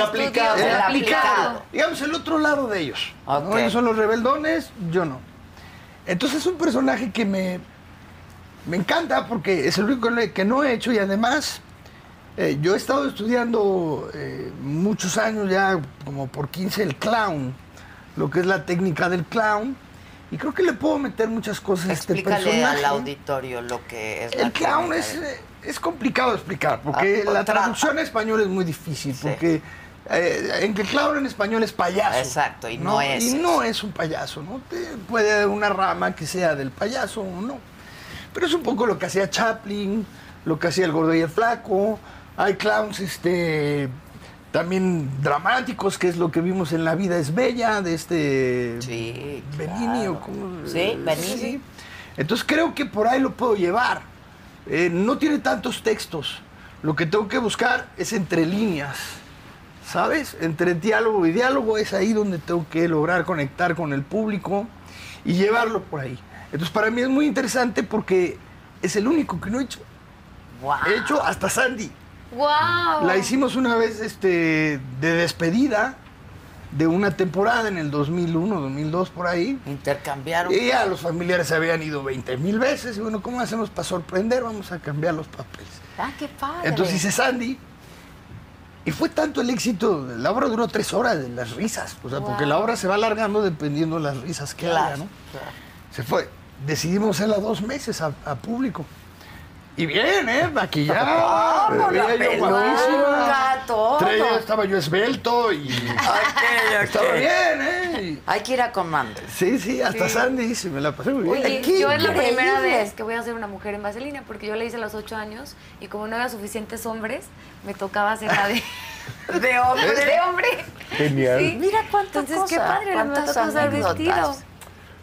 Speaker 2: estudioso.
Speaker 4: aplicado.
Speaker 5: el
Speaker 1: El
Speaker 5: aplicado.
Speaker 1: aplicado.
Speaker 5: Digamos, el otro lado de ellos. ¿no?
Speaker 1: Ok.
Speaker 5: Ellos son los rebeldones, yo no. Entonces es un personaje que me, me encanta porque es el único que no he hecho y además Eh, yo he estado estudiando eh, muchos años, ya como por 15, el clown, lo que es la técnica del clown. Y creo que le puedo meter muchas cosas a este
Speaker 1: Explícale
Speaker 5: personaje.
Speaker 1: al auditorio lo que es la
Speaker 5: El clown
Speaker 1: técnica
Speaker 5: es,
Speaker 1: de-
Speaker 5: eh, es complicado de explicar, porque
Speaker 1: Ah,
Speaker 5: la
Speaker 1: otra-
Speaker 5: traducción a español es muy difícil, porque eh, en que clown en español es payaso.
Speaker 1: Exacto, y no es
Speaker 5: Y
Speaker 1: eso.
Speaker 5: no es un payaso, ¿no? Te- puede haber una rama que sea del payaso o no. Pero es un poco lo que hacía Chaplin, lo que hacía el gordo y el flaco. Hay clowns este, también dramáticos, que es lo que vimos en La vida es bella, de este
Speaker 1: Sí,
Speaker 5: Benigni o
Speaker 1: claro.
Speaker 5: cómo-
Speaker 1: Sí, Benigni.
Speaker 5: Sí. Entonces creo que por ahí lo puedo llevar. Eh, no tiene tantos textos. Lo que tengo que buscar es entre líneas, ¿sabes? Entre diálogo y diálogo es ahí donde tengo que lograr conectar con el público y llevarlo por ahí. Entonces para mí es muy interesante porque es el único que no he hecho.
Speaker 1: Guau.
Speaker 5: He hecho hasta Sandy.
Speaker 2: ¡Wow!
Speaker 5: La hicimos una vez este, de despedida de una temporada en el 2001, 2002 por ahí.
Speaker 1: Intercambiaron.
Speaker 5: Y ya los familiares se habían ido 20 mil veces. Y bueno, ¿cómo hacemos para sorprender? Vamos a cambiar los papeles.
Speaker 1: Ah, qué padre.
Speaker 5: Entonces hice Sandy. Y fue tanto el éxito, la obra duró tres horas de las risas. O sea, porque la obra se va alargando dependiendo de las risas que haya,
Speaker 1: claro,
Speaker 5: ¿no?
Speaker 1: claro.
Speaker 5: Se fue. Decidimos hacerla dos meses a, a público. Y bien, ¿eh? Maquillada.
Speaker 1: Vamos, la
Speaker 5: veía yo guapísima.
Speaker 1: peluca, todo.
Speaker 5: Traía- Estaba yo esbelto y estaba bien, ¿eh?
Speaker 1: Hay que ir a comando.
Speaker 5: Y- sí, sí, hasta Sandy se me la pasé muy bien.
Speaker 2: Oye,
Speaker 1: Qué
Speaker 2: yo es la primera
Speaker 1: increíble.
Speaker 2: vez que voy a ser una mujer en vaselina, porque yo la hice a los ocho años y como no había suficientes hombres, me tocaba hacer la de, de hombre. De hombre.
Speaker 4: Genial.
Speaker 1: Mira cuántas
Speaker 2: Entonces, qué
Speaker 1: cosas,
Speaker 2: padre, me
Speaker 1: cuántas
Speaker 2: tocó usar
Speaker 1: anécdotas.
Speaker 2: vestido.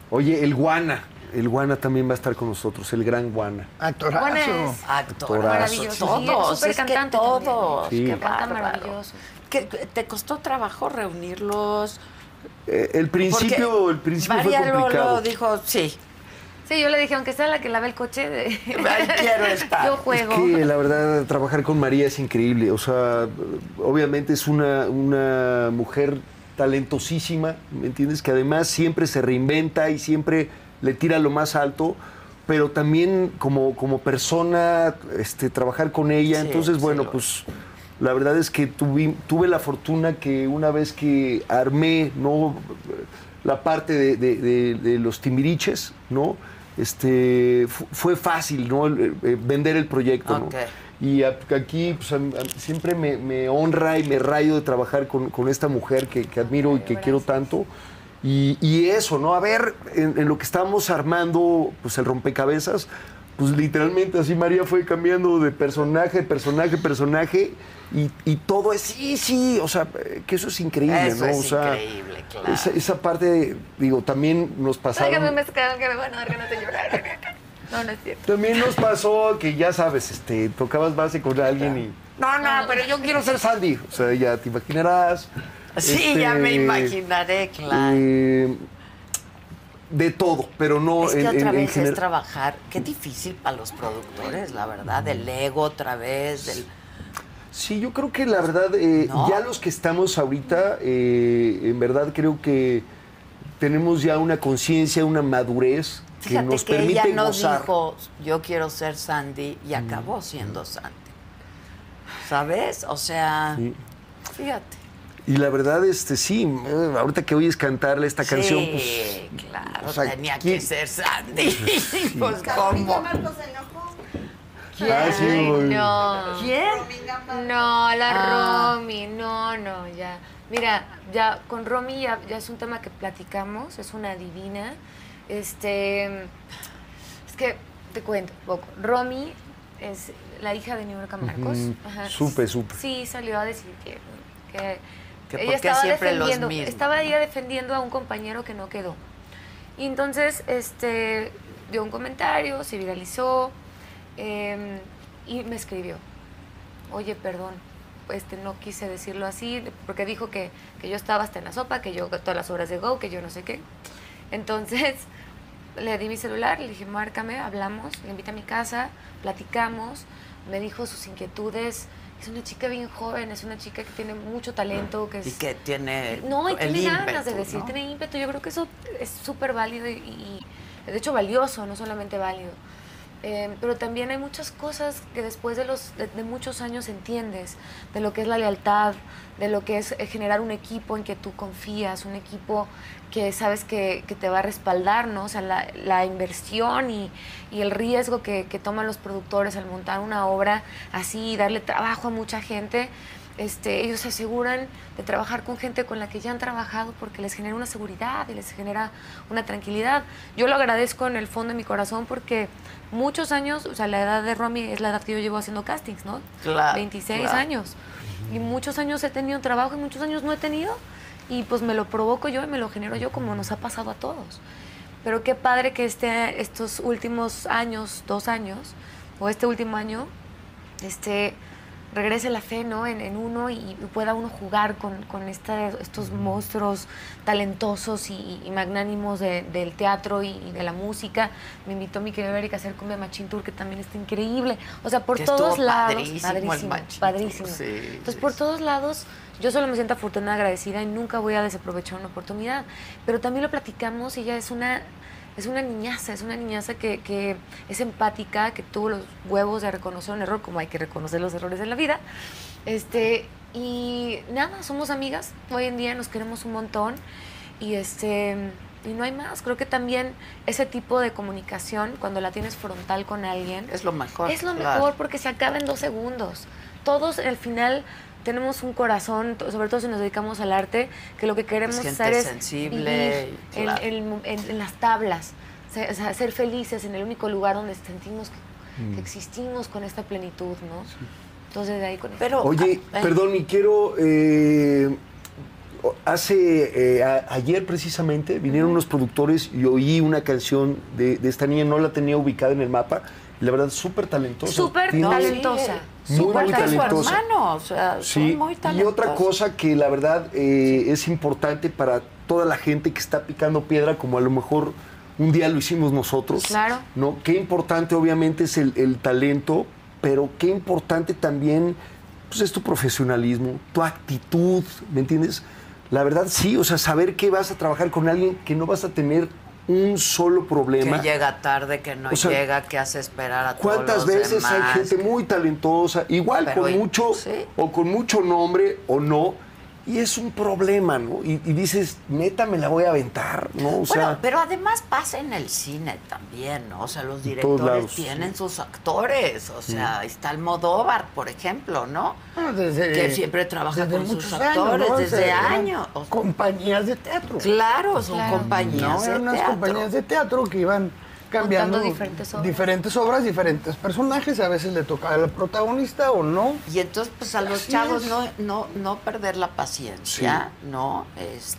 Speaker 4: Oye, el Guana. El Guana también va a estar con nosotros, el gran Guana.
Speaker 5: Actorazo.
Speaker 2: Bueno, es-
Speaker 1: Actor,
Speaker 2: Maravilloso.
Speaker 1: todos,
Speaker 2: Súper
Speaker 1: es que
Speaker 2: cantante
Speaker 1: todos,
Speaker 4: también. Sí.
Speaker 1: qué
Speaker 2: Canta
Speaker 1: bárbaro.
Speaker 2: maravilloso.
Speaker 1: ¿Qué- ¿Te costó trabajo reunirlos?
Speaker 4: Eh, el principio,
Speaker 1: Porque
Speaker 4: el principio fue
Speaker 1: María Lolo
Speaker 4: complicado.
Speaker 1: dijo, sí,
Speaker 2: Sí, yo le dije, aunque sea la que lave el coche, de-
Speaker 1: Ay, quiero estar.
Speaker 2: yo
Speaker 4: Es
Speaker 2: juego.
Speaker 4: que la verdad, trabajar con María es increíble. O sea, obviamente es una, una mujer talentosísima, ¿me entiendes? Que además siempre se reinventa y siempre le tira lo más alto, pero también como, como persona, este, trabajar con ella.
Speaker 1: Sí,
Speaker 4: Entonces,
Speaker 1: sí,
Speaker 4: bueno,
Speaker 1: lo-
Speaker 4: pues la verdad es que tuvi- tuve la fortuna que una vez que armé, ¿no? la parte de, de- de- de los timbiriches, ¿no? Este, fu- fue fácil, ¿no? El- eh, Vender el proyecto, ¿no?
Speaker 1: Ok.
Speaker 4: Y a- aquí pues, a- a- siempre me, me honra y me rayo de trabajar con, con esta mujer que, que admiro y que quiero tanto. Y, y eso, ¿no? A ver, en, en lo que estábamos armando, pues el rompecabezas, pues literalmente así María fue cambiando de personaje, personaje, personaje, y, y todo es sí, sí, o sea, que eso es increíble,
Speaker 1: Eso
Speaker 4: ¿no?
Speaker 1: es
Speaker 4: o sea,
Speaker 1: increíble, claro.
Speaker 4: Esa, esa parte, digo, también nos pasaron...
Speaker 2: Tráigame un mezcal que me van a dar ganas de llorar. No, no es cierto.
Speaker 4: También nos pasó que ya sabes, este, tocabas base con alguien y. No, no, pero yo quiero ser Sandy. O sea, ya te imaginarás.
Speaker 1: sí,
Speaker 4: Este,
Speaker 1: ya me imaginaré, claro.
Speaker 4: eh, de todo, pero no
Speaker 1: es que
Speaker 4: en, en-
Speaker 1: otra
Speaker 4: en
Speaker 1: vez es
Speaker 4: general.
Speaker 1: trabajar, qué difícil para los productores, la verdad, el ego otra vez, del...
Speaker 4: Sí, yo creo que la verdad, eh,
Speaker 1: No.
Speaker 4: ya los que estamos ahorita, eh, en verdad creo que tenemos ya una conciencia, una madurez que
Speaker 1: Fíjate
Speaker 4: nos
Speaker 1: que,
Speaker 4: permite
Speaker 1: ella no
Speaker 4: gozar. Mm.
Speaker 1: dijo, yo quiero ser Sandy, y acabó siendo Sandy. ¿Sabes? O sea,
Speaker 4: Sí.
Speaker 1: fíjate.
Speaker 4: Y la verdad, este, sí, eh, ahorita que oyes cantarle esta canción,
Speaker 1: sí,
Speaker 4: pues
Speaker 1: claro,
Speaker 4: o sea,
Speaker 1: tenía
Speaker 4: ¿quién-
Speaker 1: que ser Sandy. pues, ¿cómo?
Speaker 4: Ah, sí, güey.
Speaker 2: No.
Speaker 1: ¿Quién?
Speaker 2: No, la
Speaker 4: Ah.
Speaker 2: Romy, no, no, ya. Mira, ya con Romy ya, ya es un tema que platicamos, es una divina. Este, es que te cuento un poco. Romy es la hija de New York Marcos.
Speaker 4: Ujú,
Speaker 2: Ajá.
Speaker 4: supe, supe.
Speaker 2: Sí, salió a decir que, que
Speaker 1: Que por
Speaker 2: ella
Speaker 1: qué
Speaker 2: estaba
Speaker 1: siempre los
Speaker 2: defendiendo,
Speaker 1: mismos,
Speaker 2: estaba ella defendiendo a un compañero que no quedó. Y entonces, este, dio un comentario, se viralizó eh, y me escribió. Oye, perdón, este, no quise decirlo así, porque dijo que, que yo estaba hasta en la sopa, que yo todas las horas de go, que yo no sé qué. Entonces, le di mi celular, le dije, márcame, hablamos, le invité a mi casa, platicamos, me dijo sus inquietudes. Es una chica bien joven, es una chica que tiene mucho talento, que es...
Speaker 1: Y que tiene
Speaker 2: No, y
Speaker 1: el
Speaker 2: tiene ganas
Speaker 1: ímpetu,
Speaker 2: de decir,
Speaker 1: ¿no?
Speaker 2: tiene ímpetu. Yo creo que eso es súper válido y, y- de hecho valioso, no solamente válido. Eh, pero también hay muchas cosas que después de, los, de, de muchos años entiendes, de lo que es la lealtad, de lo que es eh, generar un equipo en que tú confías, un equipo que sabes que, que te va a respaldar, ¿no? O sea, la, la inversión y, y el riesgo que, que toman los productores al montar una obra así y darle trabajo a mucha gente. Este, ellos se aseguran de trabajar con gente con la que ya han trabajado porque les genera una seguridad y les genera una tranquilidad. Yo lo agradezco en el fondo de mi corazón porque muchos años, o sea, la edad de Romy es la edad que yo llevo haciendo castings, ¿no?
Speaker 1: Claro,
Speaker 2: 26
Speaker 1: Ah, claro.
Speaker 2: años. Y muchos años he tenido trabajo y muchos años no he tenido. Y pues me lo provoco yo y me lo genero yo como nos ha pasado a todos. Pero qué padre que este, estos últimos años, dos años, o este último año, este, regrese la fe ¿no? en, en uno y, y pueda uno jugar con, con esta- estos monstruos talentosos y, y magnánimos de- del teatro y, y de la música. Me invitó mi querido Erika a hacer Cumbia Machín Tour, que también está increíble. O sea, por
Speaker 1: Que estuvo
Speaker 2: todos lados.
Speaker 1: padrísimo el Machín Tour,
Speaker 2: padrísimo.
Speaker 1: sí,
Speaker 2: Entonces,
Speaker 1: sí,
Speaker 2: por
Speaker 1: sí.
Speaker 2: todos lados, yo solo me siento afortunada, agradecida y nunca voy a desaprovechar una oportunidad. Pero también lo platicamos y ella es una, es una niñaza, es una niñaza que, que es empática, que tuvo los huevos de reconocer un error, como hay que reconocer los errores en la vida. Este, y nada, somos amigas. Hoy en día nos queremos un montón. Y este. Y no hay más. Creo que también ese tipo de comunicación, cuando la tienes frontal con alguien,
Speaker 1: Es lo mejor.
Speaker 2: es lo
Speaker 1: claro.
Speaker 2: mejor porque se acaba en dos segundos. Todos al final tenemos un corazón, to- sobre todo si nos dedicamos al arte, que lo que queremos
Speaker 1: gente
Speaker 2: hacer es
Speaker 1: sensible,
Speaker 2: vivir
Speaker 1: y claro.
Speaker 2: en, en el mo- en- en las tablas, se- o sea, ser felices en el único lugar donde sentimos que,
Speaker 4: Mm.
Speaker 2: que existimos con esta plenitud, ¿no? Entonces de ahí con
Speaker 1: Pero,
Speaker 4: Oye,
Speaker 1: ah, eh,
Speaker 4: perdón, y quiero. eh, hace. eh, a- ayer precisamente vinieron unos productores y oí una canción de, de esta niña, no la tenía ubicada en el mapa. y La verdad, súper talentosa.
Speaker 2: Súper
Speaker 4: Tiene-
Speaker 2: talentosa.
Speaker 4: Muy,
Speaker 1: su
Speaker 4: muy
Speaker 1: cuarto es su
Speaker 4: talentosa.
Speaker 1: hermano, o sea,
Speaker 4: Sí,
Speaker 1: son muy
Speaker 4: y
Speaker 1: talentosos.
Speaker 4: otra cosa que la verdad eh, es importante para toda la gente que está picando piedra, como a lo mejor un día lo hicimos nosotros.
Speaker 2: Claro.
Speaker 4: ¿no? Qué importante obviamente es el, el talento, pero qué importante también pues, es tu profesionalismo, tu actitud, ¿me entiendes? La verdad sí, o sea, saber que vas a trabajar con alguien que no vas a tener un solo problema.
Speaker 1: Que llega tarde, que no
Speaker 4: O sea,
Speaker 1: llega, que hace esperar a
Speaker 4: ¿Cuántas
Speaker 1: todos los
Speaker 4: veces hay
Speaker 1: demás?
Speaker 4: gente muy talentosa, igual
Speaker 1: Pero
Speaker 4: con
Speaker 1: y-
Speaker 4: mucho
Speaker 1: sí.
Speaker 4: o con mucho nombre o no, y es un problema, ¿no? Y, y dices, neta, me la voy a aventar, ¿no? O
Speaker 1: Bueno,
Speaker 4: sea,
Speaker 1: pero además pasa en el cine también, ¿no? O sea, los
Speaker 4: En todos
Speaker 1: directores
Speaker 4: lados, Mm.
Speaker 1: tienen sus actores, o sea, está Almodóvar, por ejemplo, ¿no?
Speaker 5: Bueno, Ah, desde-
Speaker 1: que siempre trabaja
Speaker 5: desde
Speaker 1: con sus
Speaker 5: muchos años,
Speaker 1: actores
Speaker 5: ¿no?
Speaker 1: desde
Speaker 5: Se- eran
Speaker 1: años. O sea,
Speaker 5: Compañías de teatro.
Speaker 1: claro, son
Speaker 5: No,
Speaker 1: compañías
Speaker 5: eran
Speaker 1: de
Speaker 5: unas
Speaker 1: teatro.
Speaker 5: compañías de teatro que iban cambiando
Speaker 2: Montando diferentes obras.
Speaker 5: diferentes obras, diferentes personajes. A veces le tocaba al protagonista o no.
Speaker 1: Y entonces, pues a los
Speaker 5: Así
Speaker 1: chavos
Speaker 5: es.
Speaker 1: no, no, no perder la paciencia, ¿no?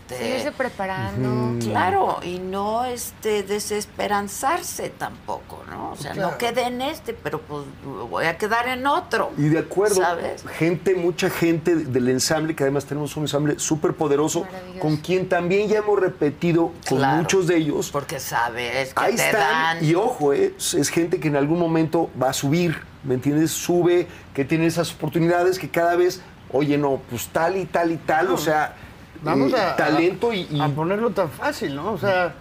Speaker 2: seguirse
Speaker 1: Este.
Speaker 2: preparando.
Speaker 4: Mm.
Speaker 1: Claro, y no este desesperanzarse tampoco, ¿no? O sea, no
Speaker 5: Claro.
Speaker 1: quedé en este, pero pues voy a quedar en otro.
Speaker 4: y de acuerdo,
Speaker 1: ¿Sabes?
Speaker 4: gente, mucha gente del ensamble, que además tenemos un ensamble súper poderoso,
Speaker 2: Maravilloso.
Speaker 4: con quien también ya hemos repetido con
Speaker 1: Claro.
Speaker 4: muchos de ellos.
Speaker 1: Porque sabes que
Speaker 4: Ahí
Speaker 1: te
Speaker 4: están,
Speaker 1: dan.
Speaker 4: y ojo, eh, es, es gente que en algún momento va a subir, ¿me entiendes? Sube, que tiene esas oportunidades que cada vez, oye, no, pues tal y tal y tal, o sea,
Speaker 5: Vamos
Speaker 4: eh,
Speaker 5: a, a-
Speaker 4: talento y, y-
Speaker 5: a ponerlo tan fácil, ¿no? O sea,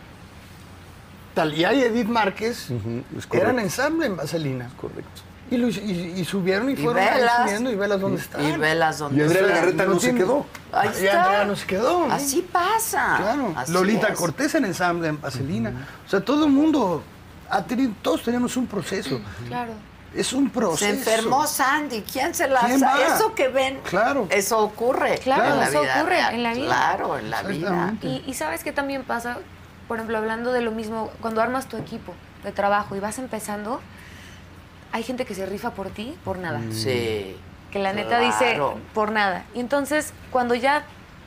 Speaker 5: Talía y Edith Márquez
Speaker 4: es correcto.
Speaker 5: eran ensamble en Vaselina.
Speaker 4: Correcto.
Speaker 5: Y, lo- y- y subieron y,
Speaker 1: Y
Speaker 5: fueron ahí
Speaker 1: velas.
Speaker 5: subiendo y velas dónde están.
Speaker 1: Y velas
Speaker 4: Y
Speaker 1: donde
Speaker 4: Andrea
Speaker 1: están.
Speaker 4: Legarreta no, se
Speaker 5: tiene-
Speaker 4: quedó.
Speaker 1: Ahí
Speaker 5: Y
Speaker 1: está.
Speaker 5: Andrea nos quedó. ¿no?
Speaker 1: Así pasa.
Speaker 5: Claro.
Speaker 1: Así
Speaker 5: Lolita
Speaker 1: es.
Speaker 5: Cortés en ensamble en Vaselina. O sea, todo el mundo, ha tenido- todos tenemos un proceso.
Speaker 2: Claro.
Speaker 5: Es un proceso.
Speaker 1: Se enfermó Sandy. ¿Quién se la
Speaker 5: ¿Quién
Speaker 1: sa-
Speaker 5: va?
Speaker 1: Eso que ven.
Speaker 5: Claro.
Speaker 1: Eso ocurre.
Speaker 2: Claro,
Speaker 1: en la
Speaker 2: eso
Speaker 1: vida
Speaker 2: ocurre
Speaker 1: real.
Speaker 2: en la vida.
Speaker 1: Claro, en la vida.
Speaker 5: Exactamente.
Speaker 2: Y, y sabes que también pasa, por ejemplo, hablando de lo mismo, cuando armas tu equipo de trabajo y vas empezando, hay gente que se rifa por ti, por nada.
Speaker 1: Mm. Sí.
Speaker 2: Que la neta dice,
Speaker 1: Claro.
Speaker 2: por nada. Y entonces, cuando ya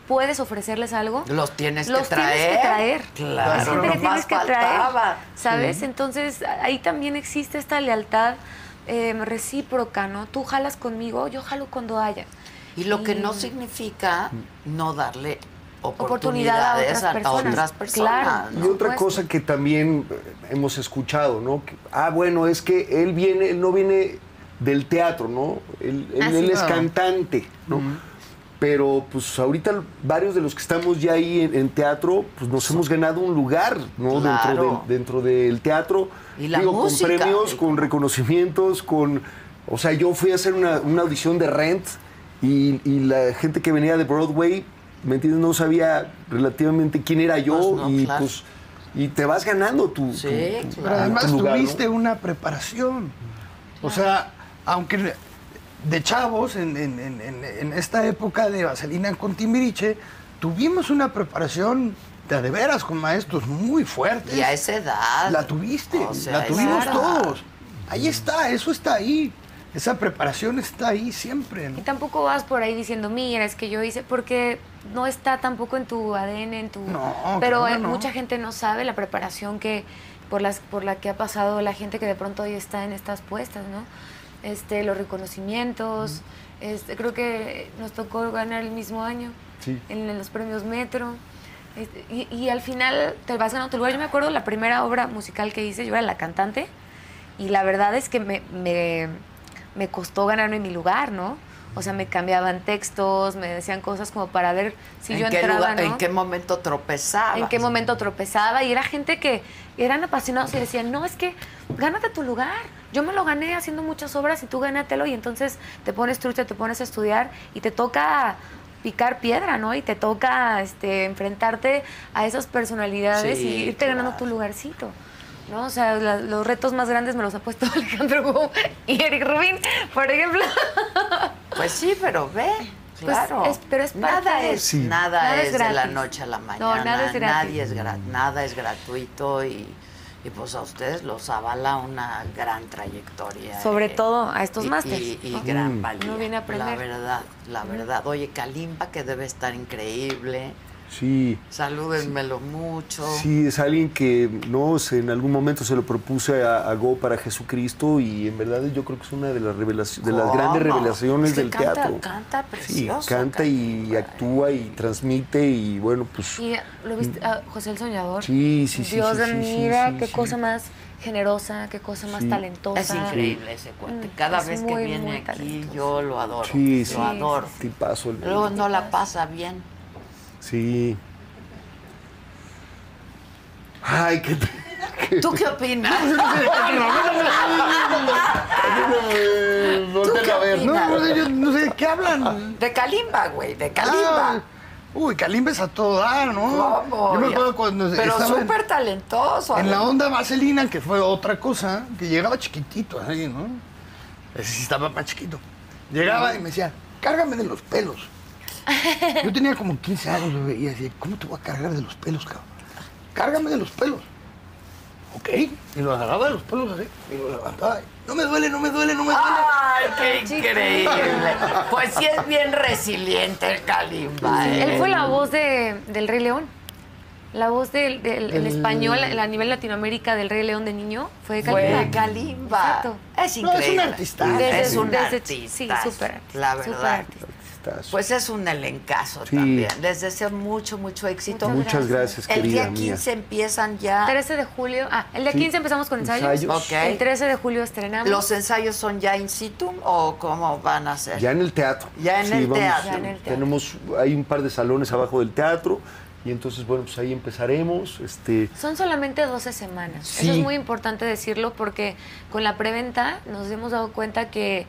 Speaker 2: puedes ofrecerles algo,
Speaker 1: Los tienes
Speaker 2: los
Speaker 1: que traer.
Speaker 2: tienes que traer.
Speaker 1: Claro.
Speaker 2: Es gente que
Speaker 1: nomás
Speaker 2: tienes que
Speaker 1: faltaba.
Speaker 2: traer. ¿Sabes? Entonces, a- ahí también existe esta lealtad eh, recíproca, ¿no? Tú jalas conmigo, yo jalo cuando haya.
Speaker 1: Y lo que no
Speaker 2: Y-
Speaker 1: significa no darle
Speaker 2: Mm. Oportunidad a
Speaker 1: oportunidades
Speaker 2: otras
Speaker 1: a a otras personas.
Speaker 2: personas. Claro.
Speaker 4: Y
Speaker 1: ¿no?
Speaker 4: otra
Speaker 2: supuesto.
Speaker 4: cosa que también eh, hemos escuchado, ¿no? Que, ah, bueno, es que él viene, él no viene del teatro, ¿no? Él, él-
Speaker 2: Ah, sí.
Speaker 4: él es
Speaker 5: Claro.
Speaker 4: cantante, ¿no? Pero pues ahorita varios de los que estamos ya ahí en, en teatro, pues nos hemos ganado un lugar,
Speaker 1: Claro.
Speaker 4: ¿no? Dentro, del- dentro del teatro.
Speaker 1: Y la
Speaker 4: Digo,
Speaker 1: música.
Speaker 4: con premios, con reconocimientos, con. O sea, yo fui a hacer una, una audición de Rent y, y la gente que venía de Broadway, ¿me entiendes? No sabía relativamente quién era yo
Speaker 1: Pues no,
Speaker 4: y
Speaker 1: claro.
Speaker 4: pues. Y te vas ganando tu.
Speaker 1: Sí,
Speaker 4: tu- tu-
Speaker 1: claro.
Speaker 4: tu
Speaker 5: Además
Speaker 4: lugar, ¿no?
Speaker 5: tuviste una preparación. O sea, aunque de chavos, en, en- en- en- en esta época de Vaselina con Timbiriche, tuvimos una preparación de a de veras con maestros muy fuertes.
Speaker 1: Y a esa edad.
Speaker 5: La tuviste,
Speaker 1: Ah, O sea,
Speaker 5: la tuvimos
Speaker 1: esa-
Speaker 5: todos. Ahí está, eso está ahí. Esa preparación está ahí siempre. ¿no?
Speaker 2: Y tampoco vas por ahí diciendo, mira, es que yo hice, porque no está tampoco en tu ADN, en tu...
Speaker 5: No,
Speaker 2: Pero
Speaker 5: claro,
Speaker 2: eh,
Speaker 5: no.
Speaker 2: mucha gente no sabe la preparación que por, las, por la que ha pasado la gente que de pronto hoy está en estas puestas, ¿no? Este, los reconocimientos, este, creo que nos tocó ganar el mismo año
Speaker 4: Sí.
Speaker 2: en, en los premios Metro. este, y, y al final te vas ganando tu lugar. Yo me acuerdo la primera obra musical que hice, yo era la cantante. Y la verdad es que me, me, me costó ganarme mi lugar, ¿no? O sea, me cambiaban textos, me decían cosas como para ver si
Speaker 1: ¿En,
Speaker 2: yo
Speaker 1: qué
Speaker 2: entraba,
Speaker 1: lugar-
Speaker 2: ¿no?
Speaker 1: ¿En qué momento
Speaker 4: Ah,
Speaker 1: tropezaba?
Speaker 2: en qué momento tropezaba. Y era gente que eran apasionados y decían, no, es que gánate tu lugar. Yo me lo gané haciendo muchas obras y tú gánatelo. Y entonces te pones trucha, te pones a estudiar y te toca picar piedra, ¿no? Y te toca este, enfrentarte a esas personalidades
Speaker 1: Sí,
Speaker 2: y irte ganando
Speaker 1: claro.
Speaker 2: tu lugarcito. ¿No? O sea, la- los retos más grandes me los ha puesto Alejandro Gou y Eric Rubin, por ejemplo.
Speaker 1: Pues sí, pero ve.
Speaker 2: Pues
Speaker 1: Claro.
Speaker 2: es- pero es parte
Speaker 1: nada
Speaker 2: de-
Speaker 1: es,
Speaker 4: Sí.
Speaker 1: nada
Speaker 2: Nada es
Speaker 1: es de la
Speaker 2: gratis.
Speaker 1: noche a la
Speaker 2: No,
Speaker 1: mañana.
Speaker 2: nada es gratis.
Speaker 1: Nadie es gra- nada es gratuito y, y, pues a ustedes los avala una gran trayectoria. eh,
Speaker 2: Sobre todo a estos
Speaker 1: y-
Speaker 2: másters,
Speaker 1: Y, y
Speaker 2: ¿no?
Speaker 1: gran
Speaker 2: Mm.
Speaker 1: valía.
Speaker 2: Uno viene a aprender.
Speaker 1: La verdad, la verdad. Oye, Kalimba que debe estar increíble.
Speaker 4: Sí.
Speaker 1: Salúdenmelo mucho.
Speaker 4: Sí, es alguien que no sé, en algún momento se lo propuse a, a Go para Jesucristo y en verdad yo creo que es una de las revelaci- de las
Speaker 1: ¿Cómo?
Speaker 4: grandes revelaciones
Speaker 1: Es que
Speaker 4: del
Speaker 1: canta-
Speaker 4: teatro.
Speaker 1: canta precioso,
Speaker 4: Sí, canta y
Speaker 1: Kalimba.
Speaker 4: actúa y transmite y bueno, pues
Speaker 2: Y lo viste, a José el Soñador.
Speaker 4: Sí, sí, sí,
Speaker 2: Dios
Speaker 4: sí,
Speaker 2: de
Speaker 4: sí,
Speaker 2: mi
Speaker 4: sí,
Speaker 2: vida,
Speaker 4: sí,
Speaker 2: qué
Speaker 4: sí.
Speaker 2: cosa más generosa, qué cosa más
Speaker 4: Sí.
Speaker 2: talentosa.
Speaker 1: Es increíble ese cuate.
Speaker 2: Mm,
Speaker 1: Cada
Speaker 2: es
Speaker 1: vez que
Speaker 2: muy, muy
Speaker 1: viene aquí
Speaker 2: talentoso.
Speaker 1: yo lo adoro.
Speaker 4: sí, sí.
Speaker 1: Lo adoro.
Speaker 4: Te paso el
Speaker 1: Luego no la pasa bien.
Speaker 4: Sí. Ay, qué
Speaker 1: ¿Tú qué opinas?
Speaker 4: Eh, volten
Speaker 1: qué
Speaker 4: a ver.
Speaker 1: opinas?
Speaker 5: No, no sé, yo no sé de qué hablan.
Speaker 1: De Kalimba, güey, de Kalimba.
Speaker 5: Ah, uy, Kalimba es a todo dar, ¿no?
Speaker 1: ¿Cómo?
Speaker 5: Yo me acuerdo cuando
Speaker 1: Pero
Speaker 5: estaba en-
Speaker 1: súper talentoso.
Speaker 5: en, la
Speaker 1: además.
Speaker 5: onda vaselina, que fue otra cosa, que llegaba chiquitito ahí, ¿no? Ese sí estaba más chiquito. Llegaba y me decía, cárgame de los pelos. Yo tenía como 15 años lo veía, y decía, ¿cómo te voy a cargar de los pelos, cabrón? Cárgame de los pelos. Ok, y lo agarraba de los pelos así, y lo levantaba. No me duele, no me duele, no me duele.
Speaker 1: ¡Ay, qué increíble! Pues sí es bien resiliente el Kalimba. ¿eh?
Speaker 2: Él fue la voz de, del Rey León. La voz del, del- el español a nivel Latinoamérica del Rey León de niño fue de
Speaker 1: Fue
Speaker 2: Kalimba.
Speaker 1: Kalimba.
Speaker 2: Exacto.
Speaker 1: Es
Speaker 5: No, es un
Speaker 1: increíble.
Speaker 5: artista.
Speaker 2: Desde-
Speaker 1: es un
Speaker 2: desde
Speaker 1: artista.
Speaker 2: chi- sí, súper artista,
Speaker 1: La
Speaker 2: súper
Speaker 1: verdad.
Speaker 2: artista.
Speaker 4: Estás-
Speaker 1: Pues es un elencazo
Speaker 4: Sí.
Speaker 1: también. Les deseo mucho, mucho éxito.
Speaker 4: Muchas gracias,
Speaker 1: El
Speaker 4: querida
Speaker 1: día
Speaker 4: mía.
Speaker 1: 15 empiezan ya.
Speaker 2: 13 de julio. Ah, el día
Speaker 4: Sí.
Speaker 2: 15 empezamos con ensayos.
Speaker 4: Ensayos.
Speaker 1: Ok.
Speaker 2: El 13 de julio estrenamos.
Speaker 1: ¿Los ensayos son ya in situ o cómo van a ser?
Speaker 4: Ya en el teatro.
Speaker 1: Ya en el teatro.
Speaker 2: Ya en el teatro.
Speaker 4: Tenemos, hay un par de salones abajo del teatro y entonces, bueno, pues ahí empezaremos. Este,
Speaker 2: Son solamente 12 semanas.
Speaker 4: Sí.
Speaker 2: Eso es muy importante decirlo porque con la preventa nos hemos dado cuenta que,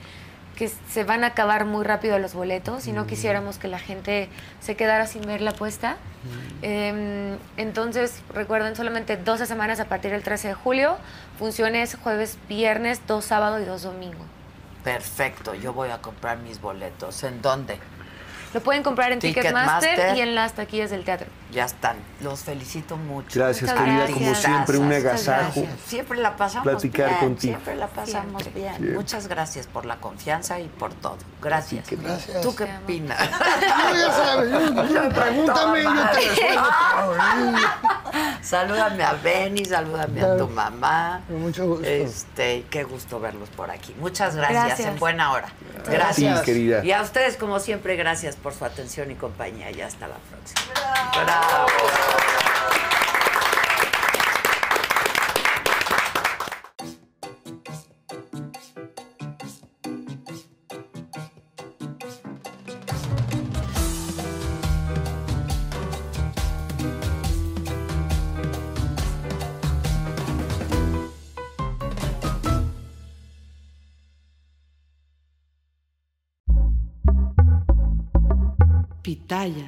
Speaker 2: que se van a acabar muy rápido los boletos y no quisiéramos que la gente se quedara sin ver la apuesta. Eh, entonces, recuerden, solamente 12 semanas a partir del 13 de julio. Funciones jueves, viernes, dos sábado y dos domingo.
Speaker 1: Perfecto, yo voy a comprar mis boletos. ¿En dónde?
Speaker 2: Lo pueden comprar en
Speaker 1: Ticketmaster.
Speaker 2: Ticketmaster, y en las taquillas del teatro.
Speaker 1: Ya están. Los felicito mucho.
Speaker 4: gracias,
Speaker 2: Muchas
Speaker 4: querida.
Speaker 2: gracias.
Speaker 4: Como siempre, un
Speaker 2: Muchas
Speaker 4: agasajo.
Speaker 2: gracias.
Speaker 1: Siempre la pasamos
Speaker 4: Platicar
Speaker 1: bien.
Speaker 4: contigo.
Speaker 1: Siempre la pasamos
Speaker 2: Siempre.
Speaker 1: bien. Muchas gracias por la confianza y por todo. Gracias.
Speaker 5: gracias.
Speaker 1: ¿Tú qué
Speaker 2: Te amo.
Speaker 1: opinas?
Speaker 5: No, ya sabes, yo- tú me pregúntame y yo te resuelvo. cabrón.
Speaker 1: salúdame a Benny, salúdame a tu mamá.
Speaker 5: Con mucho gusto.
Speaker 1: Este, qué gusto verlos por aquí. Muchas gracias,
Speaker 2: Gracias.
Speaker 1: en buena hora. Gracias.
Speaker 4: Sí, querida.
Speaker 1: Y a ustedes, como siempre, gracias por su atención y compañía. Y hasta la próxima. Bravo. Pitaya.